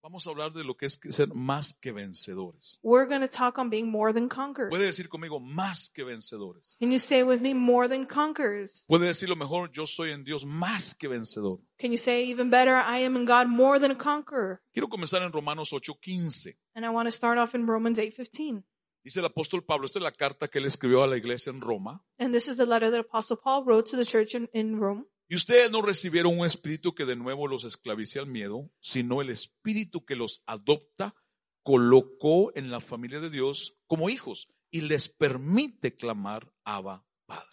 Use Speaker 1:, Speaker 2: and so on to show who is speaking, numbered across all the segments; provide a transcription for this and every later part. Speaker 1: Vamos a hablar de lo que es que ser más que vencedores.
Speaker 2: We're going to talk on being more than conquerors.
Speaker 1: Puede decir conmigo, más que vencedores.
Speaker 2: Can you say with me, more than conquerors?
Speaker 1: Puede decir lo mejor, yo soy en Dios más que vencedor.
Speaker 2: Can you say even better, I am in God more than a conqueror?
Speaker 1: Quiero comenzar en Romanos 8:15.
Speaker 2: And I want to start off in Romans 8:15.
Speaker 1: Dice el apóstol Pablo, esta es la carta que él escribió a la iglesia en Roma.
Speaker 2: And this is the letter that Apostle Paul wrote to the church in, in Rome.
Speaker 1: Y ustedes no recibieron un espíritu que de nuevo los esclavice al miedo, sino el espíritu que los adopta, colocó en la familia de Dios como hijos y les permite clamar Abba Padre.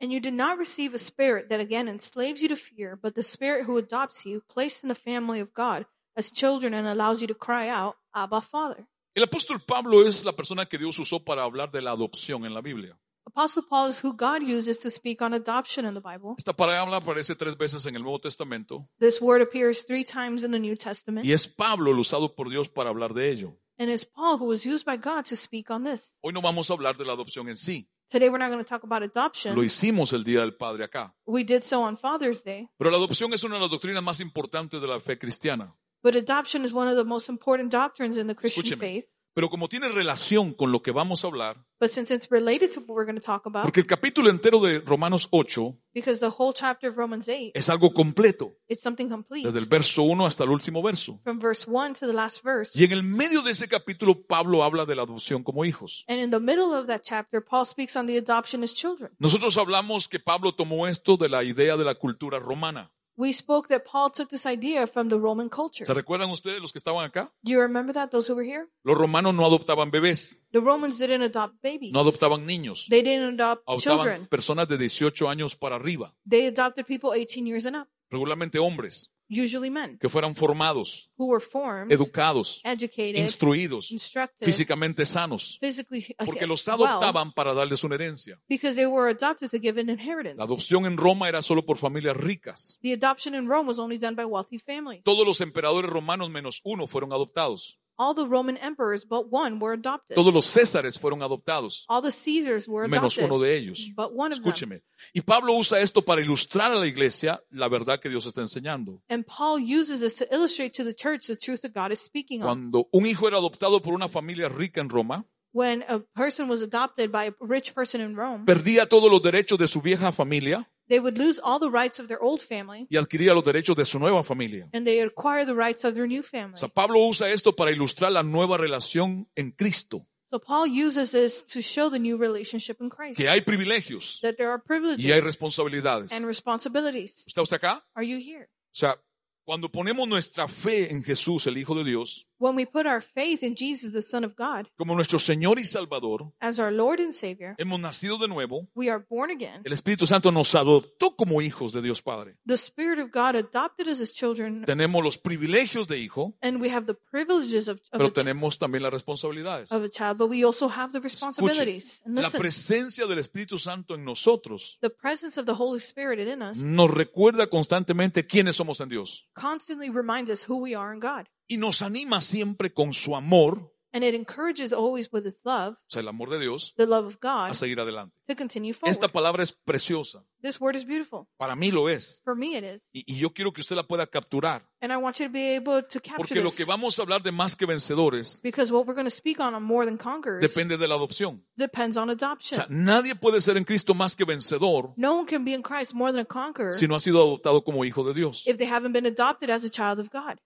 Speaker 2: And you did not receive a spirit that again enslaves you to fear, but the spirit who adopts you, placed in the family of God as children and allows you to cry out, Abba, Father.
Speaker 1: El apóstol Pablo es la persona que Dios usó para hablar de la adopción en la Biblia.
Speaker 2: Apostle Paul is who God uses to speak on adoption in the Bible.
Speaker 1: Esta palabra aparece tres veces en el Nuevo Testamento
Speaker 2: This word appears three times in the New Testament,
Speaker 1: y es Pablo el usado por Dios para hablar de ello.
Speaker 2: and it's Paul who was used by God to speak on this.
Speaker 1: Hoy no vamos a hablar de la adopción en sí.
Speaker 2: Today we're not going to talk about
Speaker 1: Lo
Speaker 2: adoption.
Speaker 1: hicimos el Día del Padre acá.
Speaker 2: We did so on Father's Day,
Speaker 1: Pero la adopción es una de las doctrinas más importantes de la fe cristiana.
Speaker 2: but adoption is one of the most important doctrines in the Christian
Speaker 1: Escúcheme.
Speaker 2: faith.
Speaker 1: Pero como tiene relación con lo que vamos a hablar,
Speaker 2: But since it's related to what we're going to talk about,
Speaker 1: porque el capítulo entero de Romanos 8
Speaker 2: because the whole chapter of Romans 8,
Speaker 1: es algo completo,
Speaker 2: it's something complete
Speaker 1: Eh, desde el verso 1 hasta el último verso.
Speaker 2: from verse 1 to the last verse.
Speaker 1: Y en el medio de ese capítulo Pablo habla de la adopción como hijos.
Speaker 2: And in the middle of that chapter, Paul speaks on the adoption as children.
Speaker 1: Nosotros hablamos que Pablo tomó esto de la idea de la cultura romana.
Speaker 2: We spoke that Paul took this idea from the Roman culture.
Speaker 1: ¿Se recuerdan ustedes los que estaban acá?
Speaker 2: Do you remember that, those who were here?
Speaker 1: Los romanos no adoptaban bebés,
Speaker 2: The Romans didn't adopt babies.
Speaker 1: no adoptaban niños,
Speaker 2: They didn't adopt
Speaker 1: adoptaban
Speaker 2: children.
Speaker 1: personas de 18 años para arriba,
Speaker 2: They adopted people 18 years and up,
Speaker 1: regularmente hombres,
Speaker 2: usually men,
Speaker 1: que fueran formados,
Speaker 2: who were formed,
Speaker 1: educados,
Speaker 2: educated,
Speaker 1: instruidos,
Speaker 2: instructed,
Speaker 1: físicamente sanos.
Speaker 2: physically uh,
Speaker 1: porque los
Speaker 2: well,
Speaker 1: adoptaban para darles una herencia.
Speaker 2: because they were adopted to give an inheritance.
Speaker 1: La adopción en Roma era solo por familias ricas.
Speaker 2: The adoption in Rome was only done by wealthy families.
Speaker 1: Todos los emperadores romanos menos uno fueron adoptados.
Speaker 2: All the Roman emperors but one were adopted.
Speaker 1: Todos los Césares fueron adoptados,
Speaker 2: All the Caesars were
Speaker 1: menos
Speaker 2: adopted,
Speaker 1: uno de ellos.
Speaker 2: but one of them.
Speaker 1: Escúcheme. Y Pablo usa esto para ilustrar a la iglesia la verdad que Dios está enseñando.
Speaker 2: And Paul uses this to illustrate to the church the truth that God is speaking on.
Speaker 1: Cuando un hijo era adoptado por una familia rica en Roma,
Speaker 2: When a person was adopted by a rich person in Rome,
Speaker 1: perdía todos los derechos de su vieja familia
Speaker 2: they would lose all the rights of their old family
Speaker 1: y adquiría los derechos de su nueva familia.
Speaker 2: and they acquire the rights of their new
Speaker 1: O
Speaker 2: family.
Speaker 1: sea, Pablo usa esto para ilustrar la nueva relación en Cristo,
Speaker 2: So Paul uses this to show the new relationship in Christ
Speaker 1: que hay privilegios
Speaker 2: that there are
Speaker 1: y hay
Speaker 2: privileges
Speaker 1: responsabilidades.
Speaker 2: and responsibilities.
Speaker 1: ¿Está usted acá?
Speaker 2: Are you here?
Speaker 1: O sea, cuando ponemos nuestra fe en Jesús, el Hijo de Dios,
Speaker 2: When we put our faith in Jesus, the Son of God,
Speaker 1: como nuestro Señor y Salvador,
Speaker 2: as our Lord and Savior,
Speaker 1: hemos nacido de nuevo,
Speaker 2: we are born again.
Speaker 1: el Espíritu Santo nos adoptó como hijos de Dios Padre.
Speaker 2: The Spirit of God adopted us as children,
Speaker 1: Tenemos los privilegios de hijo,
Speaker 2: and we have the privileges of, of,
Speaker 1: pero
Speaker 2: a,
Speaker 1: tenemos también las responsabilidades.
Speaker 2: of a child, but we also have the responsibilities. And
Speaker 1: La
Speaker 2: listen,
Speaker 1: presencia del Espíritu Santo en nosotros
Speaker 2: the presence of the Holy Spirit in us
Speaker 1: nos recuerda constantemente quiénes somos en Dios
Speaker 2: constantly reminds us who we are in God,
Speaker 1: y nos anima siempre con su amor, o
Speaker 2: and it encourages always with its love,
Speaker 1: sea, el amor de Dios,
Speaker 2: the love of God,
Speaker 1: a seguir adelante.
Speaker 2: to continue forward.
Speaker 1: Esta palabra es preciosa,
Speaker 2: This word is beautiful.
Speaker 1: para mí lo es.
Speaker 2: For me, it is.
Speaker 1: Y, y yo quiero que usted la pueda capturar.
Speaker 2: And I want you to be able to capture
Speaker 1: Porque lo que
Speaker 2: this.
Speaker 1: vamos a hablar de más que vencedores
Speaker 2: Because what we're going to speak on on More Than Conquerors
Speaker 1: depende de la adopción.
Speaker 2: depends on
Speaker 1: O
Speaker 2: adoption.
Speaker 1: sea, nadie puede ser en Cristo más que vencedor
Speaker 2: no one can be in Christ more than a conqueror
Speaker 1: si no ha sido adoptado como hijo de Dios.
Speaker 2: if they haven't been adopted as a child of God.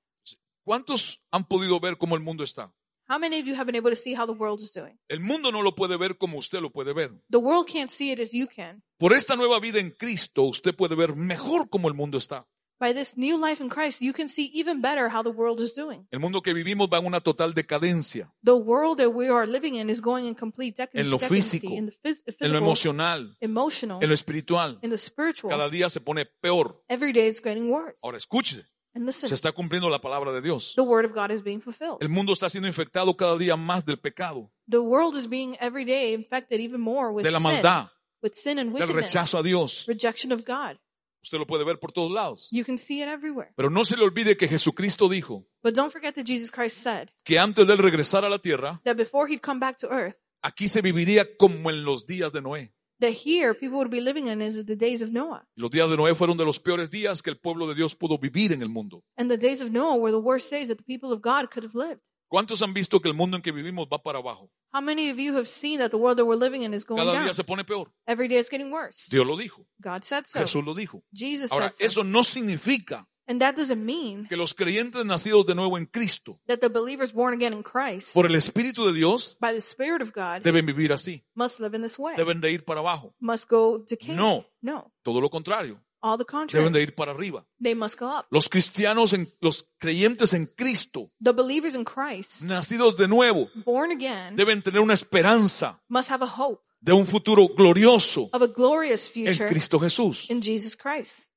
Speaker 1: ¿Cuántos han podido ver cómo el mundo está?
Speaker 2: How many of you have been able to see how the world is doing?
Speaker 1: El mundo no lo puede ver como usted lo puede ver.
Speaker 2: The world can't see it as you can.
Speaker 1: Por esta nueva vida en Cristo, usted puede ver mejor cómo el mundo está.
Speaker 2: By this new life in Christ, you can see even better how the world is doing.
Speaker 1: El mundo que vivimos va en una total decadencia,
Speaker 2: The world that we are living in is going in complete dec-
Speaker 1: En lo
Speaker 2: decadency,
Speaker 1: físico,
Speaker 2: in the phys-
Speaker 1: en lo
Speaker 2: physical,
Speaker 1: emocional,
Speaker 2: emotional,
Speaker 1: en lo espiritual.
Speaker 2: in the spiritual.
Speaker 1: Cada día se pone peor.
Speaker 2: Every day it's getting worse.
Speaker 1: Ahora escúchese,
Speaker 2: And listen,
Speaker 1: se está cumpliendo la palabra de Dios.
Speaker 2: the word of God is being fulfilled.
Speaker 1: El mundo está siendo infectado cada día más del pecado,
Speaker 2: The world is being every day infected even more with
Speaker 1: de la
Speaker 2: sin,
Speaker 1: maldad,
Speaker 2: with sin and
Speaker 1: del
Speaker 2: wickedness,
Speaker 1: rechazo a Dios.
Speaker 2: rejection of God.
Speaker 1: Usted lo puede ver por todos lados.
Speaker 2: You can see it everywhere.
Speaker 1: Pero no se le olvide que Jesucristo dijo
Speaker 2: But don't forget that Jesus Christ said
Speaker 1: que antes de él regresar a la tierra,
Speaker 2: that before he'd come back to earth,
Speaker 1: aquí se viviría como en los días de Noé.
Speaker 2: that here people would be living in is the days of Noah.
Speaker 1: Los días de Noé fueron de los peores días que el pueblo de Dios pudo vivir en el mundo.
Speaker 2: And the days of Noah were the worst days that the people of God could have lived.
Speaker 1: ¿Cuántos han visto que el mundo en que vivimos va para abajo?
Speaker 2: How many of you have seen that the world that we're living in is going
Speaker 1: Cada día
Speaker 2: down?
Speaker 1: se pone peor.
Speaker 2: Every day it's getting worse.
Speaker 1: Dios lo dijo.
Speaker 2: God said so.
Speaker 1: Jesús lo dijo.
Speaker 2: Jesus
Speaker 1: Ahora,
Speaker 2: said so.
Speaker 1: eso no significa
Speaker 2: And that doesn't mean
Speaker 1: que los creyentes nacidos de nuevo en Cristo,
Speaker 2: that the believers born again in Christ
Speaker 1: por el Espíritu de Dios,
Speaker 2: by the Spirit of God
Speaker 1: deben vivir así.
Speaker 2: must live in this way,
Speaker 1: Deben de ir para abajo.
Speaker 2: must go decaying.
Speaker 1: No.
Speaker 2: No.
Speaker 1: Todo lo contrario.
Speaker 2: All the
Speaker 1: Deben
Speaker 2: contrary.
Speaker 1: de ir para arriba.
Speaker 2: They must go up.
Speaker 1: Los cristianos, en, los creyentes en Cristo,
Speaker 2: The believers in Christ,
Speaker 1: nacidos de nuevo,
Speaker 2: born again,
Speaker 1: deben tener una esperanza
Speaker 2: must have a hope
Speaker 1: de un futuro glorioso
Speaker 2: of a glorious
Speaker 1: en
Speaker 2: future
Speaker 1: Cristo Jesús.
Speaker 2: in Jesus Christ.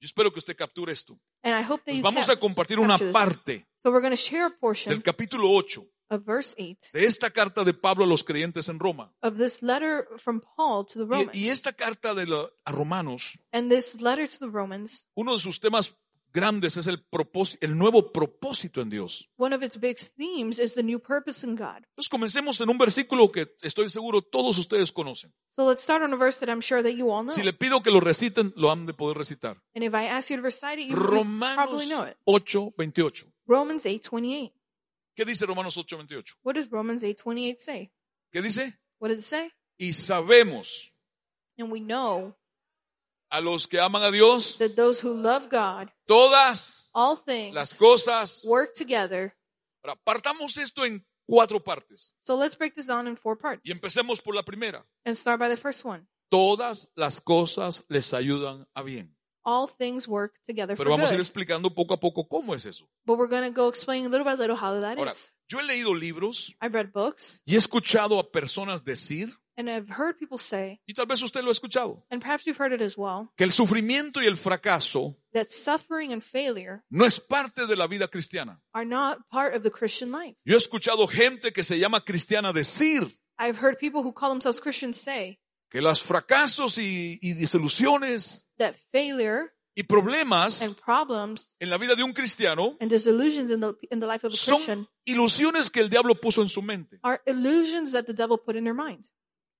Speaker 1: Yo espero que usted capture esto.
Speaker 2: And I hope that
Speaker 1: Pues
Speaker 2: you
Speaker 1: vamos
Speaker 2: can.
Speaker 1: a compartir una
Speaker 2: captures.
Speaker 1: parte
Speaker 2: So we're going to share a
Speaker 1: del
Speaker 2: portion
Speaker 1: capítulo 8
Speaker 2: of verse 8
Speaker 1: de esta carta de Pablo a los creyentes en Roma.
Speaker 2: of this letter from Paul to the
Speaker 1: Y-
Speaker 2: Romans.
Speaker 1: Y, esta carta de los a Romanos,
Speaker 2: And this letter to the Romans,
Speaker 1: uno de sus temas grandes es el, propós- el nuevo propósito en Dios.
Speaker 2: one of its big themes is the new purpose in God.
Speaker 1: Entonces comencemos en un versículo que estoy seguro todos ustedes conocen.
Speaker 2: So let's start on a verse that I'm sure that you all know.
Speaker 1: Si le pido que lo reciten, lo han de poder recitar.
Speaker 2: And if I ask you to recite it, you would probably know
Speaker 1: Romanos
Speaker 2: it.
Speaker 1: 8:28.
Speaker 2: Romans 8:28.
Speaker 1: ¿Qué dice Romanos 8:28?
Speaker 2: What does Romans 8:28 say?
Speaker 1: ¿Qué dice?
Speaker 2: What does it say?
Speaker 1: Y sabemos
Speaker 2: And we know
Speaker 1: a los que aman a Dios
Speaker 2: that those who love God,
Speaker 1: todas
Speaker 2: all things
Speaker 1: las cosas.
Speaker 2: work together.
Speaker 1: Ahora, partamos esto en cuatro partes
Speaker 2: So let's break this down in four parts
Speaker 1: y empecemos por la primera.
Speaker 2: and start by the first one.
Speaker 1: Todas las cosas les ayudan a bien.
Speaker 2: All things work together for
Speaker 1: Pero vamos a ir
Speaker 2: good.
Speaker 1: explicando poco a poco cómo es eso.
Speaker 2: But we're going to go explain little by little how that
Speaker 1: Ahora,
Speaker 2: is.
Speaker 1: yo he leído libros
Speaker 2: I've read books
Speaker 1: y he escuchado a personas decir,
Speaker 2: and I've heard people say,
Speaker 1: y tal vez usted lo ha escuchado,
Speaker 2: and perhaps you've heard it as well,
Speaker 1: que el sufrimiento y el fracaso
Speaker 2: that suffering and failure
Speaker 1: no es parte de la vida cristiana.
Speaker 2: are not part of the Christian life.
Speaker 1: Yo he escuchado gente que se llama cristiana decir
Speaker 2: I've heard people who call themselves Christians say
Speaker 1: que los fracasos y, y desilusiones
Speaker 2: that failure
Speaker 1: y problemas
Speaker 2: and problems
Speaker 1: en la vida de un cristiano
Speaker 2: and disillusions in the in the life of a Christian
Speaker 1: son ilusiones que el diablo puso en su mente.
Speaker 2: are illusions that the devil put in their mind.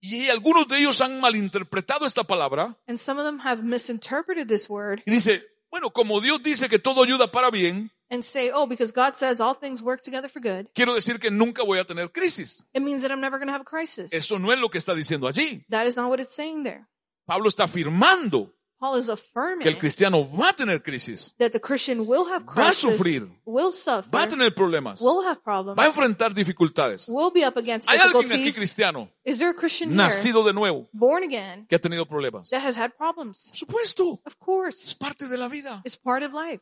Speaker 1: Y algunos de ellos han malinterpretado esta palabra
Speaker 2: And some of them have misinterpreted this word
Speaker 1: y dice, bueno, como Dios dice que todo ayuda para bien,
Speaker 2: and say, "Oh, because God says all things work together for good,
Speaker 1: quiero decir que nunca voy a tener crisis.
Speaker 2: it means that I'm never going to have a crisis."
Speaker 1: Eso no es lo que está diciendo allí.
Speaker 2: That is not what it's saying there.
Speaker 1: Pablo está afirmando
Speaker 2: Paul is
Speaker 1: que el
Speaker 2: affirming
Speaker 1: cristiano va a tener crisis,
Speaker 2: that the Christian will have
Speaker 1: Va a
Speaker 2: crisis,
Speaker 1: sufrir.
Speaker 2: will suffer,
Speaker 1: va a tener problemas,
Speaker 2: will have problems,
Speaker 1: va a enfrentar dificultades.
Speaker 2: will be up against
Speaker 1: Hay alguien aquí
Speaker 2: difficulties.
Speaker 1: cristiano,
Speaker 2: Is there a Christian here,
Speaker 1: nacido de nuevo,
Speaker 2: born again,
Speaker 1: que ha tenido problemas.
Speaker 2: that has had problems?
Speaker 1: Por supuesto,
Speaker 2: Of
Speaker 1: es
Speaker 2: course,
Speaker 1: parte de la vida.
Speaker 2: it's part of life.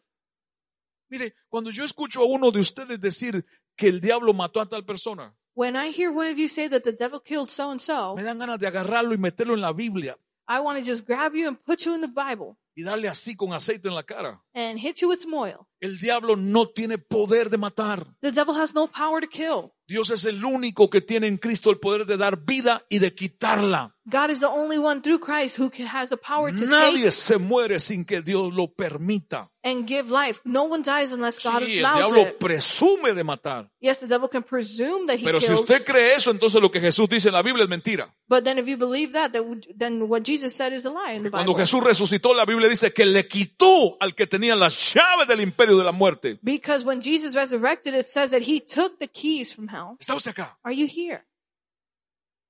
Speaker 1: Mire, cuando yo escucho a uno de ustedes decir que el diablo mató a tal persona,
Speaker 2: When I hear one of you say that the devil killed so and so,
Speaker 1: me dan ganas de agarrarlo y meterlo en la Biblia
Speaker 2: I want to just grab you and put you in the Bible
Speaker 1: y darle así con aceite en la cara.
Speaker 2: and hit you with some oil.
Speaker 1: El diablo no tiene poder de matar.
Speaker 2: The devil has no power to kill.
Speaker 1: Dios es el único que tiene en Cristo el poder de dar vida y de quitarla.
Speaker 2: God is the only one through Christ who can, has the power to take
Speaker 1: Nadie se muere sin que Dios lo permita.
Speaker 2: and give life. No one dies unless God
Speaker 1: Sí, el
Speaker 2: allows
Speaker 1: diablo
Speaker 2: it.
Speaker 1: presume de matar.
Speaker 2: Yes, the devil can presume that he
Speaker 1: Pero si
Speaker 2: kills.
Speaker 1: usted cree eso, entonces lo que Jesús dice en la Biblia es mentira.
Speaker 2: But then if you believe that, that would- then what Jesus said is a lie in the
Speaker 1: Cuando
Speaker 2: Bible.
Speaker 1: Jesús resucitó, la Biblia dice que le quitó al que tenía las llaves del imperio de la muerte.
Speaker 2: Because when Jesus resurrected, it says that he took the keys from hell.
Speaker 1: ¿Está usted acá?
Speaker 2: Are you here?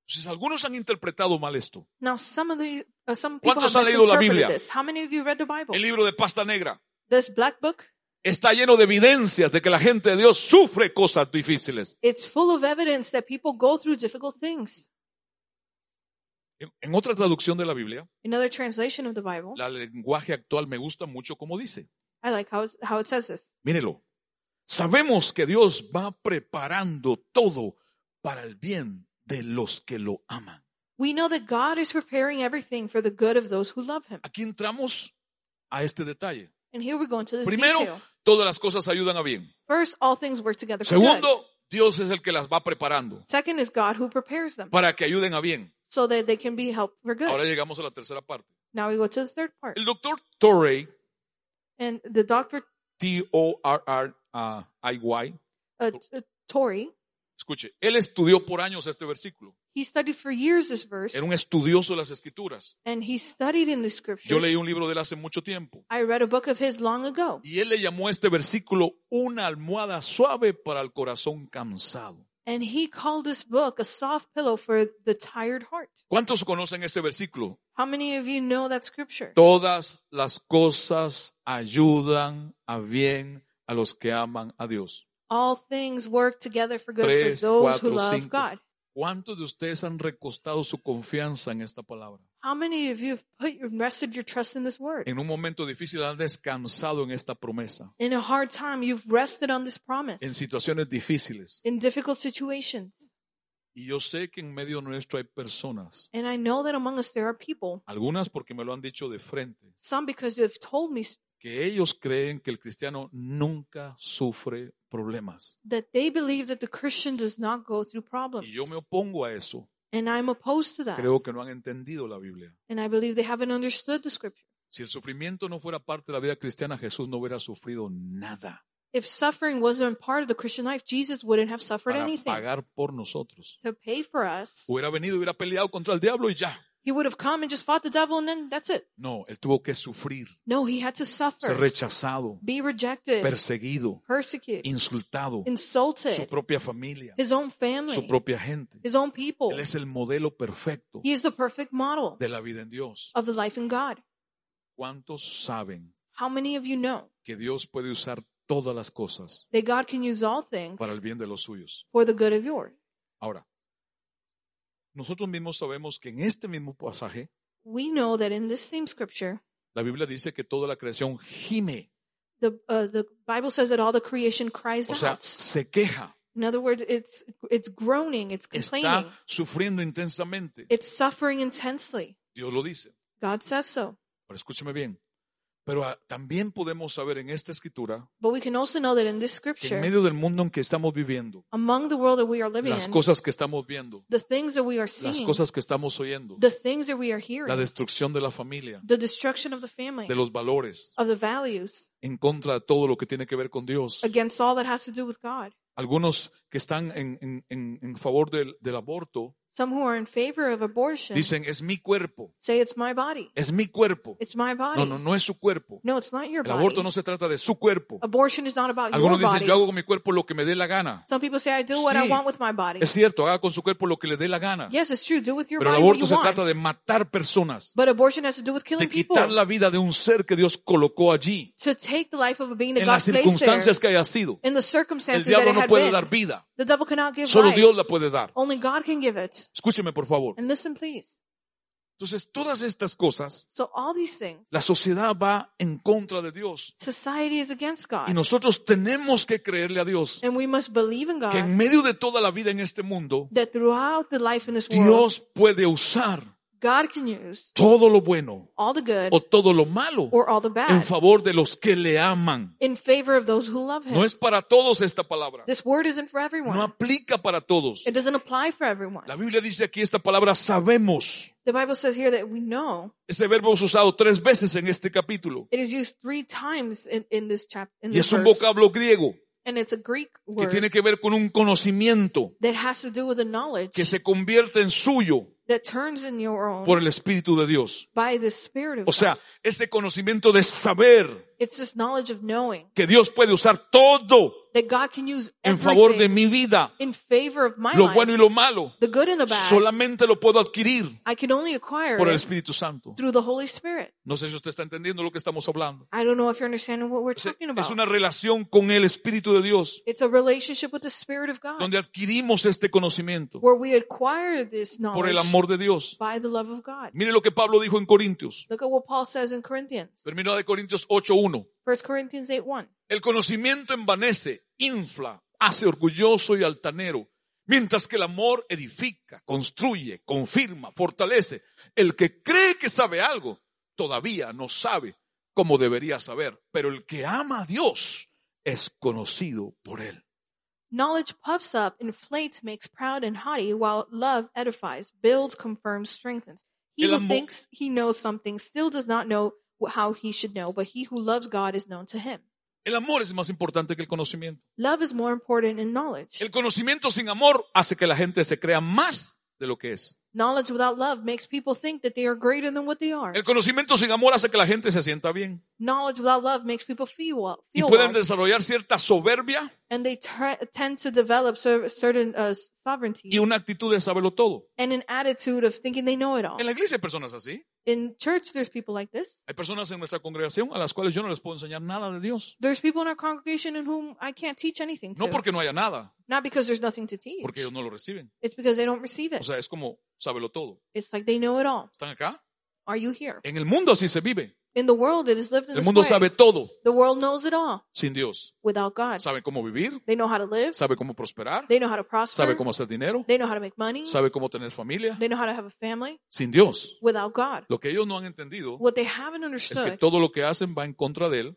Speaker 1: Entonces, algunos han interpretado mal esto.
Speaker 2: Now, some of the uh, some people
Speaker 1: ¿Cuántos
Speaker 2: have
Speaker 1: han leído la Biblia?
Speaker 2: misinterpreted this. How many of you read the Bible?
Speaker 1: El libro de pasta negra
Speaker 2: This black book,
Speaker 1: está lleno de evidencias de que la gente de Dios sufre cosas difíciles.
Speaker 2: it's full of evidence that people go through difficult things.
Speaker 1: En, en otra traducción de la Biblia,
Speaker 2: Another translation of the Bible.
Speaker 1: la lenguaje actual me gusta mucho como dice.
Speaker 2: I like how it's, how it says this.
Speaker 1: Mírelo. Sabemos que Dios va preparando todo para el bien de los que lo aman.
Speaker 2: We know that God is preparing everything for the good of those who love Him.
Speaker 1: Aquí entramos a este detalle.
Speaker 2: And here we go into this
Speaker 1: Primero,
Speaker 2: detail.
Speaker 1: todas las cosas ayudan a bien.
Speaker 2: First, all things work together for good.
Speaker 1: Segundo, Dios es el que las va preparando
Speaker 2: Second is God who prepares them
Speaker 1: para que ayuden a bien.
Speaker 2: so that they can be helped for good.
Speaker 1: Ahora llegamos a la tercera parte.
Speaker 2: now we go to the third part.
Speaker 1: El doctor Torrey,
Speaker 2: And the doctor
Speaker 1: T-O-R-R-I-Y,
Speaker 2: uh, t- uh, Tori,
Speaker 1: Escuche, él estudió por años este versículo.
Speaker 2: He studied for years this verse,
Speaker 1: Era un estudioso de las escrituras.
Speaker 2: and he studied in the scriptures.
Speaker 1: Yo leí un libro de él hace mucho tiempo.
Speaker 2: I read a book of his long ago,
Speaker 1: Y él le llamó a este versículo una almohada suave para el corazón cansado.
Speaker 2: and he called this book a soft pillow for the tired heart.
Speaker 1: ¿Cuántos conocen este versículo?
Speaker 2: How many of you know that scripture?
Speaker 1: Todas las cosas ayudan a bien a los que aman a Dios.
Speaker 2: All things work together for good
Speaker 1: Tres,
Speaker 2: for those who
Speaker 1: cuatro,
Speaker 2: love
Speaker 1: cinco.
Speaker 2: God.
Speaker 1: ¿Cuántos de ustedes han recostado su confianza en esta palabra?
Speaker 2: How many of you have put your, rested your trust in this word?
Speaker 1: En un momento difícil han descansado en esta promesa.
Speaker 2: In a hard time, you've rested on this promise.
Speaker 1: En situaciones difíciles.
Speaker 2: in difficult situations.
Speaker 1: Y yo sé que en medio nuestro hay personas.
Speaker 2: And I know that among us there are people,
Speaker 1: Algunas porque me lo han dicho de frente.
Speaker 2: some because they've told me s-
Speaker 1: Que ellos creen que el cristiano nunca sufre problemas.
Speaker 2: that they believe that the Christian does not go through problems.
Speaker 1: Y yo me opongo a eso.
Speaker 2: And I'm opposed to that.
Speaker 1: Creo que no han entendido la Biblia.
Speaker 2: and I believe they haven't understood the scripture.
Speaker 1: Si el sufrimiento no fuera parte de la vida cristiana, Jesús no hubiera sufrido nada
Speaker 2: If suffering wasn't part of the Christian life, Jesus wouldn't have suffered
Speaker 1: para
Speaker 2: anything
Speaker 1: pagar por nosotros.
Speaker 2: to pay for us.
Speaker 1: Hubiera venido, hubiera peleado contra el diablo y ya.
Speaker 2: He would have come and just fought the devil and then that's it.
Speaker 1: No, él tuvo que sufrir,
Speaker 2: No, he had to
Speaker 1: ser
Speaker 2: suffer,
Speaker 1: rechazado,
Speaker 2: be rejected,
Speaker 1: perseguido,
Speaker 2: persecuted,
Speaker 1: insultado, su
Speaker 2: insulted,
Speaker 1: propia familia,
Speaker 2: his own family,
Speaker 1: su propia gente.
Speaker 2: his own people.
Speaker 1: Él es el modelo perfecto
Speaker 2: He is the perfect model
Speaker 1: de la vida en Dios.
Speaker 2: of the life in God.
Speaker 1: ¿Cuántos saben
Speaker 2: How many of you know
Speaker 1: que Dios puede usar todas las cosas
Speaker 2: that God can use all things
Speaker 1: para el bien de los suyos?
Speaker 2: for the good of yours?
Speaker 1: Ahora, nosotros mismos sabemos que en este mismo pasaje
Speaker 2: We know that in this same scripture,
Speaker 1: La Biblia dice que toda la creación gime,
Speaker 2: the uh, the Bible says that all the creation cries
Speaker 1: o sea,
Speaker 2: out.
Speaker 1: se queja,
Speaker 2: In other words, it's it's groaning, it's complaining,
Speaker 1: está sufriendo intensamente.
Speaker 2: it's suffering intensely.
Speaker 1: Dios lo dice.
Speaker 2: God says so.
Speaker 1: Ahora escúcheme bien. Pero ah, también podemos saber en esta escritura
Speaker 2: But we can also know that in this
Speaker 1: que en
Speaker 2: scripture,
Speaker 1: medio del mundo en que estamos viviendo,
Speaker 2: among the world that we are living
Speaker 1: las
Speaker 2: in,
Speaker 1: cosas que estamos viendo,
Speaker 2: the things that we are
Speaker 1: las
Speaker 2: seeing,
Speaker 1: cosas que estamos oyendo,
Speaker 2: the things that we are
Speaker 1: la
Speaker 2: hearing,
Speaker 1: destrucción de la familia,
Speaker 2: the destruction of the family,
Speaker 1: de los valores,
Speaker 2: of the values,
Speaker 1: en contra de todo lo que tiene que ver con Dios.
Speaker 2: against all that has to do with God.
Speaker 1: Algunos que están en, en- en- en favor del, del aborto
Speaker 2: Some who are in favor of abortion
Speaker 1: dicen, es mi cuerpo,
Speaker 2: say it's my body.
Speaker 1: es mi cuerpo.
Speaker 2: It's my body.
Speaker 1: No, no, no es su cuerpo.
Speaker 2: No, it's not your
Speaker 1: El
Speaker 2: body.
Speaker 1: aborto no se trata de su cuerpo.
Speaker 2: Abortion is not about your
Speaker 1: Algunos dicen,
Speaker 2: body.
Speaker 1: yo hago con mi cuerpo lo que me dé la gana.
Speaker 2: Some people say, I do what I
Speaker 1: Sí.
Speaker 2: want with my body.
Speaker 1: Es cierto, haga con su cuerpo lo que le dé la gana.
Speaker 2: Yes, it's true. Do with your
Speaker 1: Pero el
Speaker 2: body what
Speaker 1: aborto
Speaker 2: you
Speaker 1: se
Speaker 2: want.
Speaker 1: trata de matar personas,
Speaker 2: But abortion has to do with
Speaker 1: de
Speaker 2: killing people.
Speaker 1: quitar la vida de un ser que Dios colocó allí,
Speaker 2: To take the life of a being that
Speaker 1: en las
Speaker 2: God placed there.
Speaker 1: circunstancias que haya sido.
Speaker 2: In the
Speaker 1: El
Speaker 2: circumstances that
Speaker 1: diablo
Speaker 2: it
Speaker 1: no
Speaker 2: had
Speaker 1: puede
Speaker 2: been.
Speaker 1: dar vida,
Speaker 2: The devil cannot give
Speaker 1: solo
Speaker 2: life.
Speaker 1: Dios la puede dar.
Speaker 2: Only God can give it.
Speaker 1: Escúcheme, por favor.
Speaker 2: And listen, please.
Speaker 1: Entonces, todas estas cosas,
Speaker 2: So all these things,
Speaker 1: la sociedad va en contra de Dios.
Speaker 2: society is against
Speaker 1: Y
Speaker 2: God.
Speaker 1: nosotros tenemos que creerle a Dios
Speaker 2: And we must believe in
Speaker 1: que en
Speaker 2: God
Speaker 1: medio de toda la vida en este mundo,
Speaker 2: that throughout the life in this world,
Speaker 1: Dios puede usar
Speaker 2: God can use
Speaker 1: todo lo bueno
Speaker 2: all the good
Speaker 1: o todo lo malo
Speaker 2: or all the
Speaker 1: en
Speaker 2: bad
Speaker 1: favor de los que le aman.
Speaker 2: in favor of those who love
Speaker 1: No
Speaker 2: Him.
Speaker 1: es para todos esta palabra.
Speaker 2: This word isn't for everyone.
Speaker 1: No aplica para todos.
Speaker 2: It doesn't apply for everyone.
Speaker 1: La Biblia dice aquí esta palabra sabemos.
Speaker 2: The Bible says here that we know
Speaker 1: Ese verbo es usado tres veces en este capítulo.
Speaker 2: it is used three times in, in this chapter, in
Speaker 1: Y
Speaker 2: this
Speaker 1: es un
Speaker 2: verse,
Speaker 1: vocablo griego
Speaker 2: and it's a Greek
Speaker 1: que
Speaker 2: word
Speaker 1: tiene que ver con un conocimiento
Speaker 2: that has to do with the knowledge
Speaker 1: que se convierte en suyo
Speaker 2: that turns in your own
Speaker 1: por el Espíritu de Dios.
Speaker 2: by the Spirit of
Speaker 1: O sea, ese conocimiento de saber
Speaker 2: God. It's this knowledge of knowing
Speaker 1: que Dios puede usar todo
Speaker 2: that God can use
Speaker 1: en favor de
Speaker 2: everything
Speaker 1: mi vida,
Speaker 2: in favor of my
Speaker 1: lo
Speaker 2: life,
Speaker 1: bueno y lo malo.
Speaker 2: the good and the bad.
Speaker 1: Solamente lo puedo adquirir
Speaker 2: I can only acquire
Speaker 1: por el
Speaker 2: it
Speaker 1: Espíritu Santo.
Speaker 2: through the Holy Spirit.
Speaker 1: No sé si usted está entendiendo lo que estamos hablando.
Speaker 2: I don't know if you're understanding what we're
Speaker 1: Es,
Speaker 2: talking
Speaker 1: es
Speaker 2: about.
Speaker 1: una relación con el Espíritu de Dios,
Speaker 2: It's a relationship with the Spirit of God
Speaker 1: donde adquirimos este conocimiento
Speaker 2: where we acquire this knowledge
Speaker 1: por el amor de Dios.
Speaker 2: by the love of God.
Speaker 1: Mire lo que Pablo dijo en Corintios,
Speaker 2: Look at what Paul says in Corinthians.
Speaker 1: terminado de Corintios 8.1.
Speaker 2: 1 Corinthians 8 1.
Speaker 1: El conocimiento envanece, infla, hace orgulloso y altanero, mientras que el amor edifica, construye, confirma, fortalece. El que cree que sabe algo, todavía no sabe como debería saber, pero el que ama a Dios es conocido por él.
Speaker 2: Knowledge puffs up, inflates, makes proud and haughty, while love edifies, builds, confirms, strengthens. He
Speaker 1: El
Speaker 2: who
Speaker 1: amor-
Speaker 2: thinks he knows something still does not know wh- how he should know, but he who loves God is known to him.
Speaker 1: El amor es más importante que el conocimiento.
Speaker 2: Love is more important than knowledge.
Speaker 1: El conocimiento sin amor hace que la gente se crea más de lo que es.
Speaker 2: Knowledge without love makes people think that they are greater than what they are.
Speaker 1: El conocimiento sin amor hace que la gente se sienta bien
Speaker 2: Knowledge without love makes people feel well,
Speaker 1: y
Speaker 2: feel
Speaker 1: pueden
Speaker 2: well
Speaker 1: desarrollar cierta soberbia
Speaker 2: and they tre- tend to develop cer- certain uh,
Speaker 1: y
Speaker 2: sovereignty
Speaker 1: una actitud de saberlo todo.
Speaker 2: and an attitude of thinking they know it all.
Speaker 1: En la iglesia hay personas así.
Speaker 2: In church, there's people like this.
Speaker 1: Hay personas en nuestra congregación a las cuales yo no les puedo enseñar nada de Dios.
Speaker 2: There's people in our congregation in whom I can't teach anything to.
Speaker 1: No porque no haya nada,
Speaker 2: Not because there's nothing to teach.
Speaker 1: porque ellos no lo reciben.
Speaker 2: It's because they don't receive
Speaker 1: O
Speaker 2: it.
Speaker 1: sea, es como saberlo todo.
Speaker 2: It's like they know it all.
Speaker 1: ¿Están acá?
Speaker 2: Are you here?
Speaker 1: En el mundo así se vive.
Speaker 2: In the world, it is lived in
Speaker 1: El
Speaker 2: this
Speaker 1: mundo
Speaker 2: way.
Speaker 1: sabe todo
Speaker 2: The world knows it all
Speaker 1: sin Dios.
Speaker 2: without God.
Speaker 1: Sabe cómo vivir,
Speaker 2: They know how to live.
Speaker 1: sabe cómo prosperar,
Speaker 2: They know how to
Speaker 1: sabe
Speaker 2: prosper.
Speaker 1: cómo hacer dinero,
Speaker 2: They know how to make money.
Speaker 1: sabe cómo tener familia
Speaker 2: They know how to have a family
Speaker 1: sin Dios.
Speaker 2: without God.
Speaker 1: Lo que ellos no han entendido
Speaker 2: What they haven't
Speaker 1: es que
Speaker 2: understood
Speaker 1: todo lo que hacen va en contra de Él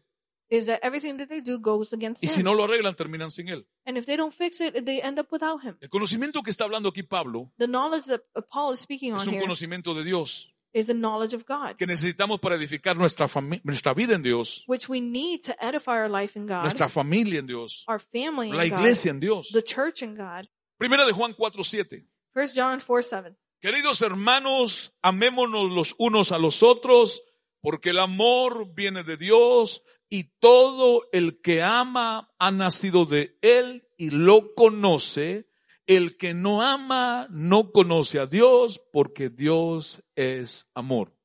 Speaker 2: is that everything that they do goes against
Speaker 1: y
Speaker 2: Him.
Speaker 1: si no lo arreglan terminan sin Él.
Speaker 2: and if they don't fix it, they end up without Him.
Speaker 1: El conocimiento que está hablando aquí Pablo
Speaker 2: The knowledge that uh, Paul is speaking
Speaker 1: es
Speaker 2: on
Speaker 1: un
Speaker 2: here
Speaker 1: conocimiento de Dios
Speaker 2: is a knowledge of God,
Speaker 1: que necesitamos para edificar nuestra, fami- nuestra vida en Dios,
Speaker 2: which we need to edify our life in God,
Speaker 1: nuestra familia en Dios,
Speaker 2: our family in
Speaker 1: la
Speaker 2: God,
Speaker 1: iglesia en Dios.
Speaker 2: the church in God.
Speaker 1: Primera de Juan 4:7.
Speaker 2: First John 4 7.
Speaker 1: Queridos hermanos, amémonos los unos a los otros, porque el amor viene de Dios y todo el que ama ha nacido de Él y lo conoce. El que no ama no conoce a Dios, porque Dios es amor.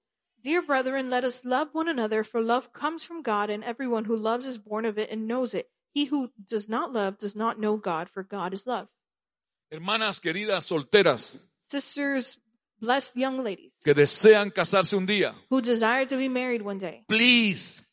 Speaker 2: Dear brethren, let us love one another, for love comes from God, and everyone who loves is born of it and knows it. He who does not love does not know God, for God is love.
Speaker 1: Hermanas queridas solteras
Speaker 2: Sisters, blessed young ladies
Speaker 1: que desean casarse un día,
Speaker 2: who desire to be married one day,
Speaker 1: please,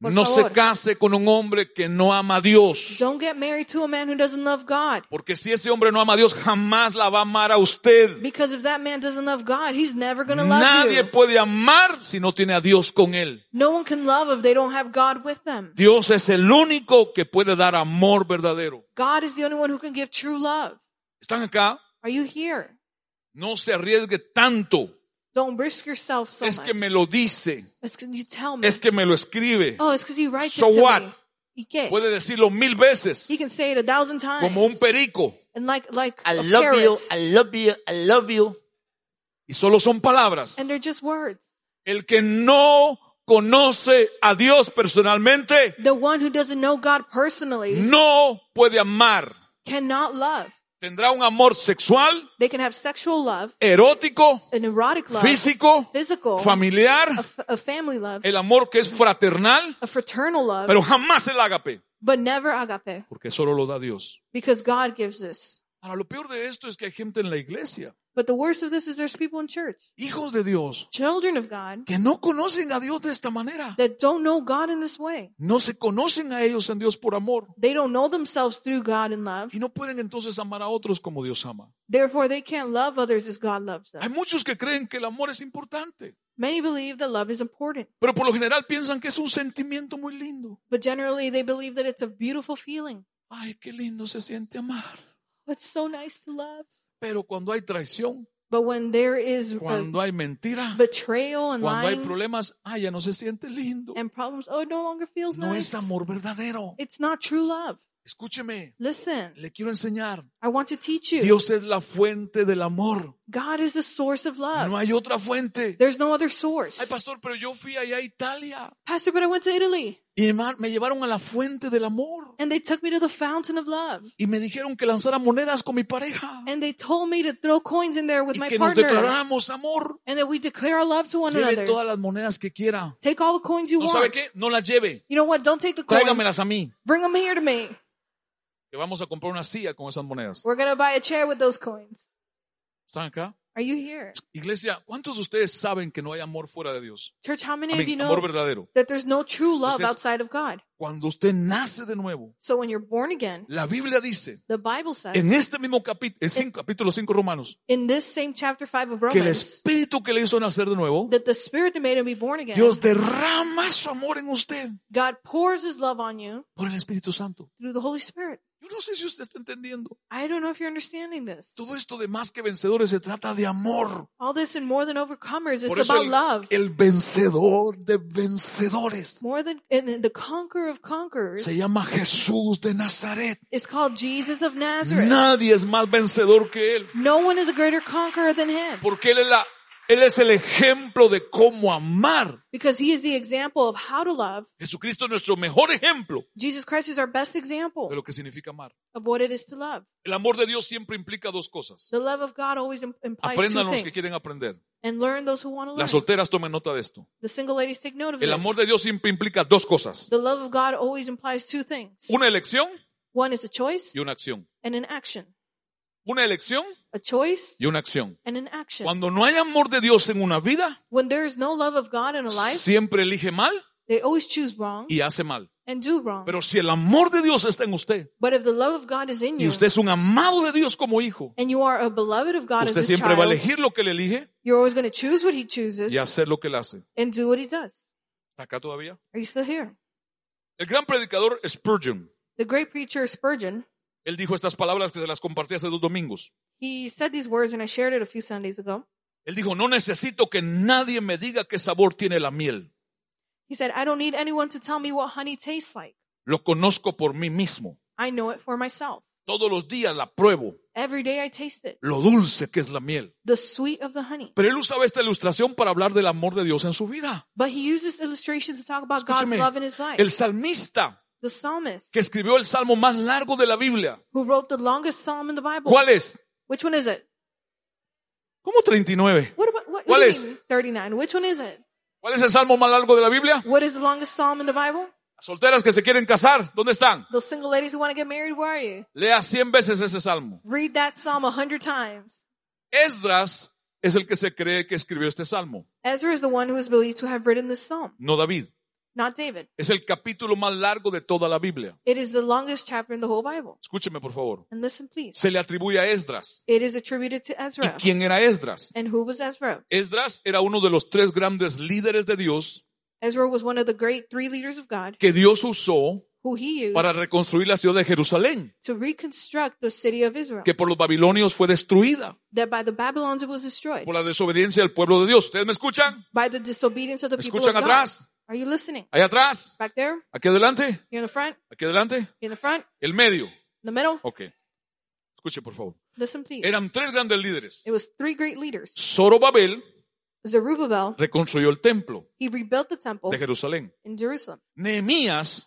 Speaker 2: Por
Speaker 1: no se
Speaker 2: favor.
Speaker 1: case con un hombre que no ama a Dios.
Speaker 2: don't get married to a man who doesn't love God.
Speaker 1: Porque si ese hombre no ama a Dios, jamás la va a amar a usted.
Speaker 2: Because if that man doesn't love God, he's never going to love
Speaker 1: Nadie
Speaker 2: you.
Speaker 1: puede amar si no tiene a Dios con él.
Speaker 2: No one can love if they don't have God with them.
Speaker 1: Dios es el único que puede dar amor verdadero.
Speaker 2: God is the only one who can give true love.
Speaker 1: ¿Están acá?
Speaker 2: Are you here?
Speaker 1: No se arriesgue tanto.
Speaker 2: Don't risk yourself so
Speaker 1: Es
Speaker 2: much.
Speaker 1: que me lo dice.
Speaker 2: It's 'cause you tell me.
Speaker 1: Es que me lo escribe.
Speaker 2: oh, eh. it's because he writes
Speaker 1: So
Speaker 2: it to
Speaker 1: what?
Speaker 2: me. He can.
Speaker 1: Puede decirlo mil veces.
Speaker 2: He can say it a thousand times.
Speaker 1: Como un perico.
Speaker 2: and like like
Speaker 3: I
Speaker 2: a
Speaker 3: love you.
Speaker 2: parrot.
Speaker 3: I love you. I love you.
Speaker 1: Y solo son palabras.
Speaker 2: and they're just words.
Speaker 1: El que no conoce a Dios personalmente
Speaker 2: The one who doesn't know God personally
Speaker 1: Mm. no puede amar.
Speaker 2: cannot love.
Speaker 1: Tendrá un amor sexual,
Speaker 2: They can have sexual love,
Speaker 1: erótico,
Speaker 2: an erotic love,
Speaker 1: físico,
Speaker 2: physical, a,
Speaker 1: familiar,
Speaker 2: f- a family love,
Speaker 1: el amor que es fraternal,
Speaker 2: a fraternal love,
Speaker 1: pero jamás el ágape,
Speaker 2: but never agape,
Speaker 1: porque solo lo da Dios.
Speaker 2: because God gives this.
Speaker 1: Ahora, lo peor de esto es que hay gente en la iglesia,
Speaker 2: But the worst of this is there's people in church,
Speaker 1: hijos de Dios,
Speaker 2: children of God,
Speaker 1: que no conocen a Dios de esta manera.
Speaker 2: that don't know God in this way.
Speaker 1: No se conocen a ellos en Dios por amor
Speaker 2: They don't know themselves through God in love.
Speaker 1: y no pueden entonces amar a otros como Dios ama.
Speaker 2: Therefore, they can't love others as God loves
Speaker 1: Hay
Speaker 2: them.
Speaker 1: muchos que creen que el amor es importante,
Speaker 2: Many believe that love is important,
Speaker 1: pero por lo general piensan que es un sentimiento muy lindo.
Speaker 2: but generally they believe that it's a beautiful feeling.
Speaker 1: Ay, qué lindo se siente amar.
Speaker 2: It's so nice to love.
Speaker 1: Pero cuando hay traición,
Speaker 2: But when there is uh,
Speaker 1: cuando hay mentira,
Speaker 2: betrayal and
Speaker 1: cuando hay
Speaker 2: lying
Speaker 1: problemas, ay, ya no se siente lindo.
Speaker 2: and problems, oh, it no longer feels
Speaker 1: No
Speaker 2: nice.
Speaker 1: es amor verdadero.
Speaker 2: It's not true love.
Speaker 1: Escúcheme,
Speaker 2: Listen,
Speaker 1: le quiero enseñar.
Speaker 2: I want to teach you.
Speaker 1: Dios es la fuente del amor.
Speaker 2: God is the source of love.
Speaker 1: No hay otra fuente.
Speaker 2: Ah. There's no other source.
Speaker 1: Ay, pastor, pero yo fui allá a Italia
Speaker 2: Pastor, but I went to Italy
Speaker 1: y me ma- me llevaron a la fuente del amor
Speaker 2: and they took me to the fountain of love.
Speaker 1: y me dijeron que lanzara monedas con mi pareja
Speaker 2: And they told me to throw coins in there with
Speaker 1: y
Speaker 2: my
Speaker 1: que nos
Speaker 2: partner
Speaker 1: declaráramos amor.
Speaker 2: and that we declare our love to one
Speaker 1: Lleve
Speaker 2: another.
Speaker 1: todas las monedas que quiera.
Speaker 2: Take all the coins you
Speaker 1: ¿No sabe
Speaker 2: want.
Speaker 1: qué? No las lleve.
Speaker 2: You know what? Don't take the coins.
Speaker 1: Tráigamelas a mí.
Speaker 2: Bring them here to me.
Speaker 1: Que vamos a comprar una silla con esas monedas.
Speaker 2: We're going to buy a chair with those coins.
Speaker 1: ¿Están acá?
Speaker 2: Are you here?
Speaker 1: Iglesia, ¿cuántos de ustedes saben que no hay amor fuera de Dios?
Speaker 2: Church, how many of you
Speaker 1: Amén, amor
Speaker 2: know
Speaker 1: verdadero.
Speaker 2: that there's no true love
Speaker 1: Ustedes-
Speaker 2: outside of God?
Speaker 1: Cuando usted nace de nuevo,
Speaker 2: So when you're born again,
Speaker 1: la Biblia dice
Speaker 2: the Bible says
Speaker 1: en este mismo capítulo, en cinco- capítulo 5 Romanos,
Speaker 2: in this same chapter 5 of
Speaker 1: que el
Speaker 2: Romans
Speaker 1: espíritu que le hizo nacer de nuevo,
Speaker 2: that the Spirit that made him be born again,
Speaker 1: Dios derrama su amor en usted
Speaker 2: God pours his love on you
Speaker 1: por el Espíritu Santo.
Speaker 2: through the Holy Spirit.
Speaker 1: Yo Yo no sé si usted está entendiendo.
Speaker 2: I don't know if you're understanding this.
Speaker 1: Todo esto de más que vencedores se trata de amor.
Speaker 2: All this and more than overcomers
Speaker 1: Por
Speaker 2: is
Speaker 1: eso
Speaker 2: about
Speaker 1: el,
Speaker 2: love.
Speaker 1: el vencedor de vencedores
Speaker 2: More than and the conqueror of conquerors
Speaker 1: se llama Jesús de Nazaret.
Speaker 2: is called Jesus of Nazareth.
Speaker 1: Nadie es más vencedor que Él.
Speaker 2: No one is a greater conqueror than him
Speaker 1: Porque Él es, la- él es el ejemplo de cómo amar.
Speaker 2: because he is the example of how to love.
Speaker 1: Jesucristo es nuestro mejor ejemplo
Speaker 2: Jesus Christ is our best
Speaker 1: de
Speaker 2: example
Speaker 1: lo que significa amar.
Speaker 2: of what it is to love.
Speaker 1: El amor de Dios siempre implica dos cosas.
Speaker 2: The love of God always im- implies
Speaker 1: Aprendan
Speaker 2: two
Speaker 1: los que
Speaker 2: things.
Speaker 1: quieren aprender.
Speaker 2: And learn those who want to
Speaker 1: Las
Speaker 2: learn.
Speaker 1: solteras tomen nota de esto.
Speaker 2: The single ladies take note of
Speaker 1: El amor
Speaker 2: this.
Speaker 1: de Dios siempre implica dos cosas.
Speaker 2: The love of God always implies two things.
Speaker 1: Una elección
Speaker 2: One is a choice
Speaker 1: y una acción.
Speaker 2: and an action.
Speaker 1: Una elección
Speaker 2: A choice
Speaker 1: y una acción.
Speaker 2: and an action.
Speaker 1: Cuando no hay amor de Dios en una vida,
Speaker 2: When there is no love of God in a life,
Speaker 1: siempre elige mal
Speaker 2: they always choose wrong
Speaker 1: y hace mal.
Speaker 2: and do wrong.
Speaker 1: Pero si el amor de Dios está en usted
Speaker 2: But if the love of God is in
Speaker 1: y
Speaker 2: you
Speaker 1: usted es un amado de Dios como hijo,
Speaker 2: and you are a beloved of God
Speaker 1: usted
Speaker 2: as his
Speaker 1: siempre va a
Speaker 2: child,
Speaker 1: elegir lo que le elige
Speaker 2: you're always going to choose what he chooses
Speaker 1: y hacer lo que él hace.
Speaker 2: and do what he does.
Speaker 1: ¿Está acá todavía?
Speaker 2: Are you still here?
Speaker 1: El gran predicador Spurgeon,
Speaker 2: The great preacher Spurgeon,
Speaker 1: él dijo estas palabras que se las compartí hace dos domingos.
Speaker 2: he said these words and I shared it a few Sundays ago.
Speaker 1: Él dijo, no necesito que nadie me diga qué sabor tiene la miel.
Speaker 2: He said, I don't need anyone to tell me what honey tastes like.
Speaker 1: Lo conozco por mí mismo.
Speaker 2: I know it for myself.
Speaker 1: Todos los días la pruebo,
Speaker 2: Every day I taste it,
Speaker 1: lo dulce que es la miel.
Speaker 2: the sweet of the honey.
Speaker 1: Pero él usaba esta ilustración para hablar del amor de Dios en su vida.
Speaker 2: But he used this illustration to talk about God's
Speaker 1: Escúcheme,
Speaker 2: love in his life.
Speaker 1: El salmista
Speaker 2: the psalmist
Speaker 1: que escribió el salmo más largo de la Biblia.
Speaker 2: who wrote the longest psalm in the Bible.
Speaker 1: ¿Cuál es?
Speaker 2: Which one is it?
Speaker 1: ¿Cómo 39?
Speaker 2: What about what,
Speaker 1: ¿Cuál
Speaker 2: what do you
Speaker 1: es?
Speaker 2: mean, 39. Which one is it?
Speaker 1: ¿Cuál es el salmo más largo de la Biblia?
Speaker 2: What is the longest psalm in the Bible?
Speaker 1: Las solteras que se quieren casar, ¿dónde están?
Speaker 2: Those single ladies who want to get married, where are you?
Speaker 1: Lea 100 veces ese salmo.
Speaker 2: Read that psalm a hundred times.
Speaker 1: Esdras es el que se cree que escribió este salmo,
Speaker 2: Ezra is the one who is believed to have written this psalm,
Speaker 1: no David.
Speaker 2: not David.
Speaker 1: Es el capítulo más largo de toda la Biblia.
Speaker 2: It is the longest chapter in the whole Bible.
Speaker 1: Escúcheme, por favor.
Speaker 2: And listen, please.
Speaker 1: Se le atribuye a Esdras.
Speaker 2: It is attributed to
Speaker 1: ¿Y
Speaker 2: Ezra.
Speaker 1: quién era Esdras?
Speaker 2: And who was Ezra?
Speaker 1: Esdras era uno de los tres grandes líderes de Dios
Speaker 2: Ezra was one of the great three leaders of God
Speaker 1: que Dios usó
Speaker 2: who he used
Speaker 1: para reconstruir la ciudad de Jerusalén,
Speaker 2: to reconstruct the city of Israel
Speaker 1: que por los babilonios fue destruida
Speaker 2: that by the Babylons it was destroyed.
Speaker 1: por la desobediencia del pueblo de Dios. ¿Ustedes me escuchan?
Speaker 2: by the disobedience of the people of
Speaker 1: ¿Escuchan
Speaker 2: God.
Speaker 1: atrás?
Speaker 2: Are you listening?
Speaker 1: Allá atrás,
Speaker 2: Back there,
Speaker 1: aquí adelante,
Speaker 2: you're in the front,
Speaker 1: aquí adelante,
Speaker 2: you're in the front,
Speaker 1: el medio.
Speaker 2: in the middle.
Speaker 1: Ok. Escuche, por favor.
Speaker 2: Listen, please.
Speaker 1: Eran tres grandes líderes.
Speaker 2: It was three great leaders.
Speaker 1: Zorobabel
Speaker 2: Zerubbabel,
Speaker 1: reconstruyó el templo
Speaker 2: he rebuilt the temple
Speaker 1: de Jerusalén.
Speaker 2: in Jerusalem.
Speaker 1: Nehemías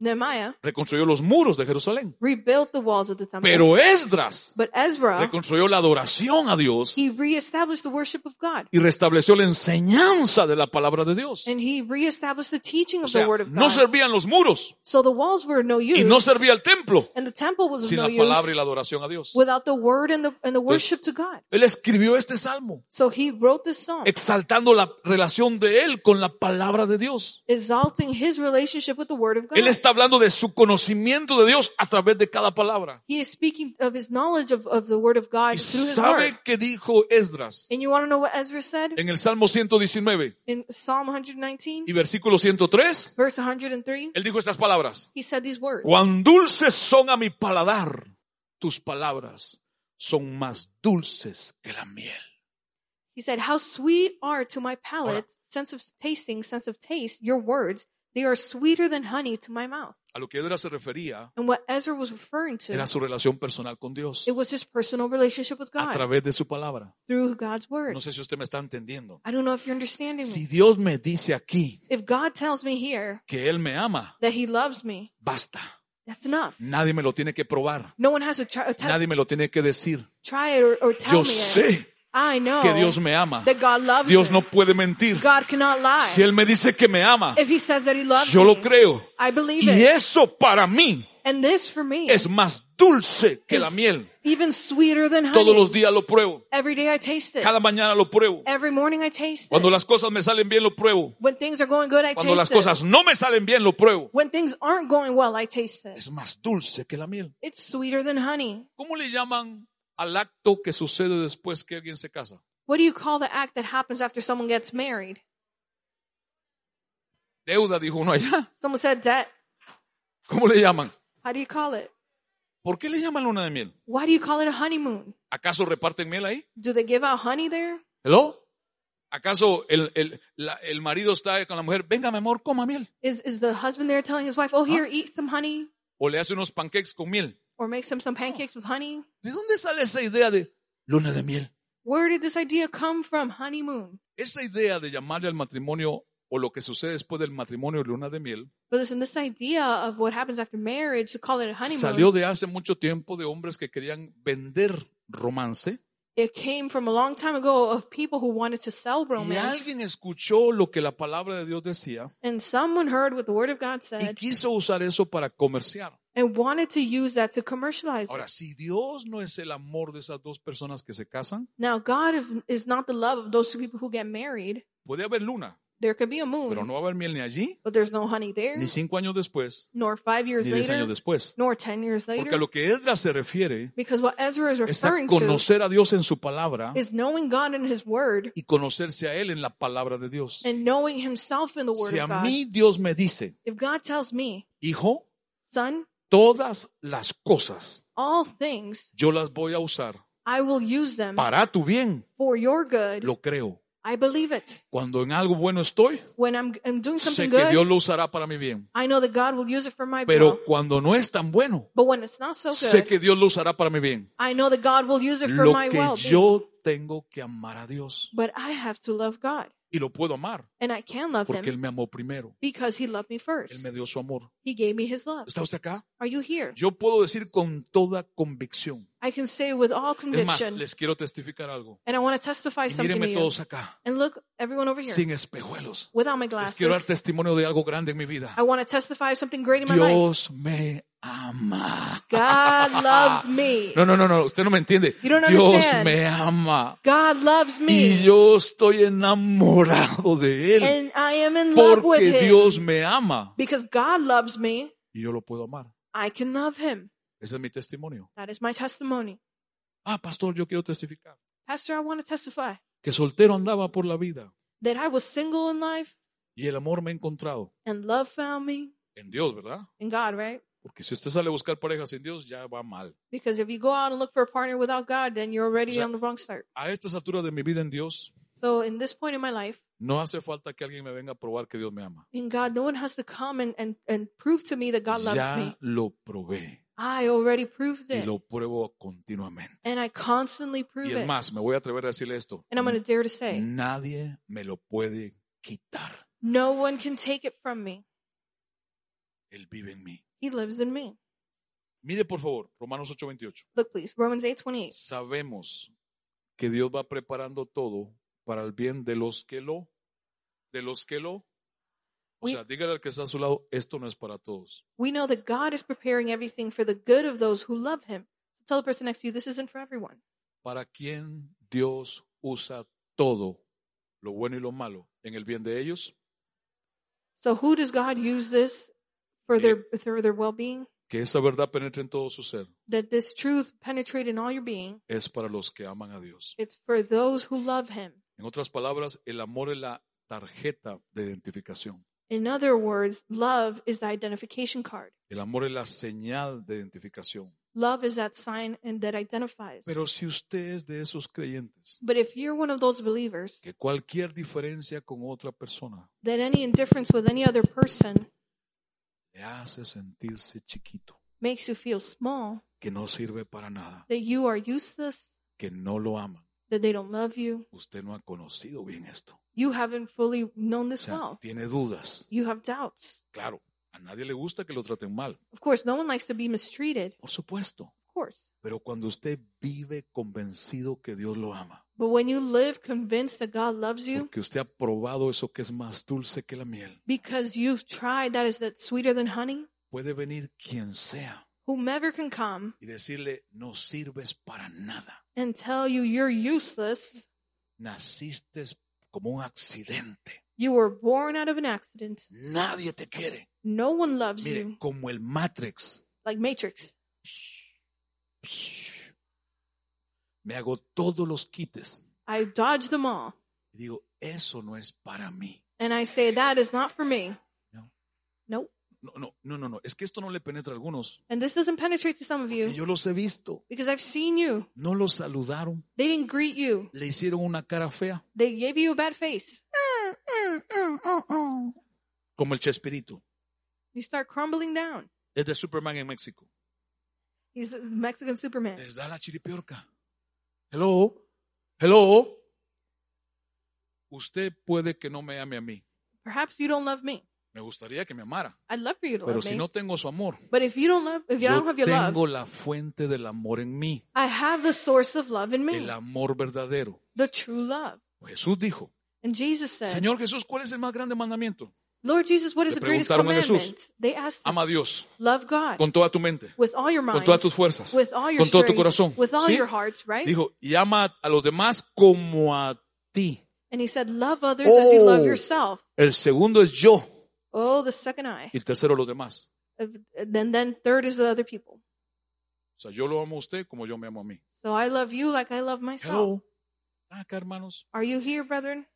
Speaker 2: Nehemiah
Speaker 1: reconstruyó los muros de Jerusalén.
Speaker 2: rebuilt the walls of the temple.
Speaker 1: Pero Esdras
Speaker 2: but Ezra,
Speaker 1: reconstruyó la adoración a Dios
Speaker 2: he reestablished the worship of God.
Speaker 1: y restableció la enseñanza de la palabra de Dios.
Speaker 2: And he reestablished the teaching
Speaker 1: O
Speaker 2: of
Speaker 1: sea,
Speaker 2: the word of
Speaker 1: no
Speaker 2: God.
Speaker 1: servían los muros
Speaker 2: so the walls were of no use.
Speaker 1: y no servía el templo
Speaker 2: and the temple was of
Speaker 1: sin
Speaker 2: no
Speaker 1: la palabra y
Speaker 2: use
Speaker 1: la adoración a Dios.
Speaker 2: without the word and the, and the worship to God.
Speaker 1: Él escribió este salmo
Speaker 2: So he wrote this song,
Speaker 1: exaltando la relación de él con la palabra de Dios.
Speaker 2: exalting his relationship with the word of God.
Speaker 1: Él está hablando de su conocimiento de Dios a través de cada palabra.
Speaker 2: He is speaking of his knowledge of, of the word of God
Speaker 1: Y
Speaker 2: through his word.
Speaker 1: sabe que dijo Esdras
Speaker 2: And you want to know what Ezra said
Speaker 1: en el Salmo 119
Speaker 2: in Psalm 119,
Speaker 1: y versículo 103.
Speaker 2: verse 103?
Speaker 1: Él dijo estas palabras.
Speaker 2: He said these words.
Speaker 1: Cuán dulces son a mi paladar. Tus palabras son más dulces que la miel.
Speaker 2: He said, How sweet are to my palate, sense of tasting, sense of taste, your words. They are sweeter than honey to my mouth.
Speaker 1: A lo que Esdras se refería
Speaker 2: And what Ezra was referring to,
Speaker 1: era su relación personal con Dios
Speaker 2: it was his personal relationship with
Speaker 1: a
Speaker 2: God
Speaker 1: través de su palabra.
Speaker 2: through God's word.
Speaker 1: No sé si usted me está entendiendo.
Speaker 2: I don't know if you're understanding
Speaker 1: Si
Speaker 2: me.
Speaker 1: Dios me dice aquí
Speaker 2: If God tells me here
Speaker 1: que Él me ama,
Speaker 2: that he loves me,
Speaker 1: basta.
Speaker 2: that's enough.
Speaker 1: Nadie me lo tiene que probar.
Speaker 2: No one has to try, tell,
Speaker 1: Nadie me lo tiene que decir.
Speaker 2: try it or, or tell
Speaker 1: Yo
Speaker 2: me it.
Speaker 1: sé
Speaker 2: I know
Speaker 1: que Dios me ama.
Speaker 2: that God loves
Speaker 1: Dios no
Speaker 2: me.
Speaker 1: puede mentir.
Speaker 2: God cannot lie.
Speaker 1: Si Él me dice que me ama,
Speaker 2: if He says that He loves
Speaker 1: yo
Speaker 2: me,
Speaker 1: lo creo.
Speaker 2: I believe
Speaker 1: Y
Speaker 2: it.
Speaker 1: eso para mí
Speaker 2: and this for me
Speaker 1: es más dulce que
Speaker 2: is
Speaker 1: la miel.
Speaker 2: even sweeter than honey.
Speaker 1: Todos los días lo pruebo.
Speaker 2: Every day I taste it.
Speaker 1: Cada mañana lo pruebo.
Speaker 2: Every morning I taste
Speaker 1: Cuando
Speaker 2: it.
Speaker 1: las cosas me salen bien, lo pruebo.
Speaker 2: When things are going good, I
Speaker 1: Cuando las
Speaker 2: taste it.
Speaker 1: cosas no me salen bien, lo pruebo.
Speaker 2: When things aren't going well, I taste it.
Speaker 1: Es más dulce que la miel.
Speaker 2: It's sweeter than honey.
Speaker 1: ¿Cómo le llaman al acto que sucede después que alguien se casa?
Speaker 2: What do you call the act that happens after someone gets married?
Speaker 1: Deuda, dijo uno allá.
Speaker 2: Someone said debt.
Speaker 1: ¿Cómo le llaman?
Speaker 2: How do you call it?
Speaker 1: ¿Por qué le llaman luna de miel?
Speaker 2: Why do you call it a honeymoon?
Speaker 1: ¿Acaso reparten miel ahí?
Speaker 2: Do they give out honey there?
Speaker 1: ¿Hello? ¿Acaso el, el, la- el marido está con la mujer? Venga, mi amor, coma miel.
Speaker 2: Is is the husband there telling his wife, "Oh, here, eat some honey,"
Speaker 1: O le hace unos pancakes con miel.
Speaker 2: or makes him some pancakes with honey?
Speaker 1: ¿De dónde sale esa idea de luna de miel?
Speaker 2: Where did this idea come from? Honeymoon.
Speaker 1: Esa idea de llamarle al matrimonio o lo que sucede después del matrimonio luna de miel
Speaker 2: But listen, this idea of what happens after marriage to call it a honeymoon,
Speaker 1: salió de hace mucho tiempo de hombres que querían vender romance.
Speaker 2: it came from a long time ago of people who wanted to sell
Speaker 1: Y
Speaker 2: romance,
Speaker 1: alguien escuchó lo que la palabra de Dios decía
Speaker 2: and someone heard what the Word of God
Speaker 1: y
Speaker 2: said
Speaker 1: quiso usar eso para comerciar.
Speaker 2: and wanted to use that to commercialize it.
Speaker 1: Ahora, si Dios no es el amor de esas dos personas que se casan,
Speaker 2: Now, God if, is not the love of those two people who get married.
Speaker 1: puede haber luna,
Speaker 2: There could be a
Speaker 1: pero
Speaker 2: moon,
Speaker 1: no va a haber miel ni allí,
Speaker 2: but there's no honey there,
Speaker 1: ni cinco años después,
Speaker 2: nor five years
Speaker 1: ni diez años
Speaker 2: later,
Speaker 1: después.
Speaker 2: nor ten years
Speaker 1: Porque a
Speaker 2: later.
Speaker 1: lo que Edra se refiere
Speaker 2: Because what Ezra is
Speaker 1: es a
Speaker 2: referring to
Speaker 1: conocer a Dios en su palabra
Speaker 2: is knowing God in His Word
Speaker 1: y conocerse a Él en la palabra de Dios.
Speaker 2: and knowing Himself in the Word
Speaker 1: Si a
Speaker 2: of God.
Speaker 1: mí Dios me dice,
Speaker 2: If God tells me,
Speaker 1: hijo,
Speaker 2: son,
Speaker 1: todas las cosas
Speaker 2: all things,
Speaker 1: yo las voy a usar
Speaker 2: I will use them
Speaker 1: para tu bien,
Speaker 2: for your good.
Speaker 1: lo creo.
Speaker 2: I believe it.
Speaker 1: Cuando en algo bueno estoy,
Speaker 2: When I'm, I'm doing
Speaker 1: sé
Speaker 2: something
Speaker 1: que
Speaker 2: good,
Speaker 1: Dios lo usará para mi bien.
Speaker 2: I know that God will use it for my
Speaker 1: Pero
Speaker 2: good.
Speaker 1: cuando no es tan bueno,
Speaker 2: But when it's not so
Speaker 1: sé
Speaker 2: good,
Speaker 1: que Dios lo usará para mi bien.
Speaker 2: I know that God will use it for
Speaker 1: Lo
Speaker 2: my
Speaker 1: que
Speaker 2: well.
Speaker 1: yo tengo que amar a Dios.
Speaker 2: But I have to love God.
Speaker 1: Y lo puedo amar
Speaker 2: And I can love
Speaker 1: porque
Speaker 2: Him
Speaker 1: Él me amó primero.
Speaker 2: because He loved me
Speaker 1: Él
Speaker 2: first.
Speaker 1: me dio su amor.
Speaker 2: He gave me His love.
Speaker 1: ¿Está usted acá?
Speaker 2: Are you here?
Speaker 1: Yo puedo decir con toda convicción.
Speaker 2: I can say with all
Speaker 1: Es más,
Speaker 2: conviction,
Speaker 1: les quiero testificar algo.
Speaker 2: and I want to testify something to
Speaker 1: Mírenme
Speaker 2: you.
Speaker 1: todos acá,
Speaker 2: And look, everyone over here,
Speaker 1: sin espejuelos.
Speaker 2: without my
Speaker 1: Les quiero dar
Speaker 2: glasses,
Speaker 1: testimonio de algo grande en mi vida.
Speaker 2: I want to testify of something great in my life.
Speaker 1: Dios me ama.
Speaker 2: God loves me.
Speaker 1: No, no, no, no, usted no me entiende.
Speaker 2: You don't
Speaker 1: Dios
Speaker 2: understand.
Speaker 1: me ama.
Speaker 2: God loves
Speaker 1: Y
Speaker 2: me.
Speaker 1: yo estoy enamorado de Él.
Speaker 2: And I am in love with
Speaker 1: Porque
Speaker 2: Him.
Speaker 1: Dios me ama.
Speaker 2: Because God loves me,
Speaker 1: Y yo lo puedo amar.
Speaker 2: I can love Him.
Speaker 1: Ese es mi testimonio.
Speaker 2: That is my testimony.
Speaker 1: Ah, pastor, yo quiero testificar.
Speaker 2: Pastor, I want to testify
Speaker 1: Que soltero andaba por la vida.
Speaker 2: that I was single in life
Speaker 1: Y el amor me ha encontrado.
Speaker 2: and love found me
Speaker 1: En Dios, ¿verdad?
Speaker 2: in God, right?
Speaker 1: Porque si usted sale a buscar pareja sin Dios, ya va mal.
Speaker 2: Because if you go out and look for a partner without God, then you're already
Speaker 1: O sea-
Speaker 2: on the wrong start.
Speaker 1: A estas alturas de mi vida en Dios,
Speaker 2: So in this point in my life,
Speaker 1: no hace falta que alguien me venga a probar que Dios me ama.
Speaker 2: in God, no one has to come and, and, and prove to me that God loves
Speaker 1: Ya
Speaker 2: me.
Speaker 1: lo probé.
Speaker 2: I already proved
Speaker 1: Y
Speaker 2: it.
Speaker 1: lo pruebo continuamente.
Speaker 2: And I constantly prove
Speaker 1: Y es
Speaker 2: it.
Speaker 1: más, Mm. me voy a atrever a decirle esto.
Speaker 2: And I'm going to dare to say,
Speaker 1: Nadie me lo puede quitar.
Speaker 2: no one can take it from me.
Speaker 1: Él vive en mí.
Speaker 2: He lives in me.
Speaker 1: Mire, por favor, Romanos 8:28.
Speaker 2: Look, please, Romans 8 28.
Speaker 1: Sabemos que Dios va preparando todo para el bien de los que lo, de los que lo. O
Speaker 2: We-
Speaker 1: sea, dígale al que está a su lado, esto no es para todos.
Speaker 2: We know that God is preparing everything for the good of those who love Him. So tell the person next to you, this isn't for everyone.
Speaker 1: Para quien Dios usa todo, lo bueno y lo malo, en el bien de ellos,
Speaker 2: So who does God use this for their for their well being?
Speaker 1: que esa verdad penetre en todo su ser,
Speaker 2: That this truth penetrate in all your being.
Speaker 1: es para los que aman a Dios.
Speaker 2: It's for those who love Him.
Speaker 1: En otras palabras, el amor es la tarjeta de identificación.
Speaker 2: In other words, love is the identification card.
Speaker 1: El amor es la señal de identificación.
Speaker 2: Love is that sign and that identifies.
Speaker 1: Pero si usted es de esos creyentes,
Speaker 2: But if you're one of those believers,
Speaker 1: que cualquier diferencia con otra persona
Speaker 2: that any indifference with any other person
Speaker 1: le hace sentirse chiquito,
Speaker 2: makes you feel small,
Speaker 1: que no sirve para nada,
Speaker 2: that you are useless,
Speaker 1: que no lo aman,
Speaker 2: that they don't love you,
Speaker 1: usted no ha conocido bien esto.
Speaker 2: you haven't fully known
Speaker 1: O
Speaker 2: this
Speaker 1: sea,
Speaker 2: well.
Speaker 1: tiene dudas.
Speaker 2: You have doubts.
Speaker 1: Claro, a nadie le gusta que lo traten mal,
Speaker 2: Of course, no one likes to be mistreated,
Speaker 1: por supuesto.
Speaker 2: of course.
Speaker 1: Pero cuando usted vive convencido que Dios lo ama,
Speaker 2: But when you live convinced that God loves you,
Speaker 1: porque usted ha probado eso que es más dulce que la miel,
Speaker 2: because you've tried that is that sweeter than honey,
Speaker 1: puede venir quien sea
Speaker 2: whomever can come
Speaker 1: y decirle, no sirves para nada.
Speaker 2: and tell you you're useless,
Speaker 1: Naciste como un accidente.
Speaker 2: you were born out of an accident,
Speaker 1: Nadie te quiere.
Speaker 2: no one loves
Speaker 1: Mire,
Speaker 2: you,
Speaker 1: como el Matrix.
Speaker 2: like Matrix.
Speaker 1: Me hago todos los quites.
Speaker 2: I dodged them all.
Speaker 1: Y digo, eso no es para mí.
Speaker 2: And I say, that is not for me.
Speaker 1: No.
Speaker 2: Nope.
Speaker 1: No, no, no, no, no. Es que esto no le penetra a algunos.
Speaker 2: And this doesn't penetrate to some of
Speaker 1: Y
Speaker 2: you
Speaker 1: yo los he visto.
Speaker 2: because I've seen you.
Speaker 1: No los saludaron.
Speaker 2: They didn't greet you.
Speaker 1: Le hicieron una cara fea.
Speaker 2: They gave you a bad face.
Speaker 1: Como el Chespirito.
Speaker 2: You start crumbling down.
Speaker 1: Es de Superman en México.
Speaker 2: He's a Mexican Superman.
Speaker 1: Les da la chiripiorca. Hello. Hello. Usted puede que no me ame a mí.
Speaker 2: Perhaps you don't love me.
Speaker 1: Me gustaría que me amara.
Speaker 2: I'd love for you to
Speaker 1: Pero
Speaker 2: love
Speaker 1: si
Speaker 2: me.
Speaker 1: no tengo su amor,
Speaker 2: but if you don't love, if you
Speaker 1: yo
Speaker 2: don't have your love,
Speaker 1: tengo la fuente del amor en mí.
Speaker 2: I have the source of love in me,
Speaker 1: El amor verdadero.
Speaker 2: the true love.
Speaker 1: Jesús dijo,
Speaker 2: And Jesus said,
Speaker 1: Señor Jesús, ¿cuál es el más grande mandamiento?
Speaker 2: Lord Jesus, what is
Speaker 1: Le
Speaker 2: the greatest
Speaker 1: preguntaron a Jesús.
Speaker 2: commandment? They asked him,
Speaker 1: Ama a Dios
Speaker 2: love God
Speaker 1: con toda tu mente,
Speaker 2: with all your
Speaker 1: con
Speaker 2: mind,
Speaker 1: todas tus fuerzas,
Speaker 2: with all your
Speaker 1: con todo tu
Speaker 2: strength,
Speaker 1: corazón.
Speaker 2: with all
Speaker 1: ¿Sí?
Speaker 2: your hearts, right?
Speaker 1: Dijo, y ama a los demás como a ti.
Speaker 2: and he said, love others as you love
Speaker 1: Oh.
Speaker 2: yourself.
Speaker 1: El segundo es yo
Speaker 2: Oh, the second eye.
Speaker 1: y el tercero los demás.
Speaker 2: Then, then third is the other people.
Speaker 1: O sea, yo lo amo a usted como yo me amo a mí.
Speaker 2: So I love you like I love myself.
Speaker 1: Hello. Ah, Acá, hermanos.
Speaker 2: Are you here, brethren?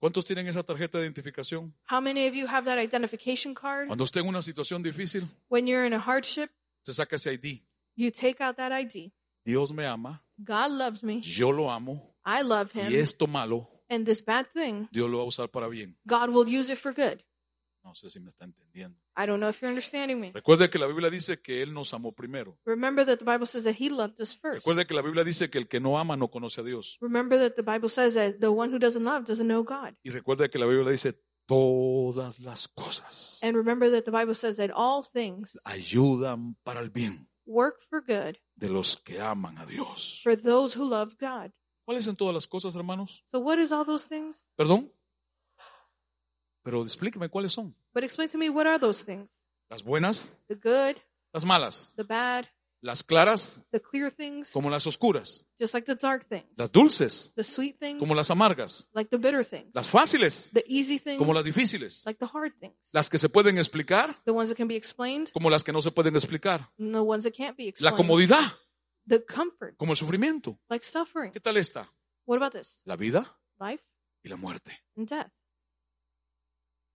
Speaker 1: ¿Cuántos tienen esa tarjeta de identificación?
Speaker 2: How many of you have that identification card?
Speaker 1: Cuando usted en una situación difícil,
Speaker 2: When you're in a hardship,
Speaker 1: se saca ese ID.
Speaker 2: you take out that ID.
Speaker 1: Dios me ama,
Speaker 2: God loves me.
Speaker 1: yo lo amo,
Speaker 2: I love him.
Speaker 1: y esto malo,
Speaker 2: And this bad thing,
Speaker 1: Dios lo va a usar para bien.
Speaker 2: God will use it for good.
Speaker 1: No sé si me está entendiendo.
Speaker 2: I don't know if you're understanding me.
Speaker 1: Recuerde que la Biblia dice que Él nos amó primero.
Speaker 2: Remember that the Bible says that he loved us first.
Speaker 1: Recuerde que la Biblia dice que el que no ama no conoce a Dios.
Speaker 2: Remember that the Bible says that the one who doesn't love doesn't know God.
Speaker 1: Y recuerde que la Biblia dice todas las cosas
Speaker 2: And remember that the Bible says that all things
Speaker 1: ayudan para el bien
Speaker 2: work for good
Speaker 1: de los que aman a Dios.
Speaker 2: for those who love God.
Speaker 1: ¿Cuáles son todas las cosas, hermanos?
Speaker 2: So what is all those things?
Speaker 1: ¿Perdón? Pero explíqueme cuáles son.
Speaker 2: But explain to me what are those things?
Speaker 1: Las buenas,
Speaker 2: The good,
Speaker 1: las malas,
Speaker 2: the bad,
Speaker 1: las claras
Speaker 2: the clear things,
Speaker 1: como las oscuras,
Speaker 2: just like the dark things,
Speaker 1: las dulces
Speaker 2: the sweet things,
Speaker 1: como las amargas,
Speaker 2: like the bitter things,
Speaker 1: las fáciles
Speaker 2: the easy things,
Speaker 1: como las difíciles,
Speaker 2: like the hard things,
Speaker 1: las que se pueden explicar
Speaker 2: the ones that can be explained
Speaker 1: como las que no se pueden explicar,
Speaker 2: and the ones that can't be
Speaker 1: la
Speaker 2: explained,
Speaker 1: comodidad
Speaker 2: the comfort,
Speaker 1: como el sufrimiento.
Speaker 2: like suffering.
Speaker 1: ¿Qué tal está?
Speaker 2: What about this?
Speaker 1: La vida
Speaker 2: Life
Speaker 1: y la muerte.
Speaker 2: and death.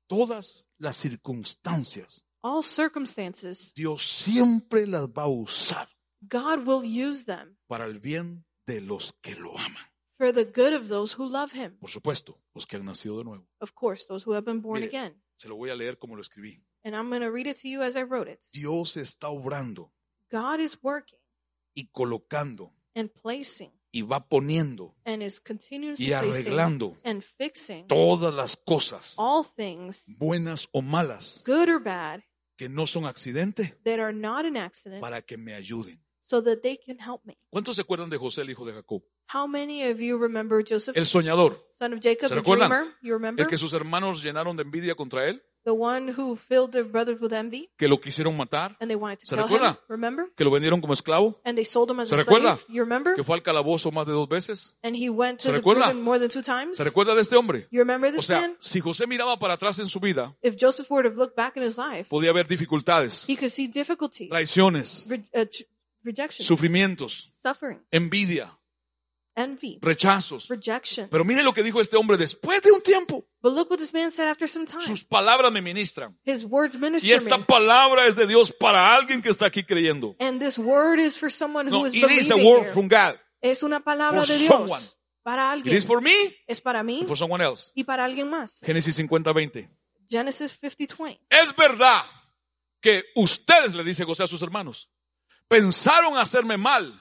Speaker 1: todas las circunstancias,
Speaker 2: All circumstances,
Speaker 1: Dios siempre las va a usar
Speaker 2: God will use them
Speaker 1: para el bien de los que lo aman.
Speaker 2: for the good of those who love Him.
Speaker 1: Por supuesto, los que han nacido de nuevo.
Speaker 2: Of course, those who have been born
Speaker 1: Mire.
Speaker 2: again.
Speaker 1: Se lo voy a leer como lo escribí.
Speaker 2: And I'm going to read it to you as I wrote it.
Speaker 1: Dios está obrando
Speaker 2: God is working
Speaker 1: y colocando
Speaker 2: and placing
Speaker 1: y va poniendo
Speaker 2: and is continuously
Speaker 1: y
Speaker 2: placing
Speaker 1: arreglando
Speaker 2: and fixing
Speaker 1: todas las cosas,
Speaker 2: all things,
Speaker 1: buenas o malas,
Speaker 2: good or bad,
Speaker 1: que no son accidente,
Speaker 2: that are not an accident
Speaker 1: para que me ayuden.
Speaker 2: so that they can help me.
Speaker 1: ¿Cuántos se acuerdan de José, el hijo de Jacob?
Speaker 2: How many of you remember Joseph,
Speaker 1: El soñador,
Speaker 2: son of
Speaker 1: ¿Se
Speaker 2: Jacob, the
Speaker 1: recuerdan?
Speaker 2: dreamer? You remember?
Speaker 1: el que sus hermanos llenaron de envidia contra él,
Speaker 2: The one who filled their brothers with envy
Speaker 1: que lo quisieron matar,
Speaker 2: and they wanted to
Speaker 1: ¿Se
Speaker 2: kill him.
Speaker 1: recuerda?
Speaker 2: Remember?
Speaker 1: que lo vendieron como esclavo,
Speaker 2: And they sold him as
Speaker 1: ¿Se
Speaker 2: a
Speaker 1: recuerda?
Speaker 2: slave. You remember?
Speaker 1: que fue al calabozo más de dos veces.
Speaker 2: And he went to
Speaker 1: ¿Se
Speaker 2: the
Speaker 1: recuerda?
Speaker 2: prison more than two times.
Speaker 1: ¿Se recuerda de este hombre?
Speaker 2: You remember
Speaker 1: O
Speaker 2: this
Speaker 1: sea,
Speaker 2: man?
Speaker 1: si José miraba para atrás en su vida,
Speaker 2: If Joseph were to look back in his life,
Speaker 1: podía haber dificultades,
Speaker 2: he could see difficulties,
Speaker 1: traiciones,
Speaker 2: re- uh, tr- rejection,
Speaker 1: sufrimientos,
Speaker 2: suffering,
Speaker 1: envidia,
Speaker 2: envy,
Speaker 1: rechazos.
Speaker 2: rejection.
Speaker 1: Pero mire lo que dijo este hombre después de un tiempo.
Speaker 2: But look what this man said after some time.
Speaker 1: Sus palabras me ministran.
Speaker 2: His words
Speaker 1: Y
Speaker 2: minister me.
Speaker 1: esta palabra es de Dios para alguien que está aquí creyendo.
Speaker 2: And this word is for someone who
Speaker 1: No,
Speaker 2: is
Speaker 1: it is a
Speaker 2: believing
Speaker 1: word
Speaker 2: here.
Speaker 1: from God.
Speaker 2: Es una palabra
Speaker 1: for
Speaker 2: de Dios
Speaker 1: someone.
Speaker 2: para
Speaker 1: It is
Speaker 2: alguien.
Speaker 1: for me
Speaker 2: Es para mí
Speaker 1: and for someone else.
Speaker 2: y para alguien más.
Speaker 1: Génesis 50, 20.
Speaker 2: Genesis 50:20.
Speaker 1: Es verdad que ustedes, le dice José a sus hermanos, pensaron hacerme mal,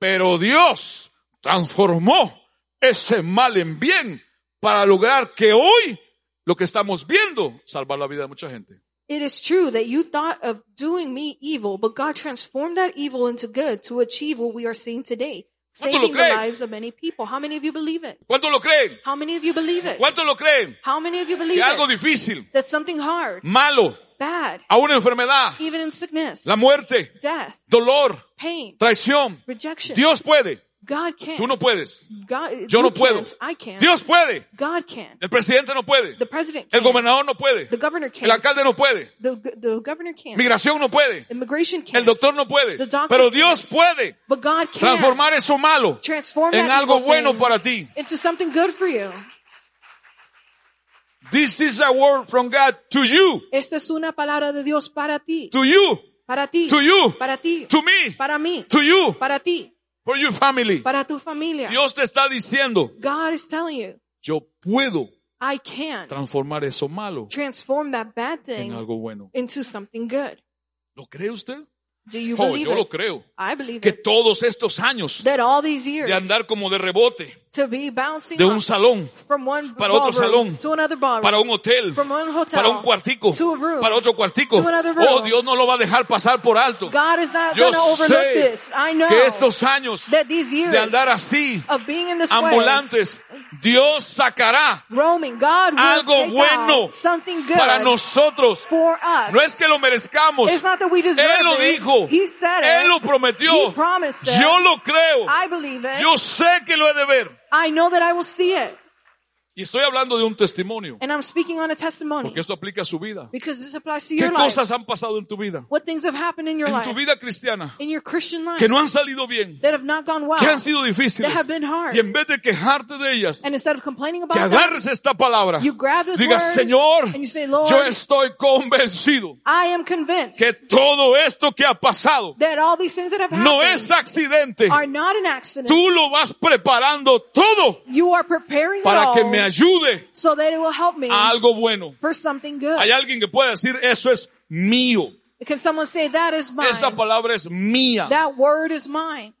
Speaker 1: pero Dios transformó ese mal en bien para lograr que hoy lo que estamos viendo salvar la vida de mucha gente.
Speaker 2: It is true that you thought of doing me evil, but God transformed that evil into good to achieve what we are seeing today,
Speaker 1: ¿Cuánto lo
Speaker 2: saving the
Speaker 1: creen?
Speaker 2: lives of many people. How many of you believe it?
Speaker 1: ¿Cuántos lo creen?
Speaker 2: How many of you believe it?
Speaker 1: ¿Cuántos lo creen?
Speaker 2: How many of you believe
Speaker 1: Que algo
Speaker 2: it?
Speaker 1: difícil,
Speaker 2: That something hard,
Speaker 1: malo,
Speaker 2: bad,
Speaker 1: a una enfermedad,
Speaker 2: even in sickness,
Speaker 1: la muerte,
Speaker 2: death,
Speaker 1: dolor,
Speaker 2: pain,
Speaker 1: traición.
Speaker 2: rejection,
Speaker 1: Dios puede,
Speaker 2: God can.
Speaker 1: tú no puedes.
Speaker 2: God,
Speaker 1: Yo
Speaker 2: you
Speaker 1: no puedo.
Speaker 2: can't, I can.
Speaker 1: Dios puede,
Speaker 2: God can.
Speaker 1: el presidente no puede,
Speaker 2: The president
Speaker 1: el
Speaker 2: can.
Speaker 1: gobernador no puede,
Speaker 2: the governor can.
Speaker 1: el alcalde no puede.
Speaker 2: the, the governor can.
Speaker 1: Migración no puede.
Speaker 2: Immigration can.
Speaker 1: El doctor no puede.
Speaker 2: The doctor
Speaker 1: Pero Dios
Speaker 2: can't.
Speaker 1: puede
Speaker 2: But God can.
Speaker 1: transformar eso malo
Speaker 2: transform
Speaker 1: en
Speaker 2: that
Speaker 1: algo
Speaker 2: evil
Speaker 1: bueno
Speaker 2: thing
Speaker 1: para ti.
Speaker 2: into something good for you.
Speaker 1: This is a word from God to you,
Speaker 2: Esta es una palabra de Dios para ti,
Speaker 1: to you,
Speaker 2: para ti,
Speaker 1: to you,
Speaker 2: para ti,
Speaker 1: to me,
Speaker 2: para mí,
Speaker 1: to you,
Speaker 2: para ti,
Speaker 1: for your family.
Speaker 2: para tu familia.
Speaker 1: Dios te está diciendo,
Speaker 2: God is telling you,
Speaker 1: yo puedo
Speaker 2: I can
Speaker 1: transformar eso malo
Speaker 2: transform that bad
Speaker 1: en
Speaker 2: thing
Speaker 1: algo bueno.
Speaker 2: into something good.
Speaker 1: ¿Lo cree usted?
Speaker 2: Do you
Speaker 1: Oh,
Speaker 2: believe
Speaker 1: yo lo
Speaker 2: it?
Speaker 1: creo.
Speaker 2: I believe
Speaker 1: Que
Speaker 2: it.
Speaker 1: todos estos años
Speaker 2: That all these
Speaker 1: de
Speaker 2: years
Speaker 1: andar como de rebote,
Speaker 2: to be bouncing
Speaker 1: de un
Speaker 2: up
Speaker 1: salón
Speaker 2: from one
Speaker 1: para otro
Speaker 2: ballroom
Speaker 1: salón,
Speaker 2: to another ballroom,
Speaker 1: para un hotel,
Speaker 2: from one hotel
Speaker 1: para un cuartico,
Speaker 2: to a room.
Speaker 1: para otro cuartico.
Speaker 2: to another
Speaker 1: Oh,
Speaker 2: room.
Speaker 1: Dios no lo va a dejar pasar por alto.
Speaker 2: God is not
Speaker 1: Yo
Speaker 2: going to overlook
Speaker 1: sé
Speaker 2: this. I know
Speaker 1: que estos años
Speaker 2: that these years
Speaker 1: de andar así,
Speaker 2: of being in this way,
Speaker 1: ambulantes, Dios sacará
Speaker 2: roaming, God will
Speaker 1: Algo
Speaker 2: take
Speaker 1: bueno
Speaker 2: out something good
Speaker 1: para nosotros.
Speaker 2: for us.
Speaker 1: No es que lo merezcamos.
Speaker 2: It's not that we deserve
Speaker 1: Él lo
Speaker 2: it.
Speaker 1: dijo.
Speaker 2: He said it.
Speaker 1: Él lo prometió.
Speaker 2: He promised it.
Speaker 1: Yo lo creo.
Speaker 2: I believe it.
Speaker 1: Yo sé que lo he de ver.
Speaker 2: I know that I will see it.
Speaker 1: Y estoy hablando de un testimonio,
Speaker 2: And I'm speaking on a testimony
Speaker 1: porque esto aplica a su vida.
Speaker 2: because this applies to
Speaker 1: ¿Qué
Speaker 2: your life.
Speaker 1: cosas han pasado en tu vida?
Speaker 2: What things have happened in your
Speaker 1: En
Speaker 2: life,
Speaker 1: tu vida cristiana,
Speaker 2: in your Christian life,
Speaker 1: que no han salido bien,
Speaker 2: that have not gone well,
Speaker 1: que han sido difíciles.
Speaker 2: Ah, that have been hard.
Speaker 1: Y en vez de quejarte de ellas,
Speaker 2: and instead of complaining about
Speaker 1: que
Speaker 2: them,
Speaker 1: agarres esta palabra,
Speaker 2: you grab this
Speaker 1: digas,
Speaker 2: word
Speaker 1: Señor,
Speaker 2: and you say, Lord,
Speaker 1: yo estoy convencido
Speaker 2: I am convinced
Speaker 1: que todo esto que ha pasado
Speaker 2: that all these things that have happened
Speaker 1: no es accidente.
Speaker 2: are not an accident.
Speaker 1: Tú lo vas preparando todo
Speaker 2: you are preparing it
Speaker 1: para
Speaker 2: all
Speaker 1: que me ayude
Speaker 2: so that it will help me
Speaker 1: a algo bueno.
Speaker 2: for something good.
Speaker 1: Hay alguien que pueda decir, eso es mío.
Speaker 2: Can someone say that is mine?
Speaker 1: Esa palabra es mía.
Speaker 2: That word is mine.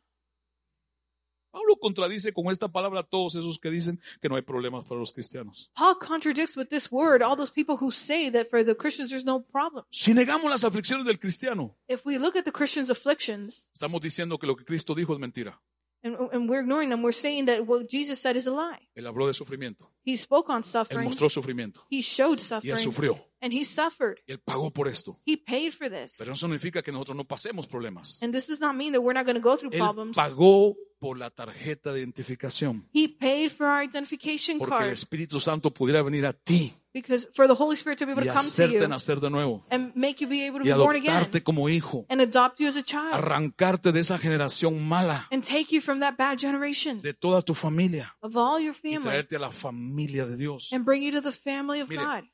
Speaker 1: Pablo contradice con esta palabra a todos esos que dicen que no hay problemas para los cristianos.
Speaker 2: Paul contradicts with this word all those people who say that for the Christians there's no problem.
Speaker 1: Si negamos las aflicciones del cristiano,
Speaker 2: If we look at the Christians' afflictions
Speaker 1: estamos diciendo que lo que Cristo dijo es mentira.
Speaker 2: and, and we're ignoring them, we're saying that what Jesus said is a lie.
Speaker 1: Él habló de sufrimiento.
Speaker 2: He spoke on
Speaker 1: Él
Speaker 2: suffering.
Speaker 1: mostró sufrimiento.
Speaker 2: He
Speaker 1: Y él
Speaker 2: showed suffering.
Speaker 1: sufrió.
Speaker 2: And he suffered.
Speaker 1: Él pagó por esto.
Speaker 2: He paid for this.
Speaker 1: Pero eso no significa que nosotros no pasemos problemas.
Speaker 2: And this does not mean that we're not going to go through
Speaker 1: Él
Speaker 2: problems.
Speaker 1: pagó por la tarjeta de identificación.
Speaker 2: He paid for our identification
Speaker 1: Porque el
Speaker 2: card
Speaker 1: Espíritu Santo pudiera venir a ti
Speaker 2: because for the Holy Spirit to be able
Speaker 1: y
Speaker 2: to come to
Speaker 1: hacerte
Speaker 2: you
Speaker 1: nacer de nuevo.
Speaker 2: and make you be able to
Speaker 1: Y
Speaker 2: be born again
Speaker 1: adoptarte como hijo.
Speaker 2: and adopt you as a child
Speaker 1: Arrancarte de esa generación mala.
Speaker 2: and take you from that bad generation
Speaker 1: De toda tu familia.
Speaker 2: of all your
Speaker 1: y
Speaker 2: family
Speaker 1: traerte a la familia de Dios.
Speaker 2: and bring you to the family of
Speaker 1: Mire.
Speaker 2: God.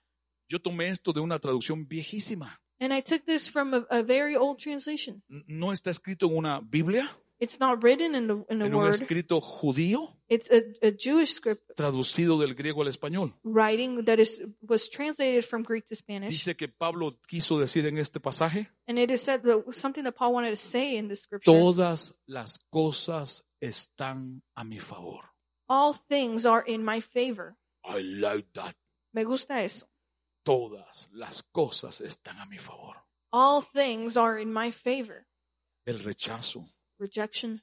Speaker 1: Yo tomé esto de una traducción viejísima.
Speaker 2: And I took this from a, a very old translation.
Speaker 1: N- No está escrito en una Biblia,
Speaker 2: It's not written in the, in the
Speaker 1: en un
Speaker 2: word.
Speaker 1: escrito judío
Speaker 2: It's a, a Jewish script
Speaker 1: traducido del griego al español.
Speaker 2: writing that is was translated from Greek to Spanish.
Speaker 1: Dice que Pablo quiso decir en este pasaje,
Speaker 2: And it is said that something that Paul wanted to say in the scripture.
Speaker 1: todas las cosas están a mi favor.
Speaker 2: All things are in my favor.
Speaker 1: I like that.
Speaker 2: Me gusta eso.
Speaker 1: Todas las cosas están a mi favor.
Speaker 2: All things are in my favor.
Speaker 1: El rechazo,
Speaker 2: Rejection,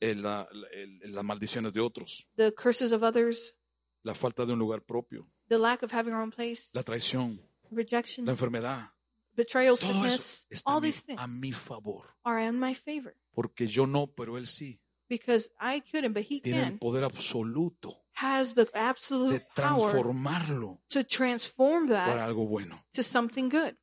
Speaker 1: el- la- la- el- las maldiciones de otros,
Speaker 2: the curses of others,
Speaker 1: la falta de un lugar propio,
Speaker 2: the lack of having our own place,
Speaker 1: la traición, la
Speaker 2: rejection,
Speaker 1: enfermedad.
Speaker 2: betrayal,
Speaker 1: Todo eso
Speaker 2: sickness.
Speaker 1: está
Speaker 2: All
Speaker 1: a mi-
Speaker 2: these things
Speaker 1: a mi favor.
Speaker 2: are in my favor
Speaker 1: Porque yo no, pero él sí.
Speaker 2: because I couldn't, but he
Speaker 1: Tiene el
Speaker 2: can.
Speaker 1: poder absoluto
Speaker 2: Has the
Speaker 1: de
Speaker 2: absolute power
Speaker 1: transformarlo
Speaker 2: to transform
Speaker 1: para
Speaker 2: that
Speaker 1: algo bueno.
Speaker 2: to something good.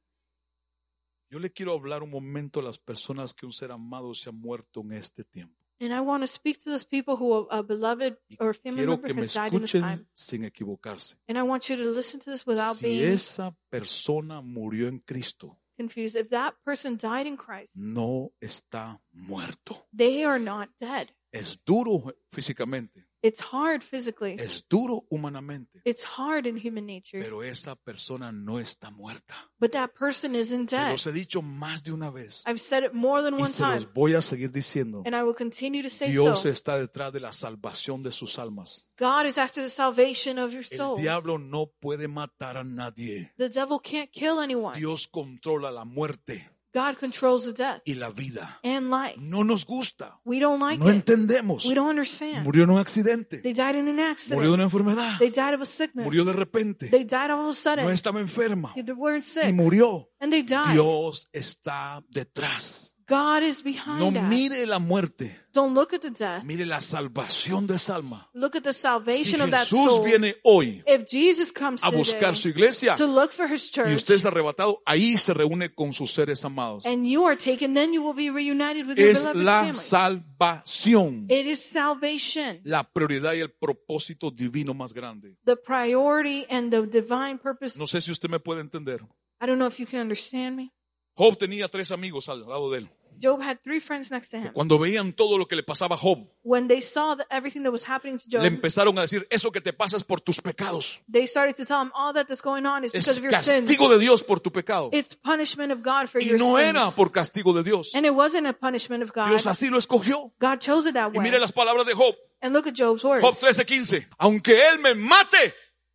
Speaker 1: Yo le quiero hablar un momento a las personas que un ser amado se ha muerto en este tiempo.
Speaker 2: And I want to speak to those people who are a beloved
Speaker 1: Y
Speaker 2: or family
Speaker 1: quiero
Speaker 2: member
Speaker 1: que me
Speaker 2: has died in this time.
Speaker 1: escuchen sin equivocarse.
Speaker 2: And I want you to listen to this without
Speaker 1: Si
Speaker 2: being
Speaker 1: esa persona murió en Cristo,
Speaker 2: confused. If that person died in Christ,
Speaker 1: no está muerto.
Speaker 2: they are not dead.
Speaker 1: Es duro físicamente,
Speaker 2: It's hard physically.
Speaker 1: es duro humanamente,
Speaker 2: It's hard in human nature.
Speaker 1: pero esa persona no está muerta.
Speaker 2: But that person isn't
Speaker 1: Se
Speaker 2: dead.
Speaker 1: los he dicho más de una vez
Speaker 2: I've said it more than
Speaker 1: y
Speaker 2: one
Speaker 1: se
Speaker 2: time,
Speaker 1: los voy a seguir diciendo.
Speaker 2: and I will continue to say
Speaker 1: Dios
Speaker 2: so.
Speaker 1: está detrás de la salvación de sus almas.
Speaker 2: God is after the salvation of your
Speaker 1: El
Speaker 2: soul.
Speaker 1: diablo no puede matar a nadie.
Speaker 2: The devil can't kill anyone.
Speaker 1: Dios controla la muerte
Speaker 2: God controls the death
Speaker 1: y la vida.
Speaker 2: and life.
Speaker 1: No nos gusta.
Speaker 2: We don't like
Speaker 1: No
Speaker 2: it.
Speaker 1: entendemos.
Speaker 2: We don't understand.
Speaker 1: Murió en un accidente.
Speaker 2: They died in
Speaker 1: Murió
Speaker 2: an
Speaker 1: de
Speaker 2: accident.
Speaker 1: una enfermedad.
Speaker 2: They died of a sickness.
Speaker 1: Murió de repente.
Speaker 2: They died all of a
Speaker 1: No
Speaker 2: sudden.
Speaker 1: estaba enferma.
Speaker 2: They weren't
Speaker 1: Y
Speaker 2: sick.
Speaker 1: murió.
Speaker 2: And they died.
Speaker 1: Dios está detrás.
Speaker 2: God is behind
Speaker 1: No
Speaker 2: that.
Speaker 1: mire la muerte,
Speaker 2: Don't look at the death.
Speaker 1: mire la salvación de esa alma.
Speaker 2: Look at the
Speaker 1: Si
Speaker 2: salvation of that
Speaker 1: Jesús
Speaker 2: soul.
Speaker 1: viene hoy
Speaker 2: if Jesus comes
Speaker 1: a buscar
Speaker 2: today
Speaker 1: su iglesia
Speaker 2: to look for his
Speaker 1: y
Speaker 2: church
Speaker 1: usted es arrebatado, ahí se reúne con sus seres amados.
Speaker 2: and you are taken, then you will be reunited with your
Speaker 1: Es
Speaker 2: beloved
Speaker 1: la
Speaker 2: family.
Speaker 1: salvación,
Speaker 2: it is salvation,
Speaker 1: la prioridad y el propósito divino más grande.
Speaker 2: the priority and the divine purpose.
Speaker 1: No sé si usted me puede entender.
Speaker 2: I don't know if you can understand me.
Speaker 1: Job tenía tres amigos al lado de él.
Speaker 2: Job had three friends next to him.
Speaker 1: Cuando veían todo lo que le pasaba a Job,
Speaker 2: When they saw that everything that was happening to
Speaker 1: le
Speaker 2: Job,
Speaker 1: empezaron a decir, eso que te pasa es por tus pecados.
Speaker 2: they started to tell him all that that's going on is
Speaker 1: Es
Speaker 2: because of your sins.
Speaker 1: castigo de Dios por tu pecado.
Speaker 2: It's punishment of God for
Speaker 1: Y
Speaker 2: your
Speaker 1: no
Speaker 2: sins.
Speaker 1: era por castigo de Dios.
Speaker 2: and it wasn't a punishment of God.
Speaker 1: Dios así lo escogió.
Speaker 2: God chose it that
Speaker 1: Y
Speaker 2: way.
Speaker 1: mire las palabras de Job.
Speaker 2: and look at Job's words.
Speaker 1: Job 13:15. Aunque él me mate,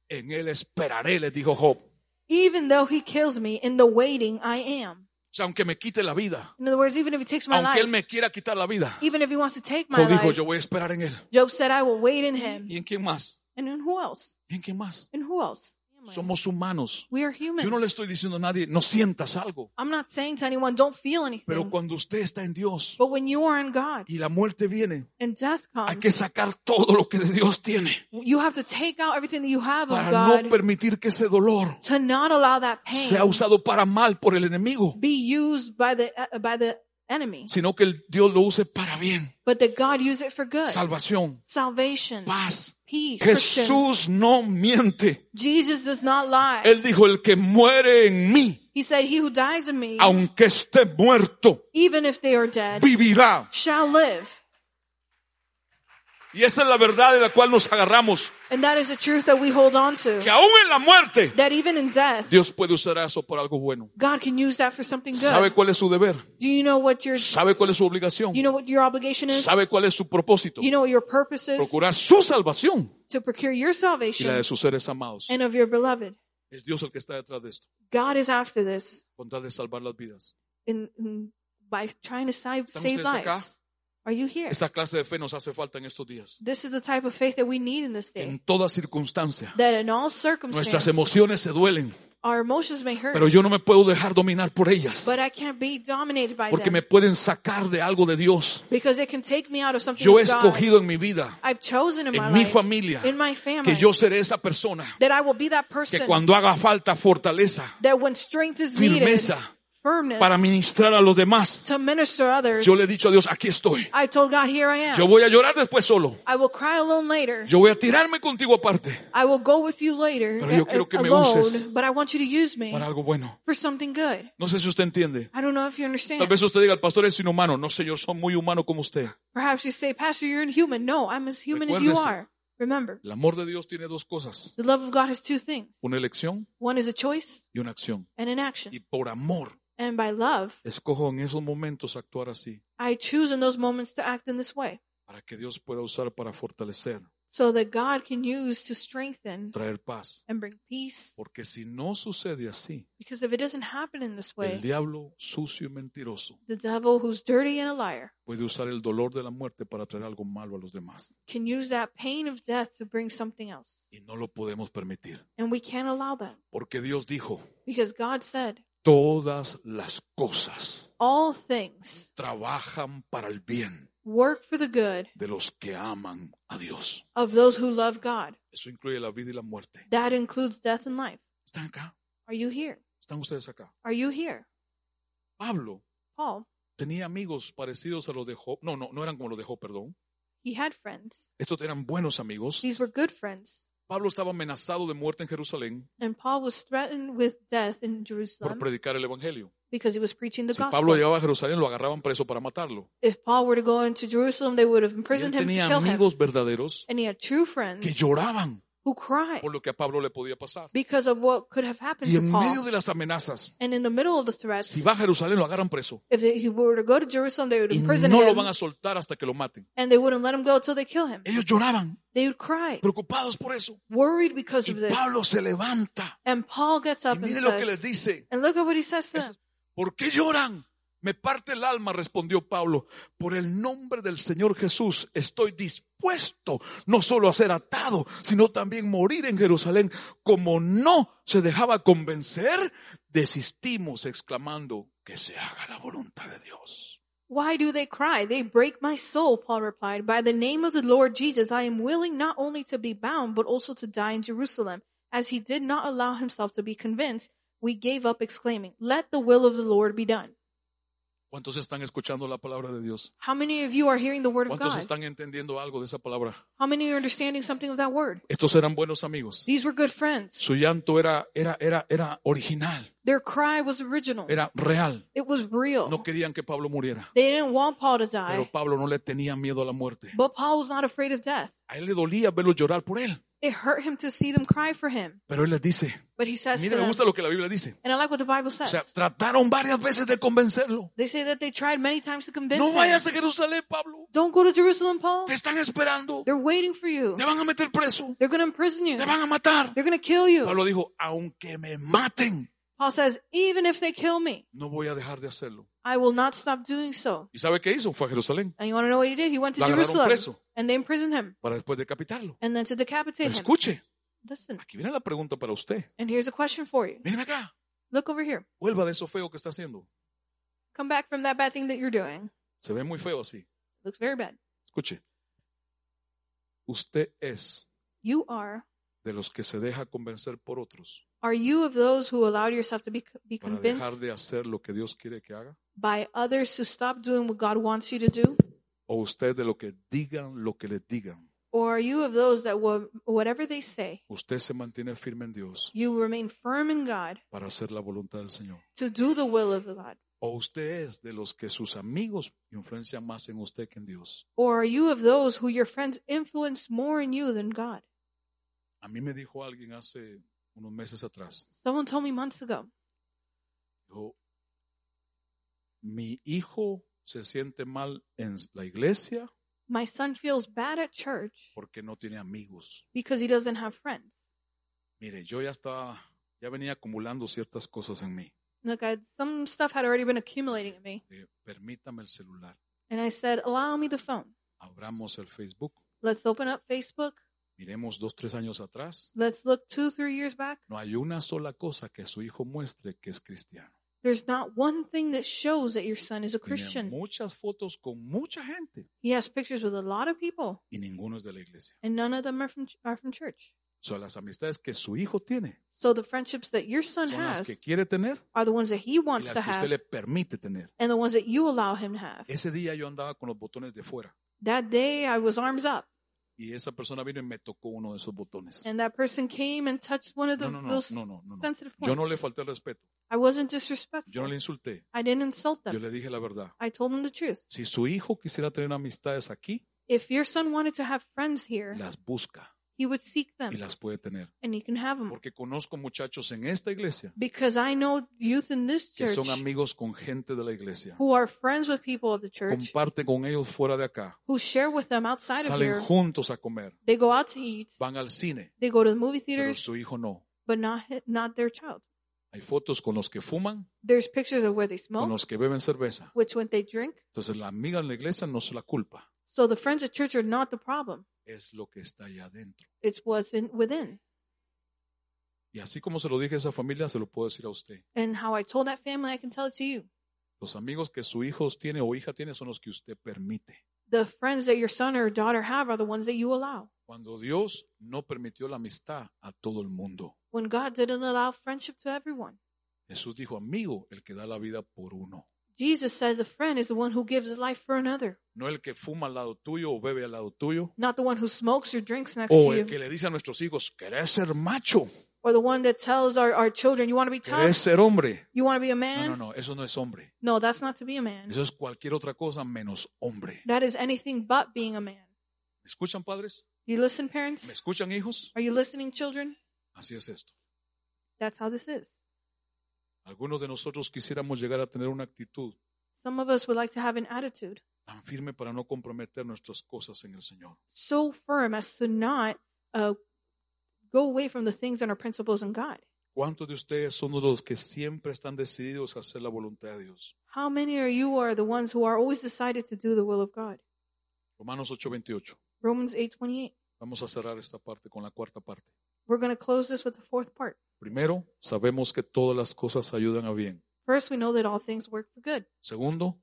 Speaker 1: en él esperaré, le dijo Job. O
Speaker 2: even though he kills me, in the waiting I am.
Speaker 1: sea, aunque me quite la vida,
Speaker 2: In other words, even if he takes my
Speaker 1: aunque él
Speaker 2: life,
Speaker 1: me quiera quitar la vida,
Speaker 2: even if he wants to take my
Speaker 1: Job dijo,
Speaker 2: life,
Speaker 1: yo voy a esperar en él.
Speaker 2: Job said, I will wait in him.
Speaker 1: ¿Y en quién más?
Speaker 2: And in who else?
Speaker 1: ¿Y en quién más?
Speaker 2: In who else?
Speaker 1: Somos humanos.
Speaker 2: We are humans.
Speaker 1: Yo no le estoy diciendo a nadie, no sientas algo.
Speaker 2: I'm not saying to anyone, don't feel
Speaker 1: Pero
Speaker 2: anything.
Speaker 1: cuando usted está en Dios
Speaker 2: But when you are in God
Speaker 1: y la muerte viene,
Speaker 2: and death
Speaker 1: hay
Speaker 2: comes,
Speaker 1: que sacar todo lo que de Dios tiene
Speaker 2: you have to take out everything that you have of
Speaker 1: para no
Speaker 2: Oh, God
Speaker 1: permitir que ese dolor
Speaker 2: to not allow that pain
Speaker 1: sea usado para mal por el enemigo,
Speaker 2: be used by the, uh, by the enemy,
Speaker 1: sino que el Dios lo use para bien.
Speaker 2: but that God use it for good.
Speaker 1: Salvación,
Speaker 2: Salvation,
Speaker 1: paz.
Speaker 2: peace, Christians.
Speaker 1: Jesús no miente.
Speaker 2: Jesus does not lie.
Speaker 1: Él dijo, el que muere en mí,
Speaker 2: He said, He who dies in me,
Speaker 1: aunque esté muerto,
Speaker 2: even if they are dead,
Speaker 1: vivirá.
Speaker 2: shall live.
Speaker 1: Y esa es la verdad de la cual nos agarramos,
Speaker 2: And that is a truth that we hold on
Speaker 1: que
Speaker 2: to.
Speaker 1: aún en la muerte,
Speaker 2: That even in death,
Speaker 1: Dios puede usar eso para algo bueno.
Speaker 2: God can use that for something
Speaker 1: ¿Sabe
Speaker 2: good.
Speaker 1: cuál es su deber?
Speaker 2: Do you know what your
Speaker 1: ¿Sabe cuál es su obligación?
Speaker 2: you know what your obligation is?
Speaker 1: ¿Sabe cuál es su propósito?
Speaker 2: You know what your purpose is
Speaker 1: Procurar su salvación
Speaker 2: to procure your
Speaker 1: y la de
Speaker 2: salvation
Speaker 1: sus seres amados.
Speaker 2: and of your beloved.
Speaker 1: Es Dios el que está detrás de esto,
Speaker 2: God is after this
Speaker 1: con tal de salvar las vidas.
Speaker 2: in, in by trying to save,
Speaker 1: ¿Están
Speaker 2: save
Speaker 1: ustedes acá?
Speaker 2: lives. Are you here?
Speaker 1: Esta clase de fe nos hace falta en estos días.
Speaker 2: This is the type of faith that we need in this day.
Speaker 1: En toda circunstancia.
Speaker 2: That in all
Speaker 1: Nuestras
Speaker 2: circumstances,
Speaker 1: emociones se duelen,
Speaker 2: our emotions may
Speaker 1: pero
Speaker 2: hurt,
Speaker 1: yo no me puedo dejar dominar por ellas,
Speaker 2: but I can't be dominated by
Speaker 1: porque
Speaker 2: them.
Speaker 1: me pueden sacar de algo de Dios.
Speaker 2: Because it can take me out of something
Speaker 1: Yo he
Speaker 2: of God.
Speaker 1: escogido en mi vida,
Speaker 2: I've chosen in my
Speaker 1: en mi
Speaker 2: life,
Speaker 1: familia,
Speaker 2: in my family,
Speaker 1: que yo seré esa persona
Speaker 2: that I will be that
Speaker 1: que
Speaker 2: person
Speaker 1: cuando haga falta fortaleza,
Speaker 2: that when strength is needed,
Speaker 1: firmeza
Speaker 2: firmness
Speaker 1: para ministrar a los demás,
Speaker 2: to minister others.
Speaker 1: yo le he dicho a Dios, aquí estoy.
Speaker 2: I told God, here I am.
Speaker 1: Yo voy a llorar después solo.
Speaker 2: I will cry alone later.
Speaker 1: Yo voy a tirarme contigo aparte
Speaker 2: I will go with you later
Speaker 1: Pero yo
Speaker 2: uh,
Speaker 1: quiero que me
Speaker 2: alone,
Speaker 1: uses
Speaker 2: but I want you to use me
Speaker 1: para algo bueno.
Speaker 2: for something good.
Speaker 1: No sé si usted entiende.
Speaker 2: I don't know if you
Speaker 1: Tal
Speaker 2: understand.
Speaker 1: vez usted diga, el pastor es inhumano. No, señor, soy muy humano como usted.
Speaker 2: Perhaps you say, Pastor, you're inhuman. No, I'm as human as you
Speaker 1: Recuérdese.
Speaker 2: are. Remember,
Speaker 1: El amor de Dios tiene dos cosas.
Speaker 2: the love of God has two things.
Speaker 1: Una elección
Speaker 2: One is a choice
Speaker 1: y una acción.
Speaker 2: and an action.
Speaker 1: Y por amor,
Speaker 2: And by love,
Speaker 1: escojo en esos momentos actuar así
Speaker 2: I choose in those moments to act in this way.
Speaker 1: para que Dios pueda usar para fortalecer,
Speaker 2: so that God can use to strengthen
Speaker 1: traer paz.
Speaker 2: and bring peace.
Speaker 1: Porque si no sucede así,
Speaker 2: Because if it doesn't happen in this
Speaker 1: el
Speaker 2: way,
Speaker 1: diablo sucio y mentiroso
Speaker 2: the devil, who's dirty and a liar,
Speaker 1: puede usar el dolor de la muerte para traer algo malo a los demás.
Speaker 2: can use that pain of death to bring something else.
Speaker 1: Y no lo podemos permitir.
Speaker 2: And we can't allow that
Speaker 1: Porque Dios dijo,
Speaker 2: because God said,
Speaker 1: todas las cosas
Speaker 2: All things
Speaker 1: trabajan para el bien
Speaker 2: work for the good
Speaker 1: de los que aman a Dios.
Speaker 2: of those who love God.
Speaker 1: Eso incluye la vida y la muerte.
Speaker 2: That includes death and life.
Speaker 1: ¿Están acá?
Speaker 2: Are you here?
Speaker 1: ¿Están ustedes acá?
Speaker 2: Are you here?
Speaker 1: Pablo
Speaker 2: Paul,
Speaker 1: tenía amigos parecidos a los de Job. No, no, no eran como los de Job, perdón.
Speaker 2: he had friends.
Speaker 1: Estos eran buenos amigos.
Speaker 2: These were good friends.
Speaker 1: Pablo estaba amenazado de muerte en Jerusalén
Speaker 2: And Paul was threatened with death in
Speaker 1: por
Speaker 2: Jerusalem
Speaker 1: predicar el Evangelio.
Speaker 2: because he was preaching the
Speaker 1: Si Pablo
Speaker 2: gospel.
Speaker 1: llegaba a Jerusalén, lo agarraban preso para matarlo.
Speaker 2: if Paul were to go into Jerusalem, they would have
Speaker 1: Y él
Speaker 2: imprisoned him to
Speaker 1: tenía
Speaker 2: kill him.
Speaker 1: amigos verdaderos
Speaker 2: And he had true
Speaker 1: que
Speaker 2: friends
Speaker 1: lloraban
Speaker 2: who cried
Speaker 1: por lo que a Pablo le podía pasar.
Speaker 2: because of what could have happened
Speaker 1: Y
Speaker 2: to
Speaker 1: en medio
Speaker 2: Paul.
Speaker 1: de las amenazas,
Speaker 2: And in the middle of the threats,
Speaker 1: si va a Jerusalén, lo agarran preso.
Speaker 2: if they- he were to go to Jerusalem, they would
Speaker 1: Y
Speaker 2: imprison
Speaker 1: no lo van
Speaker 2: him
Speaker 1: a Eh, soltar hasta que lo maten.
Speaker 2: and they wouldn't let him go until they kill him.
Speaker 1: Ellos lloraban,
Speaker 2: They would cry,
Speaker 1: preocupados por eso.
Speaker 2: worried because
Speaker 1: Y
Speaker 2: of this.
Speaker 1: Pablo se levanta.
Speaker 2: And Paul gets
Speaker 1: Y
Speaker 2: up and
Speaker 1: mire lo que les
Speaker 2: says,
Speaker 1: dice.
Speaker 2: and look at what he says to
Speaker 1: Es-
Speaker 2: them.
Speaker 1: ¿Por qué lloran? Me parte el alma, respondió Pablo. Por el nombre del Señor Jesús estoy dispuesto no solo a ser atado, sino también morir en Jerusalén. Como no se dejaba convencer, desistimos exclamando que se haga la voluntad de Dios.
Speaker 2: Why do they cry? They break my soul, Paul replied. By the name of the Lord Jesus, I am willing not only to be bound, but also to die in Jerusalem. As he did not allow himself to be convinced, we gave up exclaiming, Let the will of the Lord be done.
Speaker 1: ¿Cuántos están escuchando la palabra de Dios?
Speaker 2: How many of you are hearing the word of
Speaker 1: ¿Cuántos
Speaker 2: God?
Speaker 1: están entendiendo algo de esa palabra?
Speaker 2: How many are understanding something of that word?
Speaker 1: Estos eran buenos amigos.
Speaker 2: These were good friends.
Speaker 1: Su llanto era, era, era, era original,
Speaker 2: Their cry was original.
Speaker 1: era real.
Speaker 2: It was real.
Speaker 1: No querían que Pablo muriera,
Speaker 2: They didn't want Paul to
Speaker 1: pero
Speaker 2: die,
Speaker 1: Pablo no le tenía miedo a la muerte.
Speaker 2: but Paul was not afraid of death.
Speaker 1: A él le dolía verlos llorar por él,
Speaker 2: It hurt him to see them cry for him.
Speaker 1: pero él les dice,
Speaker 2: But he says to
Speaker 1: mire, me
Speaker 2: them,
Speaker 1: gusta lo que la Biblia dice.
Speaker 2: and I like what the Bible
Speaker 1: O
Speaker 2: says.
Speaker 1: sea, trataron varias veces de convencerlo.
Speaker 2: They say that they tried many times to convince
Speaker 1: No
Speaker 2: him.
Speaker 1: vayas a Jerusalén, Pablo.
Speaker 2: Don't go to Jerusalem, Paul.
Speaker 1: Te están esperando.
Speaker 2: They're waiting for you.
Speaker 1: Te van a meter preso.
Speaker 2: They're going to imprison you.
Speaker 1: Te van a matar.
Speaker 2: They're going to kill you.
Speaker 1: Pablo dijo, aunque me maten,
Speaker 2: Paul says, even if they kill me,
Speaker 1: no voy a dejar de hacerlo.
Speaker 2: I will not stop doing so.
Speaker 1: ¿Y sabe qué hizo? Fue a Jerusalén
Speaker 2: And you want to know what he did? He went to
Speaker 1: Lo agarraron
Speaker 2: Jerusalem
Speaker 1: preso.
Speaker 2: and they imprisoned him
Speaker 1: para después decapitarlo.
Speaker 2: and then to decapitate
Speaker 1: Pero
Speaker 2: him.
Speaker 1: escuche,
Speaker 2: Listen,
Speaker 1: aquí viene la pregunta para usted.
Speaker 2: and here's a question for you.
Speaker 1: Míreme acá.
Speaker 2: Look over here.
Speaker 1: Vuelva de eso feo que está haciendo.
Speaker 2: Come back from that bad thing that you're doing.
Speaker 1: Se ve muy feo así.
Speaker 2: Looks very bad.
Speaker 1: Escuche. Usted es
Speaker 2: You are.
Speaker 1: de los que se deja convencer por otros
Speaker 2: Are you of those who allowed yourself to be, be
Speaker 1: para dejar
Speaker 2: convinced
Speaker 1: de hacer lo que Dios quiere que haga.
Speaker 2: by others to stop doing what God wants you to do?
Speaker 1: O usted de lo que digan lo que le digan.
Speaker 2: Or are you of those that will, whatever they say,
Speaker 1: Usted se mantiene firme en Dios
Speaker 2: you remain firm in God
Speaker 1: para hacer la voluntad del Señor.
Speaker 2: to do the will of God?
Speaker 1: O usted es de los que sus amigos influencian más en usted que en Dios.
Speaker 2: Or are you of those who your friends influence more in you than God?
Speaker 1: A mí me dijo alguien hace unos meses atrás,
Speaker 2: Someone told me months ago,
Speaker 1: dijo, mi hijo se siente mal en la iglesia
Speaker 2: my son feels bad at church
Speaker 1: porque no tiene amigos.
Speaker 2: because he doesn't have friends.
Speaker 1: Mire, yo ya estaba, ya venía acumulando ciertas cosas en mí.
Speaker 2: Look, I, some stuff had already been accumulating in me.
Speaker 1: Eh, permítame el celular,
Speaker 2: And I said, allow me the phone.
Speaker 1: abramos el Facebook,
Speaker 2: Let's open up Facebook.
Speaker 1: miremos dos, tres años atrás.
Speaker 2: Let's look two, three years back.
Speaker 1: No hay una sola cosa que su hijo muestre que es cristiano.
Speaker 2: There's not one thing that shows that your son is a
Speaker 1: Tiene
Speaker 2: Christian.
Speaker 1: muchas fotos con mucha gente
Speaker 2: He has pictures with a lot of people,
Speaker 1: y ninguno es de la iglesia.
Speaker 2: and none of them are from, are from church.
Speaker 1: Son las amistades que su hijo tiene,
Speaker 2: So the friendships that your son
Speaker 1: son las
Speaker 2: has
Speaker 1: que quiere tener
Speaker 2: are the ones that
Speaker 1: y
Speaker 2: he wants
Speaker 1: las
Speaker 2: to
Speaker 1: que usted
Speaker 2: have
Speaker 1: le permite tener.
Speaker 2: and the ones that you allow him to have.
Speaker 1: Ese día yo andaba con los botones de fuera.
Speaker 2: That day I was arms up
Speaker 1: Y esa persona vino y me tocó uno de esos botones.
Speaker 2: and that person came and touched one of the,
Speaker 1: No, no, no,
Speaker 2: those
Speaker 1: no, no, no, no.
Speaker 2: sensitive points.
Speaker 1: Yo no le falté el respeto.
Speaker 2: I wasn't disrespectful.
Speaker 1: Yo no le insulté.
Speaker 2: I didn't insult them.
Speaker 1: Yo le dije la verdad.
Speaker 2: I told them the truth.
Speaker 1: Si su hijo quisiera tener amistades aquí,
Speaker 2: If your son wanted to have friends here,
Speaker 1: las busca
Speaker 2: he would seek
Speaker 1: y
Speaker 2: them
Speaker 1: las puede tener.
Speaker 2: and he can have them.
Speaker 1: Porque conozco muchachos en esta iglesia
Speaker 2: Because I know youth in this
Speaker 1: que
Speaker 2: church
Speaker 1: son amigos con gente de la iglesia.
Speaker 2: who are friends with people of the church,
Speaker 1: Comparten con ellos fuera de acá.
Speaker 2: who share with them outside of
Speaker 1: Salen
Speaker 2: here.
Speaker 1: juntos a comer.
Speaker 2: They go out to eat,
Speaker 1: Van al cine.
Speaker 2: they go to the movie
Speaker 1: Pero
Speaker 2: theaters,
Speaker 1: su hijo no.
Speaker 2: but not hi- not their child.
Speaker 1: Hay fotos con los que fuman,
Speaker 2: There's pictures of where they
Speaker 1: con
Speaker 2: smoke,
Speaker 1: los que beben cerveza.
Speaker 2: which when they drink.
Speaker 1: Entonces la amiga en la iglesia no es la culpa.
Speaker 2: So the friends at church are not the problem.
Speaker 1: Es lo que está allá adentro.
Speaker 2: It's what's in, within.
Speaker 1: Y así como se lo dije a esa familia, se lo puedo decir a usted.
Speaker 2: And how I told that family, I can tell it to you.
Speaker 1: Los amigos que su hijo tiene o hija tiene son los que usted permite.
Speaker 2: The friends that your son or daughter have are the ones that you allow.
Speaker 1: Cuando Dios no permitió la amistad a todo el mundo.
Speaker 2: When God didn't allow friendship to everyone,
Speaker 1: Jesús dijo, amigo, el que da la vida por uno.
Speaker 2: Jesus said the friend is the one who gives his life for another,
Speaker 1: No el que fuma al lado tuyo o bebe al lado tuyo.
Speaker 2: not the one who smokes or drinks next
Speaker 1: O
Speaker 2: to
Speaker 1: Oh, el
Speaker 2: you,
Speaker 1: que le dice a nuestros hijos, querés ser macho,
Speaker 2: or the one that tells our, our children, You want to be tough?
Speaker 1: querés ser hombre.
Speaker 2: You want to be a
Speaker 1: No,
Speaker 2: man?
Speaker 1: no, no, eso no es hombre.
Speaker 2: No, that's not to be a man.
Speaker 1: Eso es cualquier otra cosa menos hombre.
Speaker 2: That is anything but being a man.
Speaker 1: ¿Me escuchan padres?
Speaker 2: You listen,
Speaker 1: ¿Me
Speaker 2: parents?
Speaker 1: escuchan hijos?
Speaker 2: Are you listening, children?
Speaker 1: Así es esto.
Speaker 2: That's how this is.
Speaker 1: Algunos de nosotros quisiéramos llegar a tener una actitud
Speaker 2: Some of us would like to have an attitude
Speaker 1: tan firme para no comprometer nuestras cosas en el Señor.
Speaker 2: so firm as to not uh, go away from the things and our principles in God.
Speaker 1: ¿Cuántos de ustedes son de los que siempre están decididos a hacer la voluntad de Dios?
Speaker 2: How many are you are the ones who are always decided to do the will of God?
Speaker 1: Romanos 8:28.
Speaker 2: Romans 8:28.
Speaker 1: Vamos a cerrar esta parte con la cuarta parte.
Speaker 2: We're going to close this with the fourth part.
Speaker 1: Primero, sabemos que todas las cosas ayudan a bien.
Speaker 2: First, we know that all things work for good.
Speaker 1: Segundo,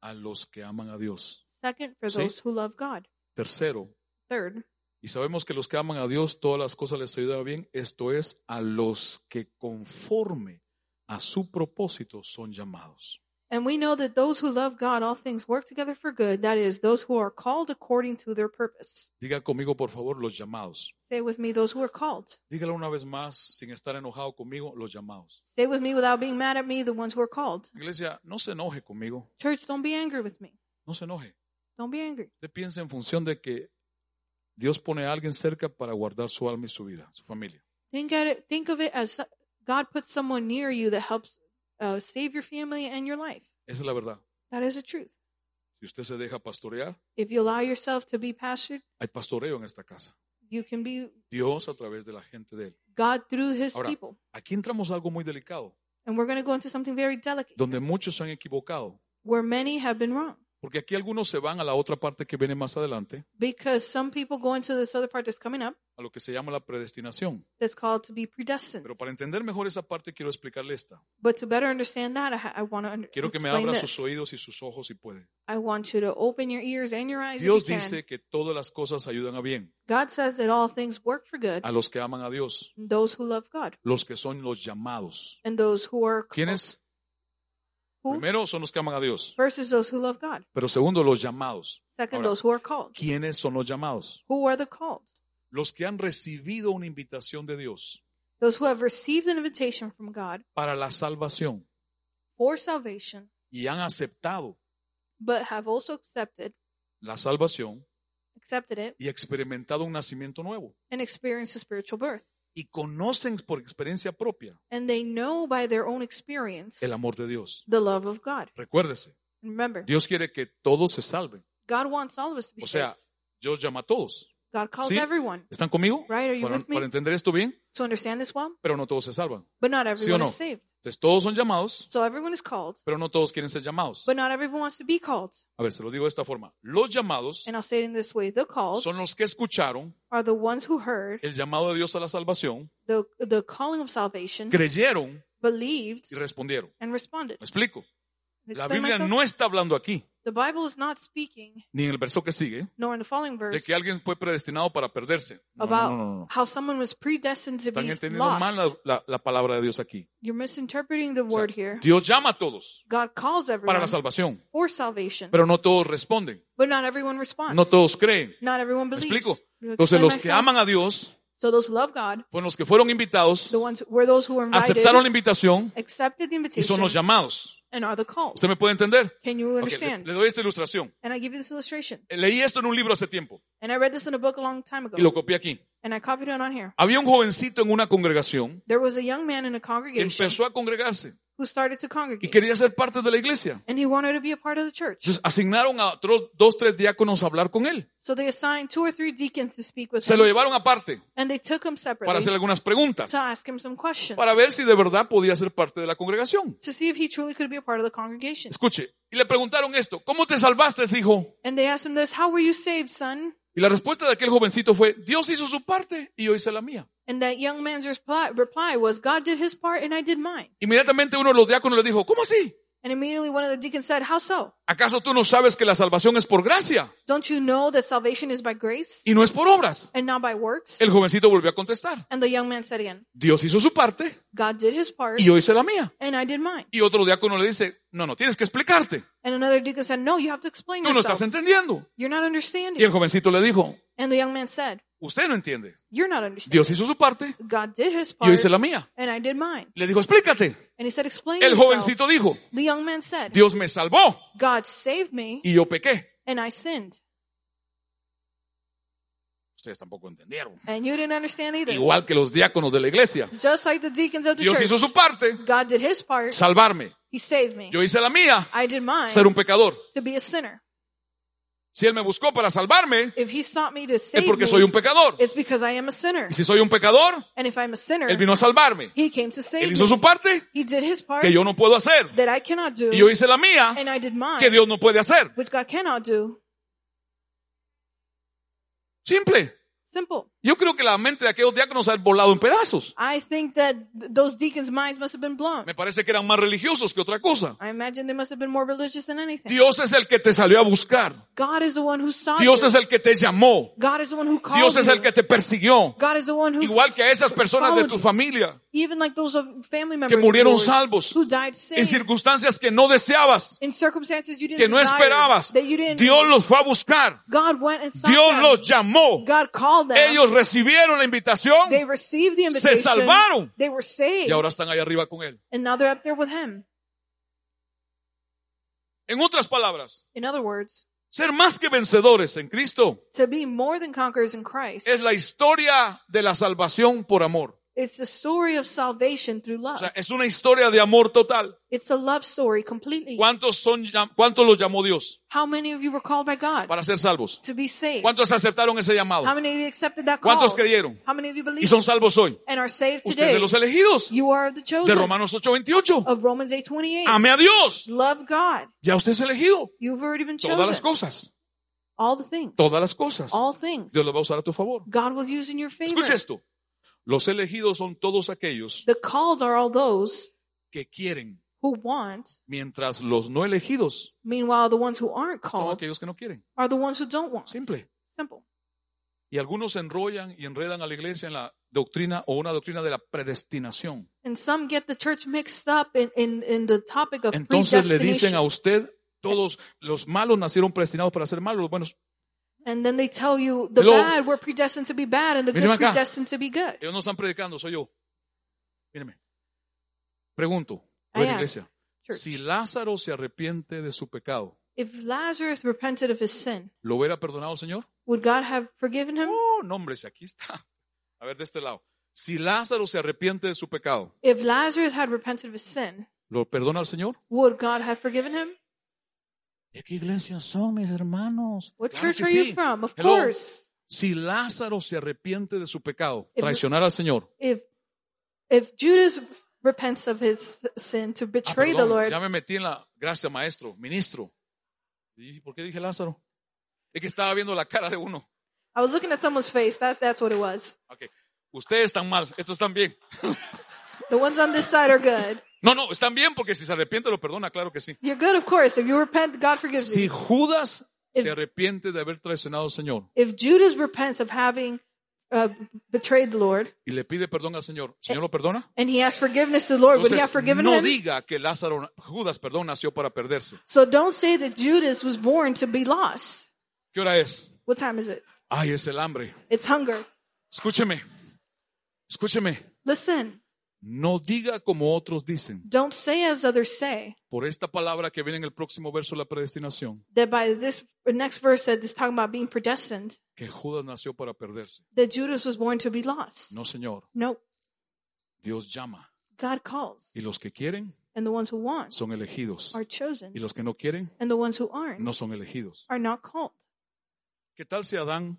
Speaker 1: a los que aman a Dios.
Speaker 2: Second, for
Speaker 1: Sí.
Speaker 2: those who love God.
Speaker 1: Tercero,
Speaker 2: Third,
Speaker 1: y sabemos que los que aman a Dios todas las cosas les ayudan a bien, esto es, a los que conforme a su propósito son llamados.
Speaker 2: and we know that those who love God, all things work together for good. That is, those who are called according to their purpose.
Speaker 1: Diga conmigo, por favor, los llamados.
Speaker 2: Say with me, those who are called.
Speaker 1: Dígalo una vez más, sin estar enojado conmigo, los llamados.
Speaker 2: Say with me without being mad at me, the ones who are called.
Speaker 1: Iglesia, no se enoje conmigo,
Speaker 2: Church, don't be angry with me.
Speaker 1: no se enoje.
Speaker 2: Don't be angry.
Speaker 1: Usted piensa en función de que Dios pone a alguien cerca para guardar su alma y su vida, su familia.
Speaker 2: Think at it. Think of it as so- God puts someone near you that helps uh, save your family and your life.
Speaker 1: Esa es la verdad.
Speaker 2: That is the truth.
Speaker 1: Si usted se deja pastorear,
Speaker 2: If you allow yourself to be pastored,
Speaker 1: hay pastoreo en esta casa.
Speaker 2: you can be
Speaker 1: Dios a través de la gente de él.
Speaker 2: God through His
Speaker 1: Ahora.
Speaker 2: people.
Speaker 1: Aquí entramos a algo muy delicado,
Speaker 2: And we're going to go into something very delicate,
Speaker 1: donde muchos se han equivocado,
Speaker 2: where many have been wrong,
Speaker 1: porque aquí algunos se van a la otra parte que viene más adelante,
Speaker 2: because some people go into this other part that's coming up,
Speaker 1: a lo que se llama la predestinación.
Speaker 2: that's called to be predestined.
Speaker 1: Pero para entender mejor esa parte quiero explicarle esta.
Speaker 2: But to better understand that, I, ha- I want to under-
Speaker 1: Quiero que me
Speaker 2: explain
Speaker 1: abra
Speaker 2: this.
Speaker 1: sus oídos y sus ojos si puede.
Speaker 2: I want you to open your ears and your eyes. if
Speaker 1: Dios
Speaker 2: you can.
Speaker 1: dice que todas las cosas ayudan a bien
Speaker 2: God says that all things work for good.
Speaker 1: a los que aman a Dios,
Speaker 2: Those who love God
Speaker 1: los que son los llamados.
Speaker 2: and those who are called-
Speaker 1: ¿Quiénes?
Speaker 2: Who?
Speaker 1: Primero son los que aman a Dios,
Speaker 2: First is those who love God.
Speaker 1: pero segundo los llamados.
Speaker 2: Second,
Speaker 1: Ahora.
Speaker 2: those who are called.
Speaker 1: ¿Quiénes son los llamados?
Speaker 2: Who are the called?
Speaker 1: Los que han recibido una invitación de Dios
Speaker 2: Those who have received an invitation from God
Speaker 1: para la salvación
Speaker 2: for salvation,
Speaker 1: y han aceptado
Speaker 2: but have also accepted
Speaker 1: la salvación
Speaker 2: accepted it
Speaker 1: y experimentado un nacimiento nuevo
Speaker 2: and experienced a spiritual birth.
Speaker 1: y conocen por experiencia propia
Speaker 2: And they know by their own experience
Speaker 1: el amor de Dios.
Speaker 2: the love of God.
Speaker 1: Recuérdese,
Speaker 2: And remember,
Speaker 1: Dios quiere que todos se salven.
Speaker 2: God wants all of us to be
Speaker 1: O sea,
Speaker 2: saved.
Speaker 1: Dios llama a todos.
Speaker 2: God calls
Speaker 1: sí.
Speaker 2: everyone.
Speaker 1: ¿Están conmigo?
Speaker 2: Right, are you
Speaker 1: Para,
Speaker 2: with me?
Speaker 1: para entender esto bien,
Speaker 2: To understand this well,
Speaker 1: pero no todos se salvan.
Speaker 2: but not everyone
Speaker 1: no?
Speaker 2: is saved.
Speaker 1: Entonces todos son llamados,
Speaker 2: So everyone is called,
Speaker 1: pero no todos quieren ser llamados.
Speaker 2: but not everyone wants to be called.
Speaker 1: A ver, se lo digo de esta forma. Los llamados
Speaker 2: And I'll say it in this way: the called
Speaker 1: son los que escucharon
Speaker 2: are the ones who heard
Speaker 1: el llamado de Dios a la salvación,
Speaker 2: the the calling of salvation,
Speaker 1: creyeron
Speaker 2: believed,
Speaker 1: y respondieron.
Speaker 2: and responded.
Speaker 1: ¿Me explico? La
Speaker 2: Explain
Speaker 1: Biblia
Speaker 2: myself.
Speaker 1: no está hablando aquí,
Speaker 2: The Bible is not speaking,
Speaker 1: ni en el verso que sigue,
Speaker 2: nor in the following
Speaker 1: de
Speaker 2: verse,
Speaker 1: que alguien fue predestinado para perderse. No, no,
Speaker 2: about
Speaker 1: no, no, no.
Speaker 2: how someone was predestined to
Speaker 1: Están
Speaker 2: be
Speaker 1: entendiendo
Speaker 2: lost.
Speaker 1: mal la, la- la palabra de Dios aquí.
Speaker 2: You're misinterpreting the
Speaker 1: O sea,
Speaker 2: word here.
Speaker 1: Dios llama a todos
Speaker 2: God calls everyone
Speaker 1: para la salvación,
Speaker 2: for salvation,
Speaker 1: pero no todos responden,
Speaker 2: but not everyone responds.
Speaker 1: no todos creen.
Speaker 2: not everyone
Speaker 1: ¿Me
Speaker 2: believes.
Speaker 1: explico?
Speaker 2: You
Speaker 1: Entonces
Speaker 2: explain
Speaker 1: los que
Speaker 2: myself.
Speaker 1: aman a Dios
Speaker 2: so those who love God,
Speaker 1: fueron los que fueron invitados,
Speaker 2: the ones were those who were invited,
Speaker 1: aceptaron la invitación
Speaker 2: accepted the
Speaker 1: y son
Speaker 2: invitation,
Speaker 1: los llamados.
Speaker 2: and are the called.
Speaker 1: ¿Usted me puede entender?
Speaker 2: Can you
Speaker 1: Ok, le,
Speaker 2: understand?
Speaker 1: le doy esta ilustración. Eh,
Speaker 2: and I give you this illustration.
Speaker 1: Leí esto en un libro hace tiempo
Speaker 2: And I read this in a book a long time ago,
Speaker 1: y lo copié aquí.
Speaker 2: and I copied it on here.
Speaker 1: Había un jovencito en una congregación
Speaker 2: There was a young man in a
Speaker 1: que
Speaker 2: congregation
Speaker 1: empezó a congregarse
Speaker 2: who started to
Speaker 1: y
Speaker 2: congregate,
Speaker 1: quería ser parte de la iglesia.
Speaker 2: and he wanted to be a part of the church.
Speaker 1: Entonces asignaron a otros dos, tres diáconos a hablar con él.
Speaker 2: So they assigned two or three deacons to speak with
Speaker 1: Se lo
Speaker 2: him,
Speaker 1: llevaron aparte
Speaker 2: and they took
Speaker 1: para
Speaker 2: him
Speaker 1: hacer
Speaker 2: separately
Speaker 1: algunas preguntas,
Speaker 2: to ask him some questions
Speaker 1: para ver si de verdad podía ser parte de la congregación.
Speaker 2: to see if he truly could be a part of the congregation.
Speaker 1: Escuche, y le preguntaron esto, ¿cómo te salvaste, hijo?
Speaker 2: And they asked him this, How were you saved, son?
Speaker 1: Y la respuesta de aquel jovencito fue, Dios hizo su parte y yo hice la mía.
Speaker 2: And that young man's reply, reply was, God did his part and I did mine.
Speaker 1: Inmediatamente uno de los diáconos le dijo, ¿cómo así?
Speaker 2: And immediately one of the deacons said, How so?
Speaker 1: ¿Acaso tú no sabes que la salvación es por gracia
Speaker 2: Don't you know that salvation is by grace
Speaker 1: y no es por obras?
Speaker 2: and not by works?
Speaker 1: El jovencito volvió a contestar,
Speaker 2: And the young man said again,
Speaker 1: Dios hizo su parte
Speaker 2: God did his part
Speaker 1: y yo hice la mía.
Speaker 2: and I did mine.
Speaker 1: Y otro diácono le dice, no, no, tienes que explicarte.
Speaker 2: And another deacon said, No, you have to explain
Speaker 1: Tú no estás
Speaker 2: yourself.
Speaker 1: entendiendo.
Speaker 2: You're not
Speaker 1: Y el
Speaker 2: understanding.
Speaker 1: jovencito le dijo,
Speaker 2: And the young man said,
Speaker 1: usted no entiende.
Speaker 2: You're not understanding.
Speaker 1: Dios hizo su parte,
Speaker 2: God did his
Speaker 1: yo
Speaker 2: part
Speaker 1: hice la mía.
Speaker 2: and I did mine.
Speaker 1: Le dijo, explícate.
Speaker 2: And he said, Explain
Speaker 1: El
Speaker 2: yourself.
Speaker 1: jovencito dijo,
Speaker 2: The young man said,
Speaker 1: Dios me salvó
Speaker 2: God saved me
Speaker 1: y yo pequé.
Speaker 2: and I sinned.
Speaker 1: Ustedes tampoco entendieron.
Speaker 2: And you didn't understand either.
Speaker 1: Igual que los diáconos de la iglesia.
Speaker 2: Just like the deacons of the
Speaker 1: Dios
Speaker 2: church.
Speaker 1: hizo su parte,
Speaker 2: God did his part.
Speaker 1: salvarme.
Speaker 2: He saved me.
Speaker 1: Yo hice la mía,
Speaker 2: I did mine
Speaker 1: ser un pecador.
Speaker 2: to be a sinner.
Speaker 1: Si Él me buscó para salvarme,
Speaker 2: If he sought me to
Speaker 1: es
Speaker 2: save
Speaker 1: porque
Speaker 2: me,
Speaker 1: soy un pecador.
Speaker 2: it's because I am a sinner.
Speaker 1: Y si soy un pecador,
Speaker 2: And if I'm a sinner,
Speaker 1: Él vino a salvarme.
Speaker 2: he came to
Speaker 1: Él
Speaker 2: save
Speaker 1: hizo
Speaker 2: me.
Speaker 1: su parte,
Speaker 2: He did his part
Speaker 1: que yo no puedo hacer.
Speaker 2: that I cannot do,
Speaker 1: Y yo hice la mía,
Speaker 2: and I did mine,
Speaker 1: que Dios no puede hacer.
Speaker 2: which God cannot do.
Speaker 1: Simple.
Speaker 2: Simple.
Speaker 1: Yo creo que la mente de aquellos diáconos ha volado en pedazos.
Speaker 2: I think that th- those deacons' minds must have been blown.
Speaker 1: Me parece que eran más religiosos que otra cosa.
Speaker 2: I imagine they must have been more religious than anything.
Speaker 1: Dios es el que te salió a buscar.
Speaker 2: God is the one who saw
Speaker 1: Dios
Speaker 2: you.
Speaker 1: es el que te llamó.
Speaker 2: God is the one who called
Speaker 1: Dios es
Speaker 2: you.
Speaker 1: el que te persiguió.
Speaker 2: God is the one who,
Speaker 1: Igual que a esas personas de tu familia
Speaker 2: even like those of family members
Speaker 1: que murieron
Speaker 2: of yours
Speaker 1: salvos
Speaker 2: who died
Speaker 1: en
Speaker 2: saved
Speaker 1: circunstancias que no deseabas,
Speaker 2: in circumstances you didn't
Speaker 1: que no
Speaker 2: desire,
Speaker 1: esperabas.
Speaker 2: that you didn't.
Speaker 1: Dios los fue a buscar.
Speaker 2: God went and sought
Speaker 1: Dios
Speaker 2: them.
Speaker 1: los llamó.
Speaker 2: God called them.
Speaker 1: Ellos recibieron la invitación
Speaker 2: they received the
Speaker 1: Se
Speaker 2: invitation.
Speaker 1: salvaron.
Speaker 2: They were saved.
Speaker 1: y ahora están allá arriba con Él.
Speaker 2: and now they're up there with him.
Speaker 1: En otras palabras,
Speaker 2: In other words,
Speaker 1: ser más que vencedores en Cristo
Speaker 2: to be more than conquerors in Christ
Speaker 1: es la historia de la salvación por amor.
Speaker 2: it's the story of salvation through
Speaker 1: O
Speaker 2: love.
Speaker 1: sea, es una historia de amor total.
Speaker 2: it's a love story completely.
Speaker 1: ¿Cuántos, son, llam- ¿Cuántos los llamó Dios
Speaker 2: How many of you were called by God
Speaker 1: para ser salvos?
Speaker 2: to be saved?
Speaker 1: ¿Cuántos aceptaron ese llamado?
Speaker 2: How many of you accepted that call?
Speaker 1: ¿Cuántos creyeron?
Speaker 2: How many of you
Speaker 1: Y
Speaker 2: believe
Speaker 1: son salvos hoy.
Speaker 2: and are saved
Speaker 1: Usted es
Speaker 2: today?
Speaker 1: de los elegidos.
Speaker 2: You are the
Speaker 1: De
Speaker 2: chosen
Speaker 1: Romanos 8:28.
Speaker 2: of Romans 8:28.
Speaker 1: Ame a Dios.
Speaker 2: Love God.
Speaker 1: Ya usted es elegido.
Speaker 2: You've already been
Speaker 1: Todas las
Speaker 2: chosen.
Speaker 1: cosas.
Speaker 2: All the things.
Speaker 1: Todas las cosas.
Speaker 2: All things.
Speaker 1: Dios lo va a usar a tu favor.
Speaker 2: God will use in your favor.
Speaker 1: Escuche esto. Los elegidos son todos aquellos
Speaker 2: The called are all those
Speaker 1: que quieren,
Speaker 2: who want.
Speaker 1: mientras los no elegidos
Speaker 2: Meanwhile, the ones who aren't
Speaker 1: son
Speaker 2: called
Speaker 1: aquellos que no quieren.
Speaker 2: are the ones who don't want.
Speaker 1: Simple.
Speaker 2: Simple.
Speaker 1: Y algunos se enrollan y enredan a la iglesia en la doctrina o una doctrina de la predestinación.
Speaker 2: And some get the church mixed up in, in, in the topic of
Speaker 1: Entonces le
Speaker 2: predestination.
Speaker 1: dicen a usted, todos los malos nacieron predestinados para ser malos, los buenos.
Speaker 2: And then they tell you the
Speaker 1: Luego-
Speaker 2: bad were predestined to be bad and the
Speaker 1: Míreme
Speaker 2: good
Speaker 1: acá.
Speaker 2: predestined to be good.
Speaker 1: Ellos no están predicando, soy yo. Míreme. Pregunto, a
Speaker 2: I
Speaker 1: ver,
Speaker 2: asked,
Speaker 1: iglesia,
Speaker 2: church.
Speaker 1: si Lázaro se arrepiente de su pecado,
Speaker 2: If Lazarus repented of his sin,
Speaker 1: ¿lo hubiera perdonado el Señor?
Speaker 2: would God have forgiven him?
Speaker 1: Oh, no, hombre, si aquí está. A ver, de este lado. Si Lázaro se arrepiente de su pecado,
Speaker 2: If Lazarus had repented of his sin,
Speaker 1: ¿lo perdona el Señor?
Speaker 2: would God have forgiven him?
Speaker 1: ¿De qué iglesia son, mis hermanos?
Speaker 2: What
Speaker 1: Claro
Speaker 2: church
Speaker 1: que
Speaker 2: are
Speaker 1: sí.
Speaker 2: you from? Of
Speaker 1: Hello.
Speaker 2: course.
Speaker 1: Si Lázaro se arrepiente de su pecado,
Speaker 2: If-
Speaker 1: traicionar al Señor.
Speaker 2: If if Judas repents of his sin to
Speaker 1: Ah,
Speaker 2: betray the
Speaker 1: perdón,
Speaker 2: Lord,
Speaker 1: Ya me metí en la gracia, maestro, ministro. ¿Y por qué dije Lázaro? Es que estaba viendo la cara de uno.
Speaker 2: I was looking at someone's face. That that's what it was.
Speaker 1: Ok. Ustedes están mal, estos están bien.
Speaker 2: The ones on this side are good.
Speaker 1: No, no, están bien porque si se arrepiente lo perdona, claro que sí.
Speaker 2: You're good, of course. If you repent, God forgives
Speaker 1: Si
Speaker 2: you.
Speaker 1: Judas
Speaker 2: If-
Speaker 1: se arrepiente de haber traicionado al Señor
Speaker 2: If Judas repents of having uh, betrayed the Lord
Speaker 1: y le pide perdón al Señor, ¿Señor lo perdona?
Speaker 2: and he asks forgiveness to the Lord, would he have
Speaker 1: Entonces,
Speaker 2: forgiven
Speaker 1: no
Speaker 2: him?
Speaker 1: diga que Lázaro, Judas, perdón, nació para perderse.
Speaker 2: So don't say that Judas was born to be lost.
Speaker 1: ¿Qué hora es?
Speaker 2: What time is it?
Speaker 1: Ay, es el hambre.
Speaker 2: It's hunger.
Speaker 1: Escúcheme, escúcheme.
Speaker 2: Listen,
Speaker 1: No diga como otros dicen.
Speaker 2: don't say as others say
Speaker 1: Por esta palabra que viene en el próximo verso de la predestinación,
Speaker 2: that by this the next verse that is talking about being predestined,
Speaker 1: que Judas nació para perderse.
Speaker 2: that Judas was born to be lost.
Speaker 1: No, Señor.
Speaker 2: No,
Speaker 1: Dios llama.
Speaker 2: God calls,
Speaker 1: Y los que quieren
Speaker 2: and the ones who want
Speaker 1: son elegidos.
Speaker 2: are chosen,
Speaker 1: Y los que no quieren
Speaker 2: and the ones who aren't
Speaker 1: no son elegidos.
Speaker 2: are not called.
Speaker 1: ¿Qué tal si Adán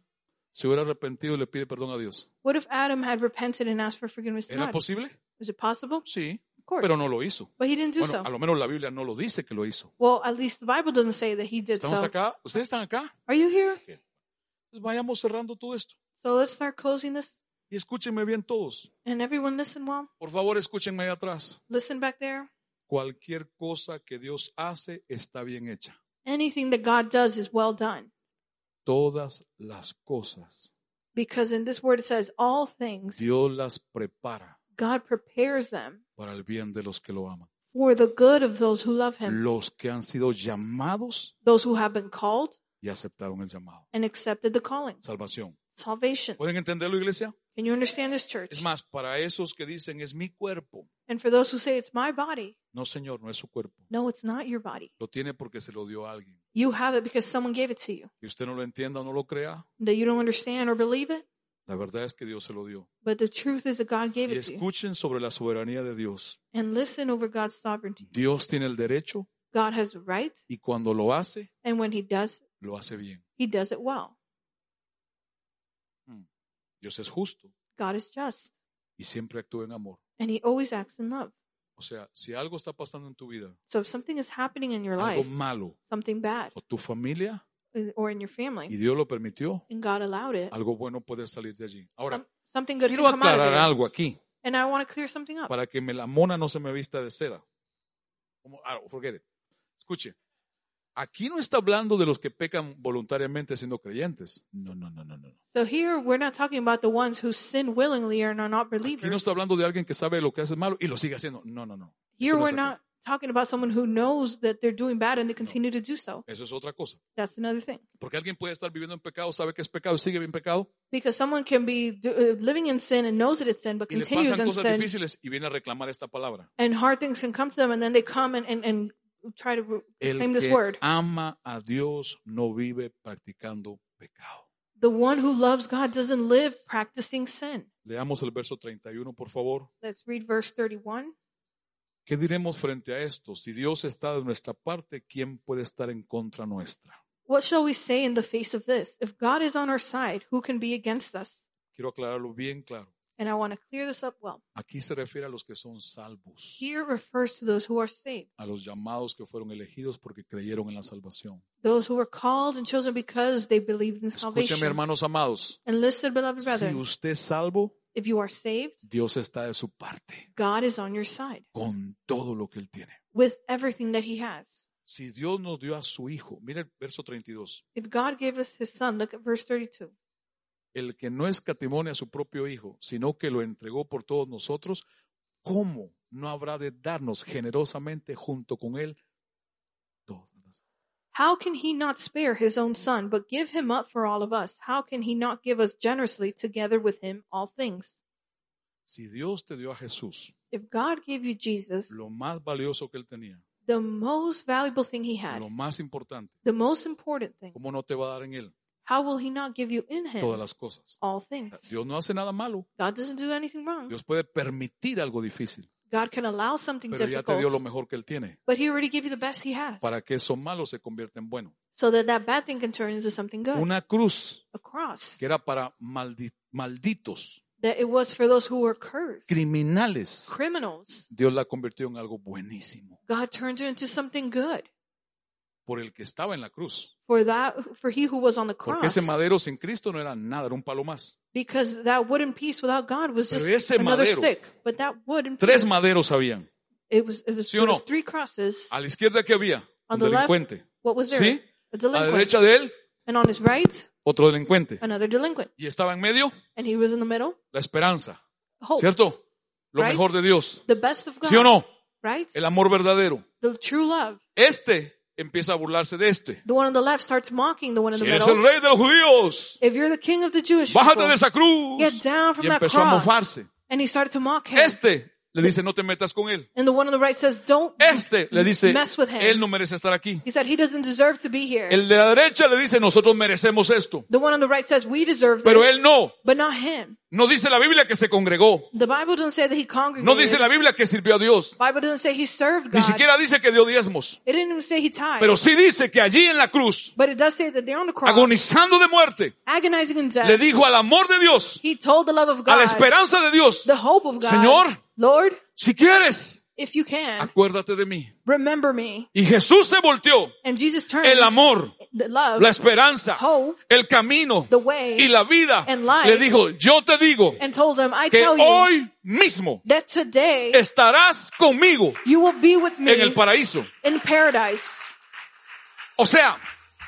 Speaker 1: se hubiera arrepentido y le pide perdón a Dios?
Speaker 2: What if Adam had repented and asked for forgiveness to
Speaker 1: ¿Era
Speaker 2: God?
Speaker 1: posible?
Speaker 2: Is it possible?
Speaker 1: Sí,
Speaker 2: Of course.
Speaker 1: pero no lo hizo.
Speaker 2: But he didn't do
Speaker 1: Bueno, a
Speaker 2: Pues, so.
Speaker 1: lo menos la Biblia no lo dice que lo hizo.
Speaker 2: Well, at least the Bible doesn't say that he did
Speaker 1: ¿Estamos
Speaker 2: so.
Speaker 1: acá? ¿Ustedes están acá?
Speaker 2: Are you here?
Speaker 1: Pues vayamos cerrando todo esto.
Speaker 2: So let's start closing this.
Speaker 1: Y escúchenme bien todos.
Speaker 2: And everyone listen well.
Speaker 1: Por favor, escúchenme ahí atrás.
Speaker 2: Listen back there.
Speaker 1: Cualquier cosa que Dios hace está bien hecha.
Speaker 2: Anything that God does is well done.
Speaker 1: Todas las cosas
Speaker 2: Because in this word it says all things
Speaker 1: Dios las prepara
Speaker 2: God prepares them
Speaker 1: para el bien de los que lo aman.
Speaker 2: for the good of those who love him,
Speaker 1: Los que han sido llamados
Speaker 2: those who have been called
Speaker 1: y aceptaron el llamado.
Speaker 2: and accepted the calling.
Speaker 1: Salvación.
Speaker 2: Salvation.
Speaker 1: ¿Pueden entenderlo, iglesia?
Speaker 2: Can you understand this church?
Speaker 1: Es más, para esos que dicen es mi cuerpo.
Speaker 2: And for those who say it's my body,
Speaker 1: No, Señor, no es su cuerpo.
Speaker 2: no, it's not your body.
Speaker 1: Lo tiene porque se lo dio a alguien.
Speaker 2: You have it because someone gave it to you.
Speaker 1: Y usted no lo entienda o no lo crea,
Speaker 2: That you don't understand or believe it,
Speaker 1: la verdad es que Dios se lo dio.
Speaker 2: but the truth is that God gave
Speaker 1: Y
Speaker 2: it to you.
Speaker 1: escuchen sobre la soberanía de Dios.
Speaker 2: And listen over God's sovereignty.
Speaker 1: Dios tiene el derecho
Speaker 2: God has a right,
Speaker 1: y cuando lo hace,
Speaker 2: and when he does,
Speaker 1: lo hace bien.
Speaker 2: he does it well.
Speaker 1: Dios es justo
Speaker 2: God is just,
Speaker 1: y siempre actúa en amor.
Speaker 2: and He always acts in love.
Speaker 1: O sea, si algo está pasando en tu vida,
Speaker 2: So if something is happening in your
Speaker 1: algo
Speaker 2: life,
Speaker 1: malo,
Speaker 2: something bad, uh,
Speaker 1: o tu familia,
Speaker 2: or in your
Speaker 1: Y
Speaker 2: family.
Speaker 1: Dios lo permitió.
Speaker 2: And God allowed it.
Speaker 1: Algo bueno puede salir de allí. Ahora,
Speaker 2: Some- something good can
Speaker 1: quiero
Speaker 2: come out
Speaker 1: aclarar
Speaker 2: of it.
Speaker 1: algo aquí
Speaker 2: And I want to clear something up.
Speaker 1: para que me la mona no se me vista de seda. Como, ah, forget it. Escuche, aquí no está hablando de los que pecan voluntariamente siendo creyentes. No, no, no, no, no.
Speaker 2: So here we're not talking about the ones who sin willingly and are not
Speaker 1: Aquí no
Speaker 2: believers.
Speaker 1: está hablando de alguien que sabe lo que hace malo y lo sigue haciendo. No, no, no.
Speaker 2: Here
Speaker 1: no
Speaker 2: we're
Speaker 1: es aquí.
Speaker 2: not talking about someone who knows that they're doing bad and they continue to do so.
Speaker 1: Eso es otra cosa.
Speaker 2: That's another thing.
Speaker 1: Porque alguien puede estar viviendo en pecado, sabe que es pecado y sigue en pecado
Speaker 2: Because someone can be do- uh, living in sin and knows that it's sin, but
Speaker 1: y le
Speaker 2: continues
Speaker 1: pasan
Speaker 2: in
Speaker 1: cosas
Speaker 2: sin,
Speaker 1: difíciles y viene a reclamar esta palabra.
Speaker 2: and hard things can come to them, and then they come and, and, and try to re-
Speaker 1: El
Speaker 2: Claim this
Speaker 1: que
Speaker 2: word.
Speaker 1: ama a Dios no vive practicando pecado.
Speaker 2: The one who loves God doesn't live practicing sin.
Speaker 1: Leamos el verso 31, por favor.
Speaker 2: Let's read verse 31.
Speaker 1: ¿Qué diremos frente a esto? Si Dios está de nuestra parte, ¿quién puede estar en contra nuestra?
Speaker 2: What shall we say in the face of this? If God is on our side, who can be against us?
Speaker 1: Quiero aclararlo bien claro.
Speaker 2: And I want to clear this up well.
Speaker 1: Aquí se refiere a los que son salvos,
Speaker 2: Here refers to those who are saved,
Speaker 1: a los llamados que fueron elegidos porque creyeron en la salvación.
Speaker 2: those who were called and chosen because they believed in
Speaker 1: Escúchame,
Speaker 2: salvation.
Speaker 1: hermanos amados.
Speaker 2: And listen, beloved
Speaker 1: Si
Speaker 2: brethren,
Speaker 1: usted es salvo,
Speaker 2: if you are saved,
Speaker 1: Dios está de su parte
Speaker 2: God is on your side
Speaker 1: con todo lo que Él tiene.
Speaker 2: with everything that He has.
Speaker 1: Si Dios nos dio a su Hijo, mira el verso 32.
Speaker 2: If God gave us His Son, look at verse 32.
Speaker 1: El que no escatimone a su propio Hijo, sino que lo entregó por todos nosotros, ¿cómo no habrá de darnos generosamente junto con Él todas las-
Speaker 2: How can He not spare His own Son, but give Him up for all of us? How can He not give us generously together with Him all things?
Speaker 1: Si Dios te dio a Jesús,
Speaker 2: If God gave you Jesus,
Speaker 1: lo más valioso que Él tenía,
Speaker 2: the most valuable thing He had,
Speaker 1: lo más importante,
Speaker 2: the most important thing,
Speaker 1: ¿cómo no te va a dar en Él
Speaker 2: how will He not give you in
Speaker 1: todas
Speaker 2: Him
Speaker 1: las cosas?
Speaker 2: all things?
Speaker 1: Dios no hace nada malo.
Speaker 2: God doesn't do anything wrong.
Speaker 1: Dios puede permitir algo difícil,
Speaker 2: God can allow something
Speaker 1: pero ya te dio lo
Speaker 2: difficult,
Speaker 1: mejor que Él tiene
Speaker 2: but He already gave you the best He has,
Speaker 1: para que eso malo se convierta en bueno.
Speaker 2: so that that bad thing can turn into something good.
Speaker 1: Una cruz
Speaker 2: A cross.
Speaker 1: que era para maldi- malditos,
Speaker 2: That it was for those who were cursed,
Speaker 1: criminales.
Speaker 2: criminals.
Speaker 1: Dios la convirtió en algo buenísimo
Speaker 2: God turned it into something good
Speaker 1: por el que estaba en la cruz.
Speaker 2: for that, for He who was on the
Speaker 1: Porque
Speaker 2: cross.
Speaker 1: ese madero sin Cristo no era nada, era un palo más.
Speaker 2: Because that wooden piece without God was
Speaker 1: Pero
Speaker 2: just
Speaker 1: ese
Speaker 2: another
Speaker 1: madero-
Speaker 2: stick. But that wooden
Speaker 1: Tres
Speaker 2: piece,
Speaker 1: maderos habían.
Speaker 2: it was it was,
Speaker 1: ¿Sí o
Speaker 2: it was
Speaker 1: no?
Speaker 2: three crosses.
Speaker 1: A la izquierda que había un
Speaker 2: On the left,
Speaker 1: delincuente.
Speaker 2: What was there?
Speaker 1: ¿Sí?
Speaker 2: A
Speaker 1: A la
Speaker 2: delinquent.
Speaker 1: derecha de él,
Speaker 2: And on his right,
Speaker 1: otro delincuente.
Speaker 2: another delinquent.
Speaker 1: Y estaba en medio
Speaker 2: And he was in the middle.
Speaker 1: la esperanza,
Speaker 2: Hope.
Speaker 1: ¿cierto? Lo
Speaker 2: Right.
Speaker 1: mejor de Dios.
Speaker 2: The best of God.
Speaker 1: ¿Sí o no?
Speaker 2: Right?
Speaker 1: El amor verdadero.
Speaker 2: The true love.
Speaker 1: Este empieza a burlarse de este.
Speaker 2: The one on the left starts mocking the one in
Speaker 1: Si
Speaker 2: the
Speaker 1: eres
Speaker 2: middle.
Speaker 1: el rey de los judíos,
Speaker 2: If you're the king of the Jewish
Speaker 1: bájate
Speaker 2: people,
Speaker 1: de esa cruz.
Speaker 2: get down from
Speaker 1: Y
Speaker 2: that
Speaker 1: empezó a
Speaker 2: cross.
Speaker 1: mofarse.
Speaker 2: And he started to mock him.
Speaker 1: Este le dice, no te metas con él.
Speaker 2: And the one on the right says, don't.
Speaker 1: Este le dice,
Speaker 2: Mess with him.
Speaker 1: él no merece estar aquí.
Speaker 2: He said, he doesn't deserve to be here.
Speaker 1: El de la derecha le dice, nosotros merecemos esto.
Speaker 2: the one on the right says, we deserve
Speaker 1: Pero
Speaker 2: this.
Speaker 1: él no.
Speaker 2: But not him.
Speaker 1: No dice la Biblia que se congregó.
Speaker 2: The Bible doesn't say that he congregated.
Speaker 1: No dice la Biblia que sirvió a Dios.
Speaker 2: The Bible doesn't say he served
Speaker 1: Ni
Speaker 2: God.
Speaker 1: siquiera dice que dio diezmos.
Speaker 2: It didn't even say he tithed.
Speaker 1: Pero sí dice que allí en la cruz,
Speaker 2: but it does say that they're on the cross,
Speaker 1: agonizando de muerte,
Speaker 2: agonizing in death.
Speaker 1: le dijo al amor de Dios,
Speaker 2: he told the love of
Speaker 1: a la
Speaker 2: God,
Speaker 1: esperanza de Dios,
Speaker 2: the hope of God,
Speaker 1: Señor.
Speaker 2: Lord,
Speaker 1: si quieres,
Speaker 2: if you can,
Speaker 1: acuérdate de mí.
Speaker 2: remember me.
Speaker 1: Y Jesús se volteó.
Speaker 2: And Jesus turned
Speaker 1: El amor,
Speaker 2: the love,
Speaker 1: la esperanza,
Speaker 2: hope,
Speaker 1: el camino
Speaker 2: the way,
Speaker 1: y la vida.
Speaker 2: and life.
Speaker 1: Le dijo, yo te digo
Speaker 2: and told them, I
Speaker 1: que
Speaker 2: tell you
Speaker 1: hoy mismo
Speaker 2: that today
Speaker 1: estarás conmigo
Speaker 2: you will be with me
Speaker 1: en el paraíso.
Speaker 2: in paradise.
Speaker 1: O sea,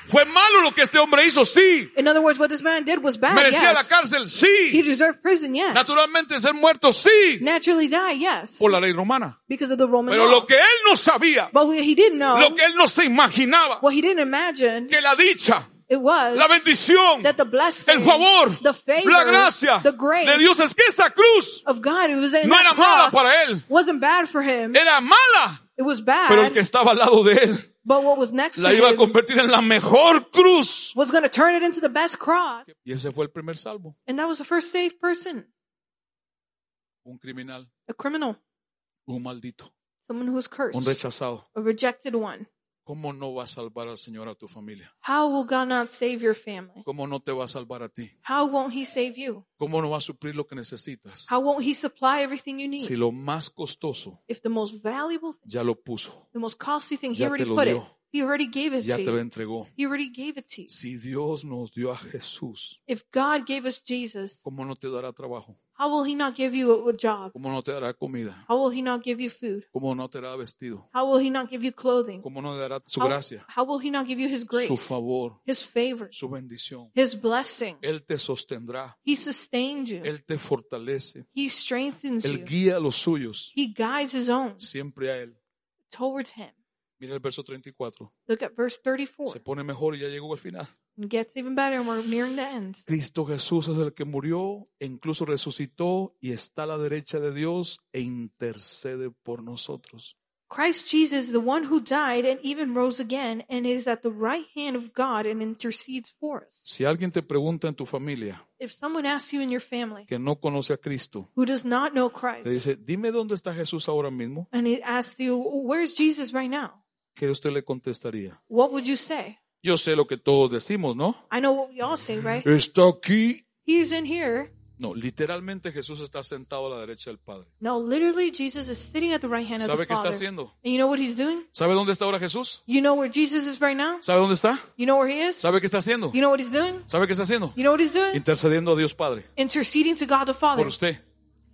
Speaker 1: fue malo lo que este hombre hizo, sí.
Speaker 2: In other words, what this man did was bad.
Speaker 1: Merecía la
Speaker 2: Ah, yes.
Speaker 1: cárcel,
Speaker 2: He
Speaker 1: sí.
Speaker 2: deserved prison, yes.
Speaker 1: Naturalmente ser muerto, sí.
Speaker 2: Naturally die, yes.
Speaker 1: Por la ley romana.
Speaker 2: because of the Roman
Speaker 1: Pero
Speaker 2: law.
Speaker 1: lo que él no sabía,
Speaker 2: But what he didn't know,
Speaker 1: lo que él no se imaginaba,
Speaker 2: what he didn't imagine,
Speaker 1: que la dicha,
Speaker 2: it was
Speaker 1: la bendición,
Speaker 2: that the blessing,
Speaker 1: el favor,
Speaker 2: the favor,
Speaker 1: la gracia
Speaker 2: the grace
Speaker 1: de Dios es que esa cruz
Speaker 2: of God, it was in
Speaker 1: no
Speaker 2: that
Speaker 1: era mala
Speaker 2: cross,
Speaker 1: para él.
Speaker 2: wasn't bad for him.
Speaker 1: era mala,
Speaker 2: It was bad,
Speaker 1: pero el que estaba al lado de él
Speaker 2: but what was next
Speaker 1: la
Speaker 2: to
Speaker 1: iba a
Speaker 2: him
Speaker 1: convertir en la mejor cruz.
Speaker 2: was going to turn it into the best cross.
Speaker 1: Y ese fue el primer salvo,
Speaker 2: And that was the first saved person,
Speaker 1: un criminal,
Speaker 2: a criminal,
Speaker 1: un maldito,
Speaker 2: someone who was cursed,
Speaker 1: un rechazado.
Speaker 2: a rejected one.
Speaker 1: ¿Cómo no va a salvar al Señor a tu familia?
Speaker 2: How will God not save your family?
Speaker 1: ¿Cómo no te va a salvar a ti?
Speaker 2: How won't He save you?
Speaker 1: ¿Cómo no va a suplir lo que necesitas?
Speaker 2: How won't He supply everything you need?
Speaker 1: Si lo más costoso
Speaker 2: if the most valuable,
Speaker 1: ya lo puso,
Speaker 2: the most costly thing He
Speaker 1: ya te
Speaker 2: already
Speaker 1: lo
Speaker 2: put it,
Speaker 1: dio,
Speaker 2: He already gave it
Speaker 1: ya
Speaker 2: to
Speaker 1: te lo
Speaker 2: you.
Speaker 1: entregó.
Speaker 2: He already gave it to you.
Speaker 1: Si Dios nos dio a Jesús,
Speaker 2: If God gave us Jesus,
Speaker 1: ¿cómo no te dará trabajo?
Speaker 2: how will He not give you a, a job?
Speaker 1: ¿Cómo no te dará comida?
Speaker 2: How will He not give you food?
Speaker 1: ¿Cómo no te dará vestido?
Speaker 2: How will He not give you clothing?
Speaker 1: ¿Cómo no te dará su
Speaker 2: How,
Speaker 1: gracia,
Speaker 2: how will He not give you His
Speaker 1: su
Speaker 2: grace,
Speaker 1: favor,
Speaker 2: His favor,
Speaker 1: su bendición?
Speaker 2: His blessing?
Speaker 1: Él te sostendrá,
Speaker 2: He sustained you.
Speaker 1: Él te fortalece,
Speaker 2: He strengthens
Speaker 1: Él
Speaker 2: you.
Speaker 1: guía a los suyos,
Speaker 2: He guides His own
Speaker 1: siempre a Él.
Speaker 2: towards Him.
Speaker 1: Mira el verso 34.
Speaker 2: Look at verse 34.
Speaker 1: Se pone mejor y ya llegó al final.
Speaker 2: It gets even better, and we're nearing the end.
Speaker 1: Cristo Jesús es el que murió e incluso resucitó y está a la derecha de Dios e intercede por nosotros.
Speaker 2: Christ Jesus, the one who died and even rose again, and is at the right hand of God and intercedes for us.
Speaker 1: Si alguien te pregunta en tu familia
Speaker 2: If someone asks you in your family
Speaker 1: que no conoce a Cristo,
Speaker 2: who does not know
Speaker 1: te
Speaker 2: Christ,
Speaker 1: dice, dime dónde está Jesús ahora mismo,
Speaker 2: and it asks you, Where's Jesus right now?
Speaker 1: ¿qué usted le contestaría?
Speaker 2: What would you say?
Speaker 1: Yo sé lo que todos decimos, ¿no?
Speaker 2: I know what we all say, right?
Speaker 1: Está aquí.
Speaker 2: He's in here.
Speaker 1: No, literalmente Jesús está sentado a la derecha del Padre.
Speaker 2: No, literally, Jesus is sitting at the right hand of the
Speaker 1: ¿Sabe qué está
Speaker 2: Father.
Speaker 1: haciendo?
Speaker 2: And you know what he's doing?
Speaker 1: ¿Sabe dónde está ahora Jesús?
Speaker 2: You know where Jesus is right now?
Speaker 1: ¿Sabe dónde está?
Speaker 2: You know where he is?
Speaker 1: ¿Sabe qué está haciendo?
Speaker 2: You know what he's doing?
Speaker 1: ¿Sabe qué está haciendo?
Speaker 2: You know what he's doing?
Speaker 1: Intercediendo a Dios Padre
Speaker 2: Interceding to God the
Speaker 1: por
Speaker 2: Father
Speaker 1: usted.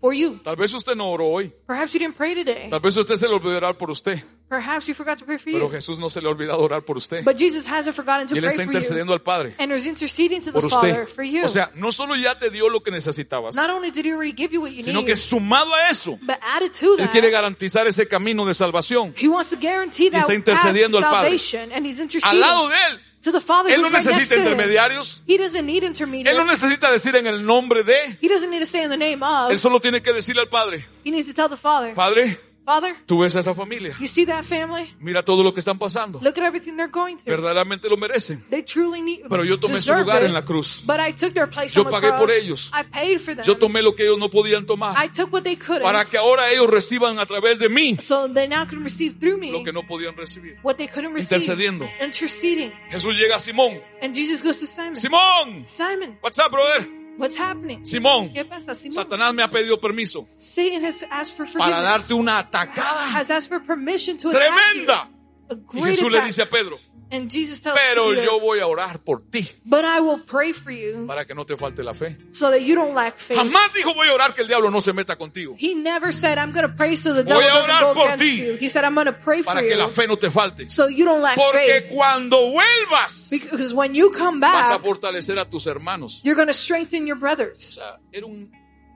Speaker 2: for you.
Speaker 1: Tal vez usted no oró hoy.
Speaker 2: Perhaps you didn't pray today.
Speaker 1: Tal vez usted se le olvidó orar por usted,
Speaker 2: Perhaps you forgot to pray for
Speaker 1: pero
Speaker 2: you.
Speaker 1: Jesús no se le ha olvidado orar por usted.
Speaker 2: But Jesus hasn't forgotten to
Speaker 1: Y él
Speaker 2: pray
Speaker 1: está
Speaker 2: for you
Speaker 1: intercediendo al Padre
Speaker 2: and is interceding to the
Speaker 1: por
Speaker 2: Father
Speaker 1: usted.
Speaker 2: for you.
Speaker 1: O sea, no solo ya te dio lo que necesitabas,
Speaker 2: Not only did He already give you what you
Speaker 1: sino
Speaker 2: need,
Speaker 1: que sumado a eso,
Speaker 2: but added to
Speaker 1: él quiere
Speaker 2: that,
Speaker 1: garantizar ese camino de salvación.
Speaker 2: He wants to guarantee that
Speaker 1: está
Speaker 2: path of
Speaker 1: intercediendo al Padre.
Speaker 2: salvation, and He's
Speaker 1: Al
Speaker 2: interceding
Speaker 1: lado de él,
Speaker 2: to the Father
Speaker 1: él no
Speaker 2: who's right next
Speaker 1: necesita
Speaker 2: to Him.
Speaker 1: intermediarios.
Speaker 2: He doesn't need
Speaker 1: Él no
Speaker 2: intermediaries.
Speaker 1: necesita decir en el nombre de.
Speaker 2: He doesn't need to say in the name
Speaker 1: Él
Speaker 2: of.
Speaker 1: solo tiene que decirle al Padre,
Speaker 2: He needs to tell the Father,
Speaker 1: Padre,
Speaker 2: Father,
Speaker 1: tú ves a esa familia.
Speaker 2: you see that family?
Speaker 1: Mira todo lo que están pasando.
Speaker 2: Look at everything they're going through.
Speaker 1: Verdaderamente lo merecen.
Speaker 2: They truly need.
Speaker 1: Pero yo tomé su
Speaker 2: deserve
Speaker 1: lugar
Speaker 2: it.
Speaker 1: en la cruz.
Speaker 2: But I took their place
Speaker 1: Yo
Speaker 2: on the
Speaker 1: pagué
Speaker 2: cross.
Speaker 1: por ellos.
Speaker 2: I paid for them.
Speaker 1: Yo tomé lo que ellos no podían tomar.
Speaker 2: I took what they couldn't.
Speaker 1: para que ahora ellos reciban a través de mí
Speaker 2: So they now can receive through
Speaker 1: lo
Speaker 2: me
Speaker 1: que no podían recibir.
Speaker 2: what they couldn't receive.
Speaker 1: Intercediendo.
Speaker 2: Interceding.
Speaker 1: Jesús llega a Simón.
Speaker 2: And Jesus goes to Simon.
Speaker 1: Simón,
Speaker 2: Simon,
Speaker 1: what's up, brother?
Speaker 2: what's happening?
Speaker 1: Simón,
Speaker 2: ¿Qué pasa, Simón?
Speaker 1: Satanás me ha pedido permiso
Speaker 2: Satan has asked for
Speaker 1: para
Speaker 2: forgiveness.
Speaker 1: darte una atacada
Speaker 2: Has asked for permission to attack
Speaker 1: tremenda.
Speaker 2: you. A
Speaker 1: Y
Speaker 2: great
Speaker 1: Jesús le
Speaker 2: attack.
Speaker 1: dice a Pedro,
Speaker 2: and Jesus tells
Speaker 1: pero
Speaker 2: Peter,
Speaker 1: yo voy a orar por ti
Speaker 2: but I will pray for you
Speaker 1: para que no te falte la fe.
Speaker 2: so that you don't lack faith.
Speaker 1: Jamás dijo voy a orar que el diablo no se meta contigo
Speaker 2: He never said, I'm going to pray so the
Speaker 1: Voy
Speaker 2: devil
Speaker 1: a
Speaker 2: doesn't
Speaker 1: orar
Speaker 2: go
Speaker 1: por
Speaker 2: against
Speaker 1: ti.
Speaker 2: you. He said, I'm going to pray for
Speaker 1: para que la
Speaker 2: you
Speaker 1: fe no te falte.
Speaker 2: so you don't lack
Speaker 1: Porque
Speaker 2: faith.
Speaker 1: cuando vuelvas
Speaker 2: Because when you come
Speaker 1: vas a
Speaker 2: back,
Speaker 1: fortalecer a tus hermanos.
Speaker 2: you're going to strengthen your brothers.
Speaker 1: O sea, era un,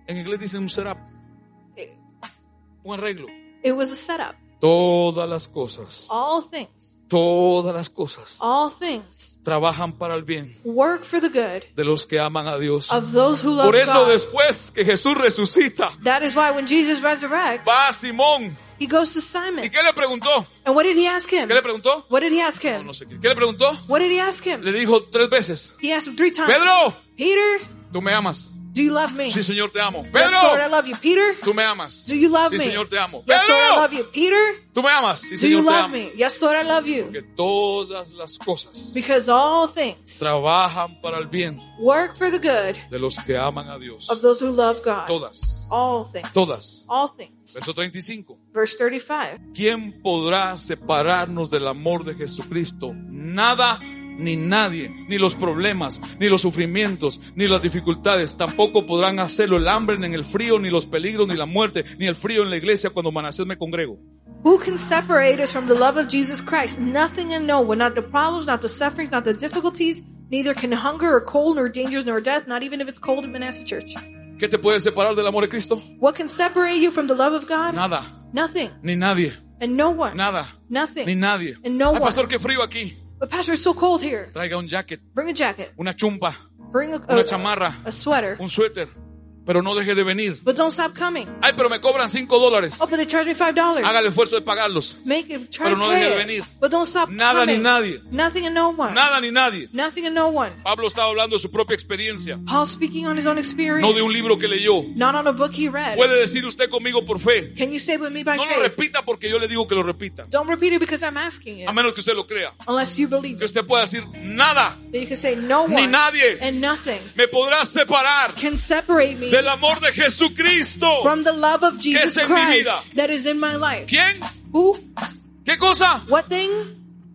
Speaker 1: en inglés dicen un setup,
Speaker 2: It,
Speaker 1: un arreglo.
Speaker 2: it was a setup.
Speaker 1: Todas las cosas,
Speaker 2: All things,
Speaker 1: todas las cosas
Speaker 2: all things
Speaker 1: trabajan para el bien
Speaker 2: work for the good
Speaker 1: de los que aman a Dios.
Speaker 2: of those who love
Speaker 1: Por eso
Speaker 2: God.
Speaker 1: después que Jesús resucita,
Speaker 2: That is why when Jesus resurrects,
Speaker 1: va a Simón.
Speaker 2: he goes to
Speaker 1: ¿Y
Speaker 2: Simon.
Speaker 1: qué le preguntó?
Speaker 2: And what did he ask him?
Speaker 1: ¿Qué le preguntó?
Speaker 2: What did he ask
Speaker 1: No,
Speaker 2: him?
Speaker 1: no sé qué. ¿Qué le preguntó?
Speaker 2: What did he ask him?
Speaker 1: Le dijo tres veces,
Speaker 2: He asked him three times.
Speaker 1: Pedro,
Speaker 2: Peter,
Speaker 1: tú me amas.
Speaker 2: do you love me?
Speaker 1: Sí, Señor, te amo.
Speaker 2: Yes, Lord, I
Speaker 1: Pedro,
Speaker 2: love you. Peter,
Speaker 1: tú me amas.
Speaker 2: do you love
Speaker 1: Sí,
Speaker 2: me?
Speaker 1: Señor, te amo.
Speaker 2: Yes, Lord, I love
Speaker 1: Pedro,
Speaker 2: you. Peter,
Speaker 1: tú me amas. Sí,
Speaker 2: do you
Speaker 1: Señor, te
Speaker 2: love
Speaker 1: amo.
Speaker 2: me? Yes, Lord, I love
Speaker 1: Que
Speaker 2: you.
Speaker 1: todas las cosas
Speaker 2: Because all things
Speaker 1: trabajan para el bien
Speaker 2: work for the good
Speaker 1: de los que aman a Dios.
Speaker 2: of those who love God.
Speaker 1: Todas.
Speaker 2: All things.
Speaker 1: Todas.
Speaker 2: All things.
Speaker 1: Verso 35.
Speaker 2: Verse 35.
Speaker 1: ¿Quién podrá separarnos del amor de Jesucristo? Nada ni nadie, ni los problemas, ni los sufrimientos, ni las dificultades, tampoco podrán hacerlo el hambre, ni el frío, ni los peligros, ni la muerte, ni el frío en la iglesia cuando Manasés me congrego.
Speaker 2: Who can separate us from the love of Jesus Christ? Nothing and no one, not the problems, not the sufferings, not the difficulties, neither can hunger or cold, nor dangers, nor death, not even if it's cold in Manasseh Church.
Speaker 1: ¿Qué te puede separar del amor de Cristo?
Speaker 2: What can separate you from the love of God?
Speaker 1: Nada,
Speaker 2: Nothing
Speaker 1: ni nadie,
Speaker 2: and no one.
Speaker 1: nada,
Speaker 2: Nothing.
Speaker 1: ni nadie.
Speaker 2: And Eh, no
Speaker 1: Ay, pastor,
Speaker 2: one.
Speaker 1: qué frío aquí.
Speaker 2: But Pastor, it's so cold here.
Speaker 1: Traiga un jacket,
Speaker 2: Bring a jacket.
Speaker 1: una chumpa,
Speaker 2: Bring a,
Speaker 1: una
Speaker 2: a,
Speaker 1: chamarra,
Speaker 2: a sweater.
Speaker 1: un suéter, pero no deje de venir.
Speaker 2: But don't stop coming.
Speaker 1: Ay, pero me cobran cinco dólares.
Speaker 2: Oh, but they charge me five dollars.
Speaker 1: Haga el esfuerzo de pagarlos.
Speaker 2: Make it try
Speaker 1: Pero
Speaker 2: to
Speaker 1: no
Speaker 2: pay
Speaker 1: deje de
Speaker 2: it.
Speaker 1: venir.
Speaker 2: But don't stop
Speaker 1: Nada ni
Speaker 2: coming.
Speaker 1: nadie.
Speaker 2: Nothing and no one.
Speaker 1: Nada ni nadie.
Speaker 2: Nothing and no one.
Speaker 1: Pablo estaba hablando de su propia experiencia,
Speaker 2: Paul speaking on his own experience.
Speaker 1: no de un libro que leyó.
Speaker 2: Not on a book he read.
Speaker 1: Puede decir usted conmigo por fe.
Speaker 2: Can you say it with me by
Speaker 1: No lo
Speaker 2: faith?
Speaker 1: repita porque yo le digo que lo repita.
Speaker 2: Don't repeat it because I'm asking it.
Speaker 1: A menos que usted lo crea.
Speaker 2: Unless you believe
Speaker 1: Que
Speaker 2: it.
Speaker 1: usted pueda decir nada
Speaker 2: That you can say no
Speaker 1: ni
Speaker 2: one
Speaker 1: nadie
Speaker 2: and nothing
Speaker 1: me podrá separar
Speaker 2: can separate me
Speaker 1: del amor de Jesucristo.
Speaker 2: from the love of
Speaker 1: es
Speaker 2: Jesus
Speaker 1: en mi vida?
Speaker 2: Christ that is in my life.
Speaker 1: ¿Quién?
Speaker 2: Who?
Speaker 1: ¿Qué cosa?
Speaker 2: What thing?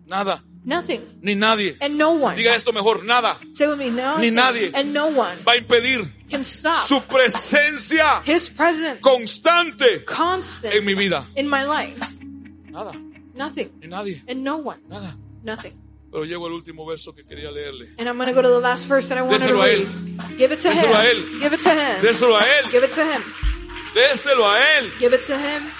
Speaker 1: Nada.
Speaker 2: Nothing.
Speaker 1: Ni nadie.
Speaker 2: And no one.
Speaker 1: Diga esto mejor. Nada
Speaker 2: Say with me, no.
Speaker 1: Ni nadie.
Speaker 2: And no one
Speaker 1: va a impedir
Speaker 2: can stop
Speaker 1: su presencia
Speaker 2: his presence
Speaker 1: constante.
Speaker 2: constant
Speaker 1: en mi vida.
Speaker 2: in my life.
Speaker 1: Nada.
Speaker 2: Nothing.
Speaker 1: Ni nadie.
Speaker 2: And no one.
Speaker 1: Nada.
Speaker 2: Nothing.
Speaker 1: Pero llego al último verso que quería leerle.
Speaker 2: And I'm going to go to the last verse that I wanted to
Speaker 1: Déselo a
Speaker 2: read. Give it to
Speaker 1: Déselo a él.
Speaker 2: him. Give it to him.
Speaker 1: Déselo a él.
Speaker 2: Give it to him.
Speaker 1: Déselo a él.
Speaker 2: Give it to him.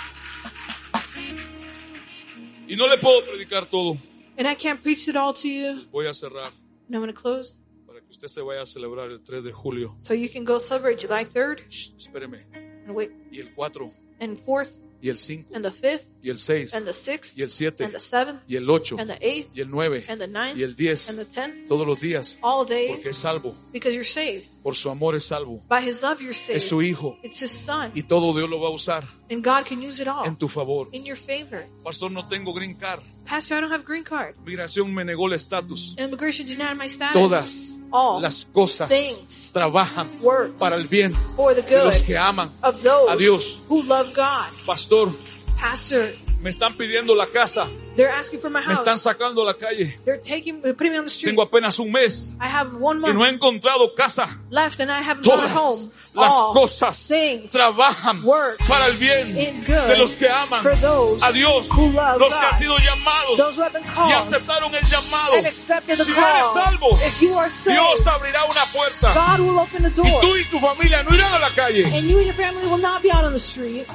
Speaker 1: Y no le puedo predicar todo.
Speaker 2: And I can't preach it all to you.
Speaker 1: Voy a cerrar
Speaker 2: And I'm going to close.
Speaker 1: para que usted se vaya a celebrar el 3 de julio.
Speaker 2: So you can go celebrate July 3rd
Speaker 1: Shh, espéreme.
Speaker 2: and wait,
Speaker 1: Y el 4.
Speaker 2: and 4th,
Speaker 1: Y el 5.
Speaker 2: and the 5th,
Speaker 1: Y el 6.
Speaker 2: and the 6th,
Speaker 1: Y el 7.
Speaker 2: and the 7th,
Speaker 1: Y el 8.
Speaker 2: and the 8th,
Speaker 1: Y el 9.
Speaker 2: and the 9th,
Speaker 1: Y el 10.
Speaker 2: and the 10th,
Speaker 1: Todos los días.
Speaker 2: all day,
Speaker 1: Porque es salvo.
Speaker 2: because you're saved.
Speaker 1: Por su amor es salvo.
Speaker 2: By his love, you're
Speaker 1: Es
Speaker 2: saved.
Speaker 1: su hijo.
Speaker 2: It's his son.
Speaker 1: Y todo Dios lo va a usar
Speaker 2: And God can use it all
Speaker 1: en tu favor.
Speaker 2: in your favor.
Speaker 1: Pastor, no tengo green card.
Speaker 2: Pastor, I don't have green card.
Speaker 1: Migración me negó el estatus.
Speaker 2: Immigration denied my status.
Speaker 1: Todas
Speaker 2: all
Speaker 1: las cosas
Speaker 2: things
Speaker 1: trabajan
Speaker 2: work
Speaker 1: para el bien
Speaker 2: for the
Speaker 1: de
Speaker 2: good
Speaker 1: los que aman.
Speaker 2: of those
Speaker 1: a Dios.
Speaker 2: who love God.
Speaker 1: Pastor,
Speaker 2: Pastor,
Speaker 1: me están pidiendo la casa.
Speaker 2: they're asking for my
Speaker 1: Me están
Speaker 2: house.
Speaker 1: sacando a la calle.
Speaker 2: They're taking, they're putting me on the street.
Speaker 1: Tengo apenas un mes
Speaker 2: I have one
Speaker 1: y
Speaker 2: month
Speaker 1: no he encontrado casa.
Speaker 2: left and I have another
Speaker 1: Todas
Speaker 2: home.
Speaker 1: las
Speaker 2: All
Speaker 1: cosas
Speaker 2: things
Speaker 1: trabajan
Speaker 2: work
Speaker 1: para el bien
Speaker 2: in good
Speaker 1: de los que aman
Speaker 2: for those
Speaker 1: a Dios,
Speaker 2: who love
Speaker 1: los que
Speaker 2: God.
Speaker 1: han sido
Speaker 2: those
Speaker 1: llamados
Speaker 2: who have been
Speaker 1: y
Speaker 2: called
Speaker 1: aceptaron el llamado.
Speaker 2: and accepted the
Speaker 1: Si eres salvo,
Speaker 2: call. If you are saved,
Speaker 1: Dios abrirá una puerta
Speaker 2: God will open the
Speaker 1: y tú
Speaker 2: door
Speaker 1: y tu familia no irán a la calle.
Speaker 2: and you and your family will not be out on the street.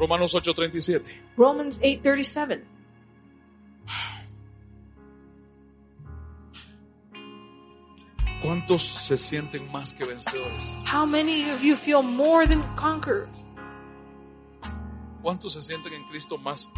Speaker 1: Romanos 8:37.
Speaker 2: Romans 8:37.
Speaker 1: ¿Cuántos se sienten más que vencedores?
Speaker 2: How many of you feel more than conquerors?
Speaker 1: ¿Cuántos se sienten en Cristo más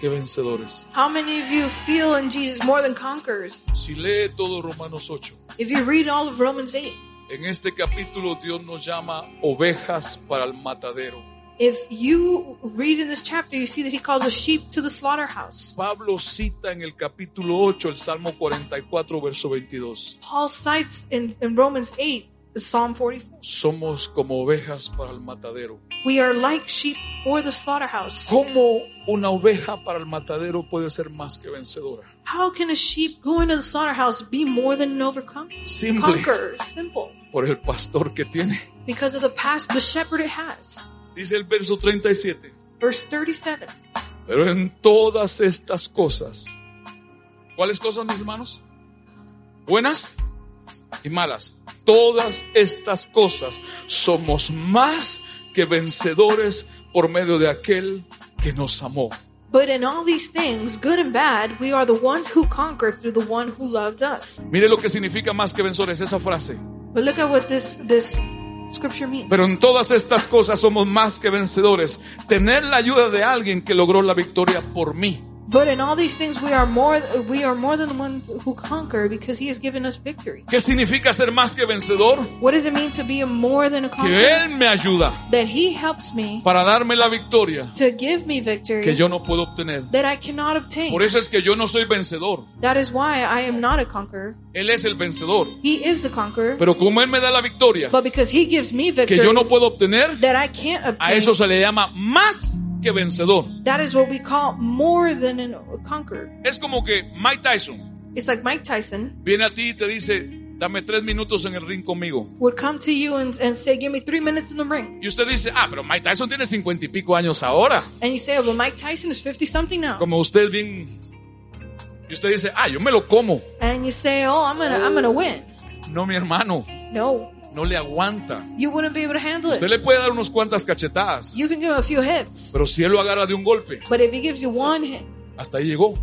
Speaker 1: que vencedores?
Speaker 2: How many of you feel in Jesus more than conquerors?
Speaker 1: Si lee todo Romanos 8,
Speaker 2: If you read all of Romans 8,
Speaker 1: en este capítulo Dios nos llama ovejas para el matadero.
Speaker 2: if you read in this chapter, you see that he calls the sheep to the slaughterhouse.
Speaker 1: Pablo cita en el capítulo 8 el Salmo 44, verso 22.
Speaker 2: Paul cites in, in Romans 8, the Psalm 44.
Speaker 1: Somos como ovejas para el matadero.
Speaker 2: We are like sheep for the slaughterhouse.
Speaker 1: ¿Cómo una oveja para el matadero puede ser más que vencedora?
Speaker 2: How can a sheep going to the slaughterhouse be more than an overcome?
Speaker 1: Simple.
Speaker 2: Conqueror, simple.
Speaker 1: Por el pastor que tiene.
Speaker 2: Because of the past, the shepherd it has.
Speaker 1: Dice el verso 37.
Speaker 2: Verse 37.
Speaker 1: Pero en todas estas cosas, ¿cuáles cosas, mis hermanos? Buenas y malas. Todas estas cosas somos más que vencedores por medio de aquel que nos amó.
Speaker 2: But in all these things, good and bad, we are the ones who conquer through the one who loved us.
Speaker 1: Mire lo que significa más que vencedores esa frase.
Speaker 2: But look at what this, this scripture means.
Speaker 1: Pero en todas estas cosas somos más que vencedores. Tener la ayuda de alguien que logró la victoria por mí.
Speaker 2: But in all these things, we are more, we are more than the one who conquer because he has given us victory.
Speaker 1: ¿Qué significa ser más que vencedor?
Speaker 2: What does it mean to be a more than a
Speaker 1: Que
Speaker 2: conqueror?
Speaker 1: Él me ayuda
Speaker 2: That he helps me
Speaker 1: para darme la victoria
Speaker 2: to give me victory
Speaker 1: que yo no puedo obtener.
Speaker 2: that I cannot obtain.
Speaker 1: Por eso es que yo no soy vencedor.
Speaker 2: That is why I am not a conqueror.
Speaker 1: Él es el vencedor.
Speaker 2: He is the conqueror.
Speaker 1: Pero como Él me da la victoria
Speaker 2: but because he gives me
Speaker 1: que
Speaker 2: victory
Speaker 1: yo no puedo obtener,
Speaker 2: that I can't
Speaker 1: a
Speaker 2: obtain,
Speaker 1: eso se le llama más que vencedor.
Speaker 2: that is what we call more than an- a conqueror.
Speaker 1: Es como que Mike Tyson
Speaker 2: It's like Mike Tyson
Speaker 1: viene a ti y te dice, dame tres minutos en el ring conmigo.
Speaker 2: would come to you and, and say, give me three minutes in the ring.
Speaker 1: Y usted dice, ah, pero Mike Tyson tiene cincuenta y pico años ahora.
Speaker 2: And you say, oh, but Mike Tyson is 50 something now.
Speaker 1: Como usted es bien... Y usted dice, ah, yo me lo como.
Speaker 2: And you say, oh, I'm gonna, I'm gonna win.
Speaker 1: No, mi hermano,
Speaker 2: No,
Speaker 1: no le aguanta.
Speaker 2: you wouldn't be able to handle
Speaker 1: Usted
Speaker 2: it.
Speaker 1: le puede dar unas cuantas cachetadas,
Speaker 2: You can give him a few hits,
Speaker 1: pero si él lo agarra de un golpe,
Speaker 2: but if he gives you one hit,
Speaker 1: hasta ahí llegó.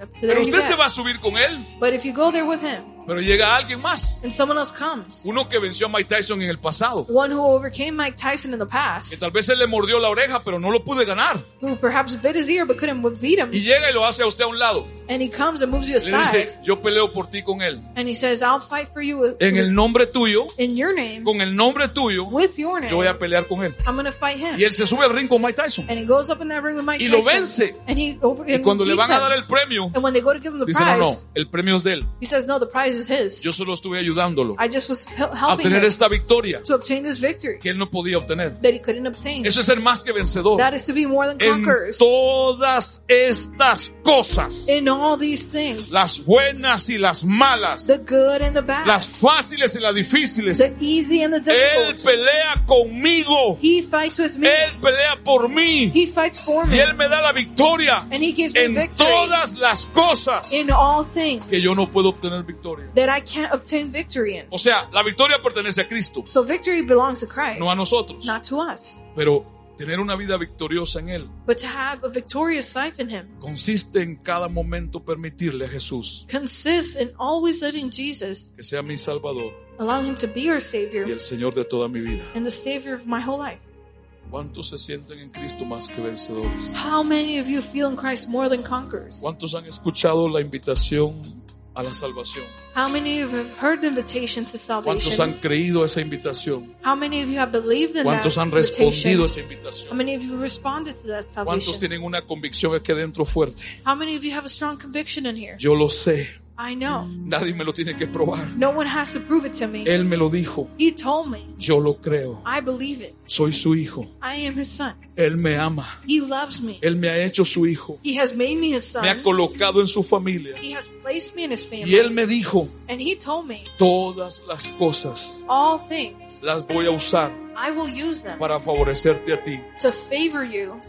Speaker 2: up to there
Speaker 1: Pero
Speaker 2: you
Speaker 1: usted se
Speaker 2: get.
Speaker 1: va a subir con él,
Speaker 2: But if you go there with him
Speaker 1: pero llega alguien más.
Speaker 2: and someone else comes,
Speaker 1: Uno que venció a Mike Tyson en el pasado.
Speaker 2: one who overcame Mike Tyson in the
Speaker 1: Que
Speaker 2: past,
Speaker 1: tal vez él le mordió la oreja, pero no lo pude ganar.
Speaker 2: who perhaps bit his ear but couldn't beat him,
Speaker 1: Y llega y lo hace a usted a un lado.
Speaker 2: and he comes and moves you
Speaker 1: Le
Speaker 2: aside,
Speaker 1: dice, yo peleo por ti con él.
Speaker 2: and he says, I'll fight for you with,
Speaker 1: En el nombre tuyo,
Speaker 2: in your name,
Speaker 1: con el nombre tuyo,
Speaker 2: with your
Speaker 1: yo voy
Speaker 2: name,
Speaker 1: a pelear con él.
Speaker 2: I'm gonna fight him.
Speaker 1: Y él se sube al ring con Mike Tyson.
Speaker 2: And he goes up in that ring with Mike
Speaker 1: Y lo
Speaker 2: Tyson.
Speaker 1: vence.
Speaker 2: And he over,
Speaker 1: Y
Speaker 2: and
Speaker 1: cuando le
Speaker 2: beats
Speaker 1: van a
Speaker 2: him.
Speaker 1: dar el premio,
Speaker 2: And when they go to give him the
Speaker 1: dice, no,
Speaker 2: prize,
Speaker 1: no, el premio es de él.
Speaker 2: he says, no, the prize is His.
Speaker 1: Yo solo estuve ayudándolo
Speaker 2: I just was hel-
Speaker 1: a
Speaker 2: helping
Speaker 1: obtener
Speaker 2: him
Speaker 1: esta victoria
Speaker 2: to obtain this victory
Speaker 1: que él no podía obtener.
Speaker 2: that he couldn't obtain.
Speaker 1: Eso es ser más que vencedor.
Speaker 2: That is to be more than
Speaker 1: En
Speaker 2: conquerors.
Speaker 1: todas estas cosas,
Speaker 2: In all these things,
Speaker 1: las buenas y las malas,
Speaker 2: the good and the bad,
Speaker 1: las fáciles y las difíciles,
Speaker 2: the easy and the
Speaker 1: él
Speaker 2: difficult.
Speaker 1: pelea conmigo.
Speaker 2: He fights with me.
Speaker 1: Él pelea por mí.
Speaker 2: He fights for
Speaker 1: Y
Speaker 2: me.
Speaker 1: él me da la victoria
Speaker 2: And he gives me
Speaker 1: en
Speaker 2: victory
Speaker 1: todas las cosas
Speaker 2: in all things
Speaker 1: que yo no puedo obtener victoria.
Speaker 2: that I can't obtain victory in.
Speaker 1: O sea, la victoria pertenece a Cristo,
Speaker 2: So victory belongs to Christ,
Speaker 1: no a nosotros.
Speaker 2: not to us.
Speaker 1: Pero tener una vida victoriosa en Él
Speaker 2: But to have a victorious life in Him
Speaker 1: consiste en cada momento permitirle a Jesús
Speaker 2: consists in always letting Jesus
Speaker 1: que sea mi Salvador
Speaker 2: allow Him to be our
Speaker 1: y
Speaker 2: Savior
Speaker 1: el Señor de toda mi vida.
Speaker 2: and the Savior of my whole life.
Speaker 1: ¿Cuántos se sienten en Cristo más que vencedores?
Speaker 2: How many of you feel in Christ more than conquerors?
Speaker 1: ¿Cuántos han escuchado la invitación a la salvación?
Speaker 2: How many of you have heard the invitation to
Speaker 1: ¿Cuántos
Speaker 2: salvation?
Speaker 1: han creído esa invitación?
Speaker 2: How many of you have believed in that
Speaker 1: ¿Cuántos han respondido a
Speaker 2: invitation?
Speaker 1: esa
Speaker 2: How
Speaker 1: invitación?
Speaker 2: many of you responded to that
Speaker 1: ¿Cuántos
Speaker 2: salvation?
Speaker 1: tienen una convicción aquí adentro fuerte?
Speaker 2: How many of you have a strong conviction in here?
Speaker 1: Yo lo sé.
Speaker 2: I know.
Speaker 1: Nadie me lo tiene que probar.
Speaker 2: No one has to prove it to me.
Speaker 1: Él me lo dijo.
Speaker 2: He told me.
Speaker 1: Yo lo creo.
Speaker 2: I believe it.
Speaker 1: Soy su hijo.
Speaker 2: I am his son.
Speaker 1: Él me ama.
Speaker 2: He loves me.
Speaker 1: Él me ha hecho su hijo.
Speaker 2: He has made me his
Speaker 1: Me ha
Speaker 2: son.
Speaker 1: colocado en su familia.
Speaker 2: He has placed me in his
Speaker 1: Y
Speaker 2: family.
Speaker 1: él me dijo,
Speaker 2: And he told me
Speaker 1: todas las cosas
Speaker 2: all things.
Speaker 1: las voy a usar
Speaker 2: I will use them
Speaker 1: para favorecerte a ti.
Speaker 2: to favor you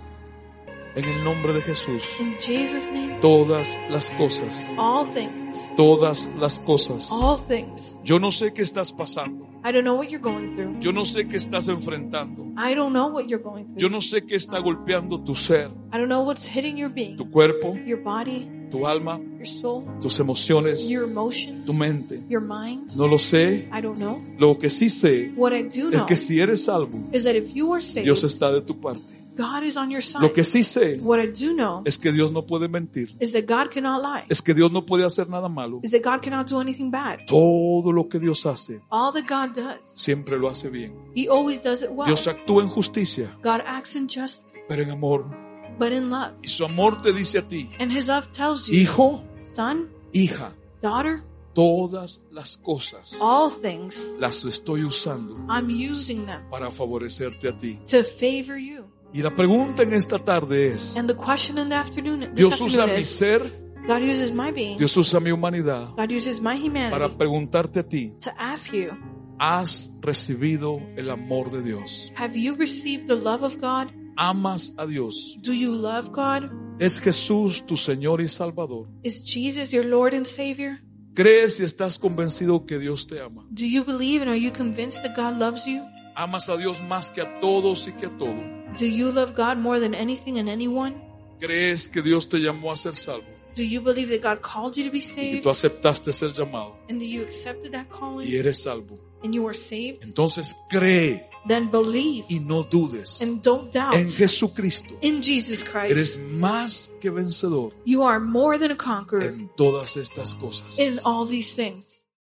Speaker 1: En el nombre de Jesús.
Speaker 2: in Jesus' name.
Speaker 1: Todas las cosas.
Speaker 2: All things.
Speaker 1: Todas las cosas.
Speaker 2: All things.
Speaker 1: Yo no sé qué estás pasando.
Speaker 2: I don't know what you're going through.
Speaker 1: Yo no sé qué estás enfrentando.
Speaker 2: I don't know what you're going
Speaker 1: Yo
Speaker 2: through.
Speaker 1: no sé qué está golpeando tu ser,
Speaker 2: I don't know what's hitting your being,
Speaker 1: tu cuerpo,
Speaker 2: your body,
Speaker 1: tu alma,
Speaker 2: your soul,
Speaker 1: tus emociones,
Speaker 2: your emotions,
Speaker 1: tu mente.
Speaker 2: your mind.
Speaker 1: No lo sé.
Speaker 2: I don't know.
Speaker 1: Lo que sí sé
Speaker 2: What I do
Speaker 1: es
Speaker 2: know
Speaker 1: que si eres salvo,
Speaker 2: is that if you are
Speaker 1: Dios
Speaker 2: saved,
Speaker 1: está de tu parte.
Speaker 2: God is on your side.
Speaker 1: Lo que sí sé
Speaker 2: What I do know
Speaker 1: es que Dios no puede mentir.
Speaker 2: is that God cannot lie.
Speaker 1: Es que Dios no puede hacer nada malo.
Speaker 2: Is that God cannot do anything bad.
Speaker 1: Todo lo que Dios hace,
Speaker 2: All that God does,
Speaker 1: siempre lo hace bien.
Speaker 2: He always does it well.
Speaker 1: Dios actúa en justicia,
Speaker 2: God acts in justice,
Speaker 1: pero en amor.
Speaker 2: but in love.
Speaker 1: Y su amor te dice a ti,
Speaker 2: And His love tells you,
Speaker 1: hijo,
Speaker 2: son,
Speaker 1: hija,
Speaker 2: daughter,
Speaker 1: todas las cosas
Speaker 2: all things,
Speaker 1: las estoy usando
Speaker 2: I'm using them
Speaker 1: para favorecerte a ti.
Speaker 2: to favor you.
Speaker 1: Y la pregunta en esta tarde es,
Speaker 2: And the question in the afternoon, this
Speaker 1: Dios usa
Speaker 2: afternoon
Speaker 1: mi
Speaker 2: is,
Speaker 1: ser,
Speaker 2: God uses my being,
Speaker 1: Dios usa mi humanidad
Speaker 2: God uses my
Speaker 1: para
Speaker 2: humanity
Speaker 1: preguntarte a ti,
Speaker 2: to ask you,
Speaker 1: ¿has recibido el amor de Dios?
Speaker 2: have you received the love of God?
Speaker 1: ¿Amas a Dios?
Speaker 2: Do you love God?
Speaker 1: ¿Es Jesús tu Señor y Salvador?
Speaker 2: Is Jesus your Lord and Savior?
Speaker 1: ¿Crees y estás convencido que Dios te ama?
Speaker 2: Do you believe and are you convinced that God loves you?
Speaker 1: ¿Amas a Dios más que a todos y que a todo?
Speaker 2: Do you love God more than anything and anyone?
Speaker 1: ¿Crees que Dios te llamó a ser salvo?
Speaker 2: Do you believe that God called you to be
Speaker 1: Y
Speaker 2: saved?
Speaker 1: tú aceptaste el llamado
Speaker 2: And that you accepted that
Speaker 1: y
Speaker 2: calling
Speaker 1: eres salvo.
Speaker 2: and you are saved?
Speaker 1: Entonces cree
Speaker 2: Then believe
Speaker 1: y no dudes.
Speaker 2: and don't doubt
Speaker 1: En Jesucristo
Speaker 2: in Jesus Christ.
Speaker 1: eres más que vencedor
Speaker 2: You are more than a conqueror
Speaker 1: en todas estas cosas.
Speaker 2: in all these things.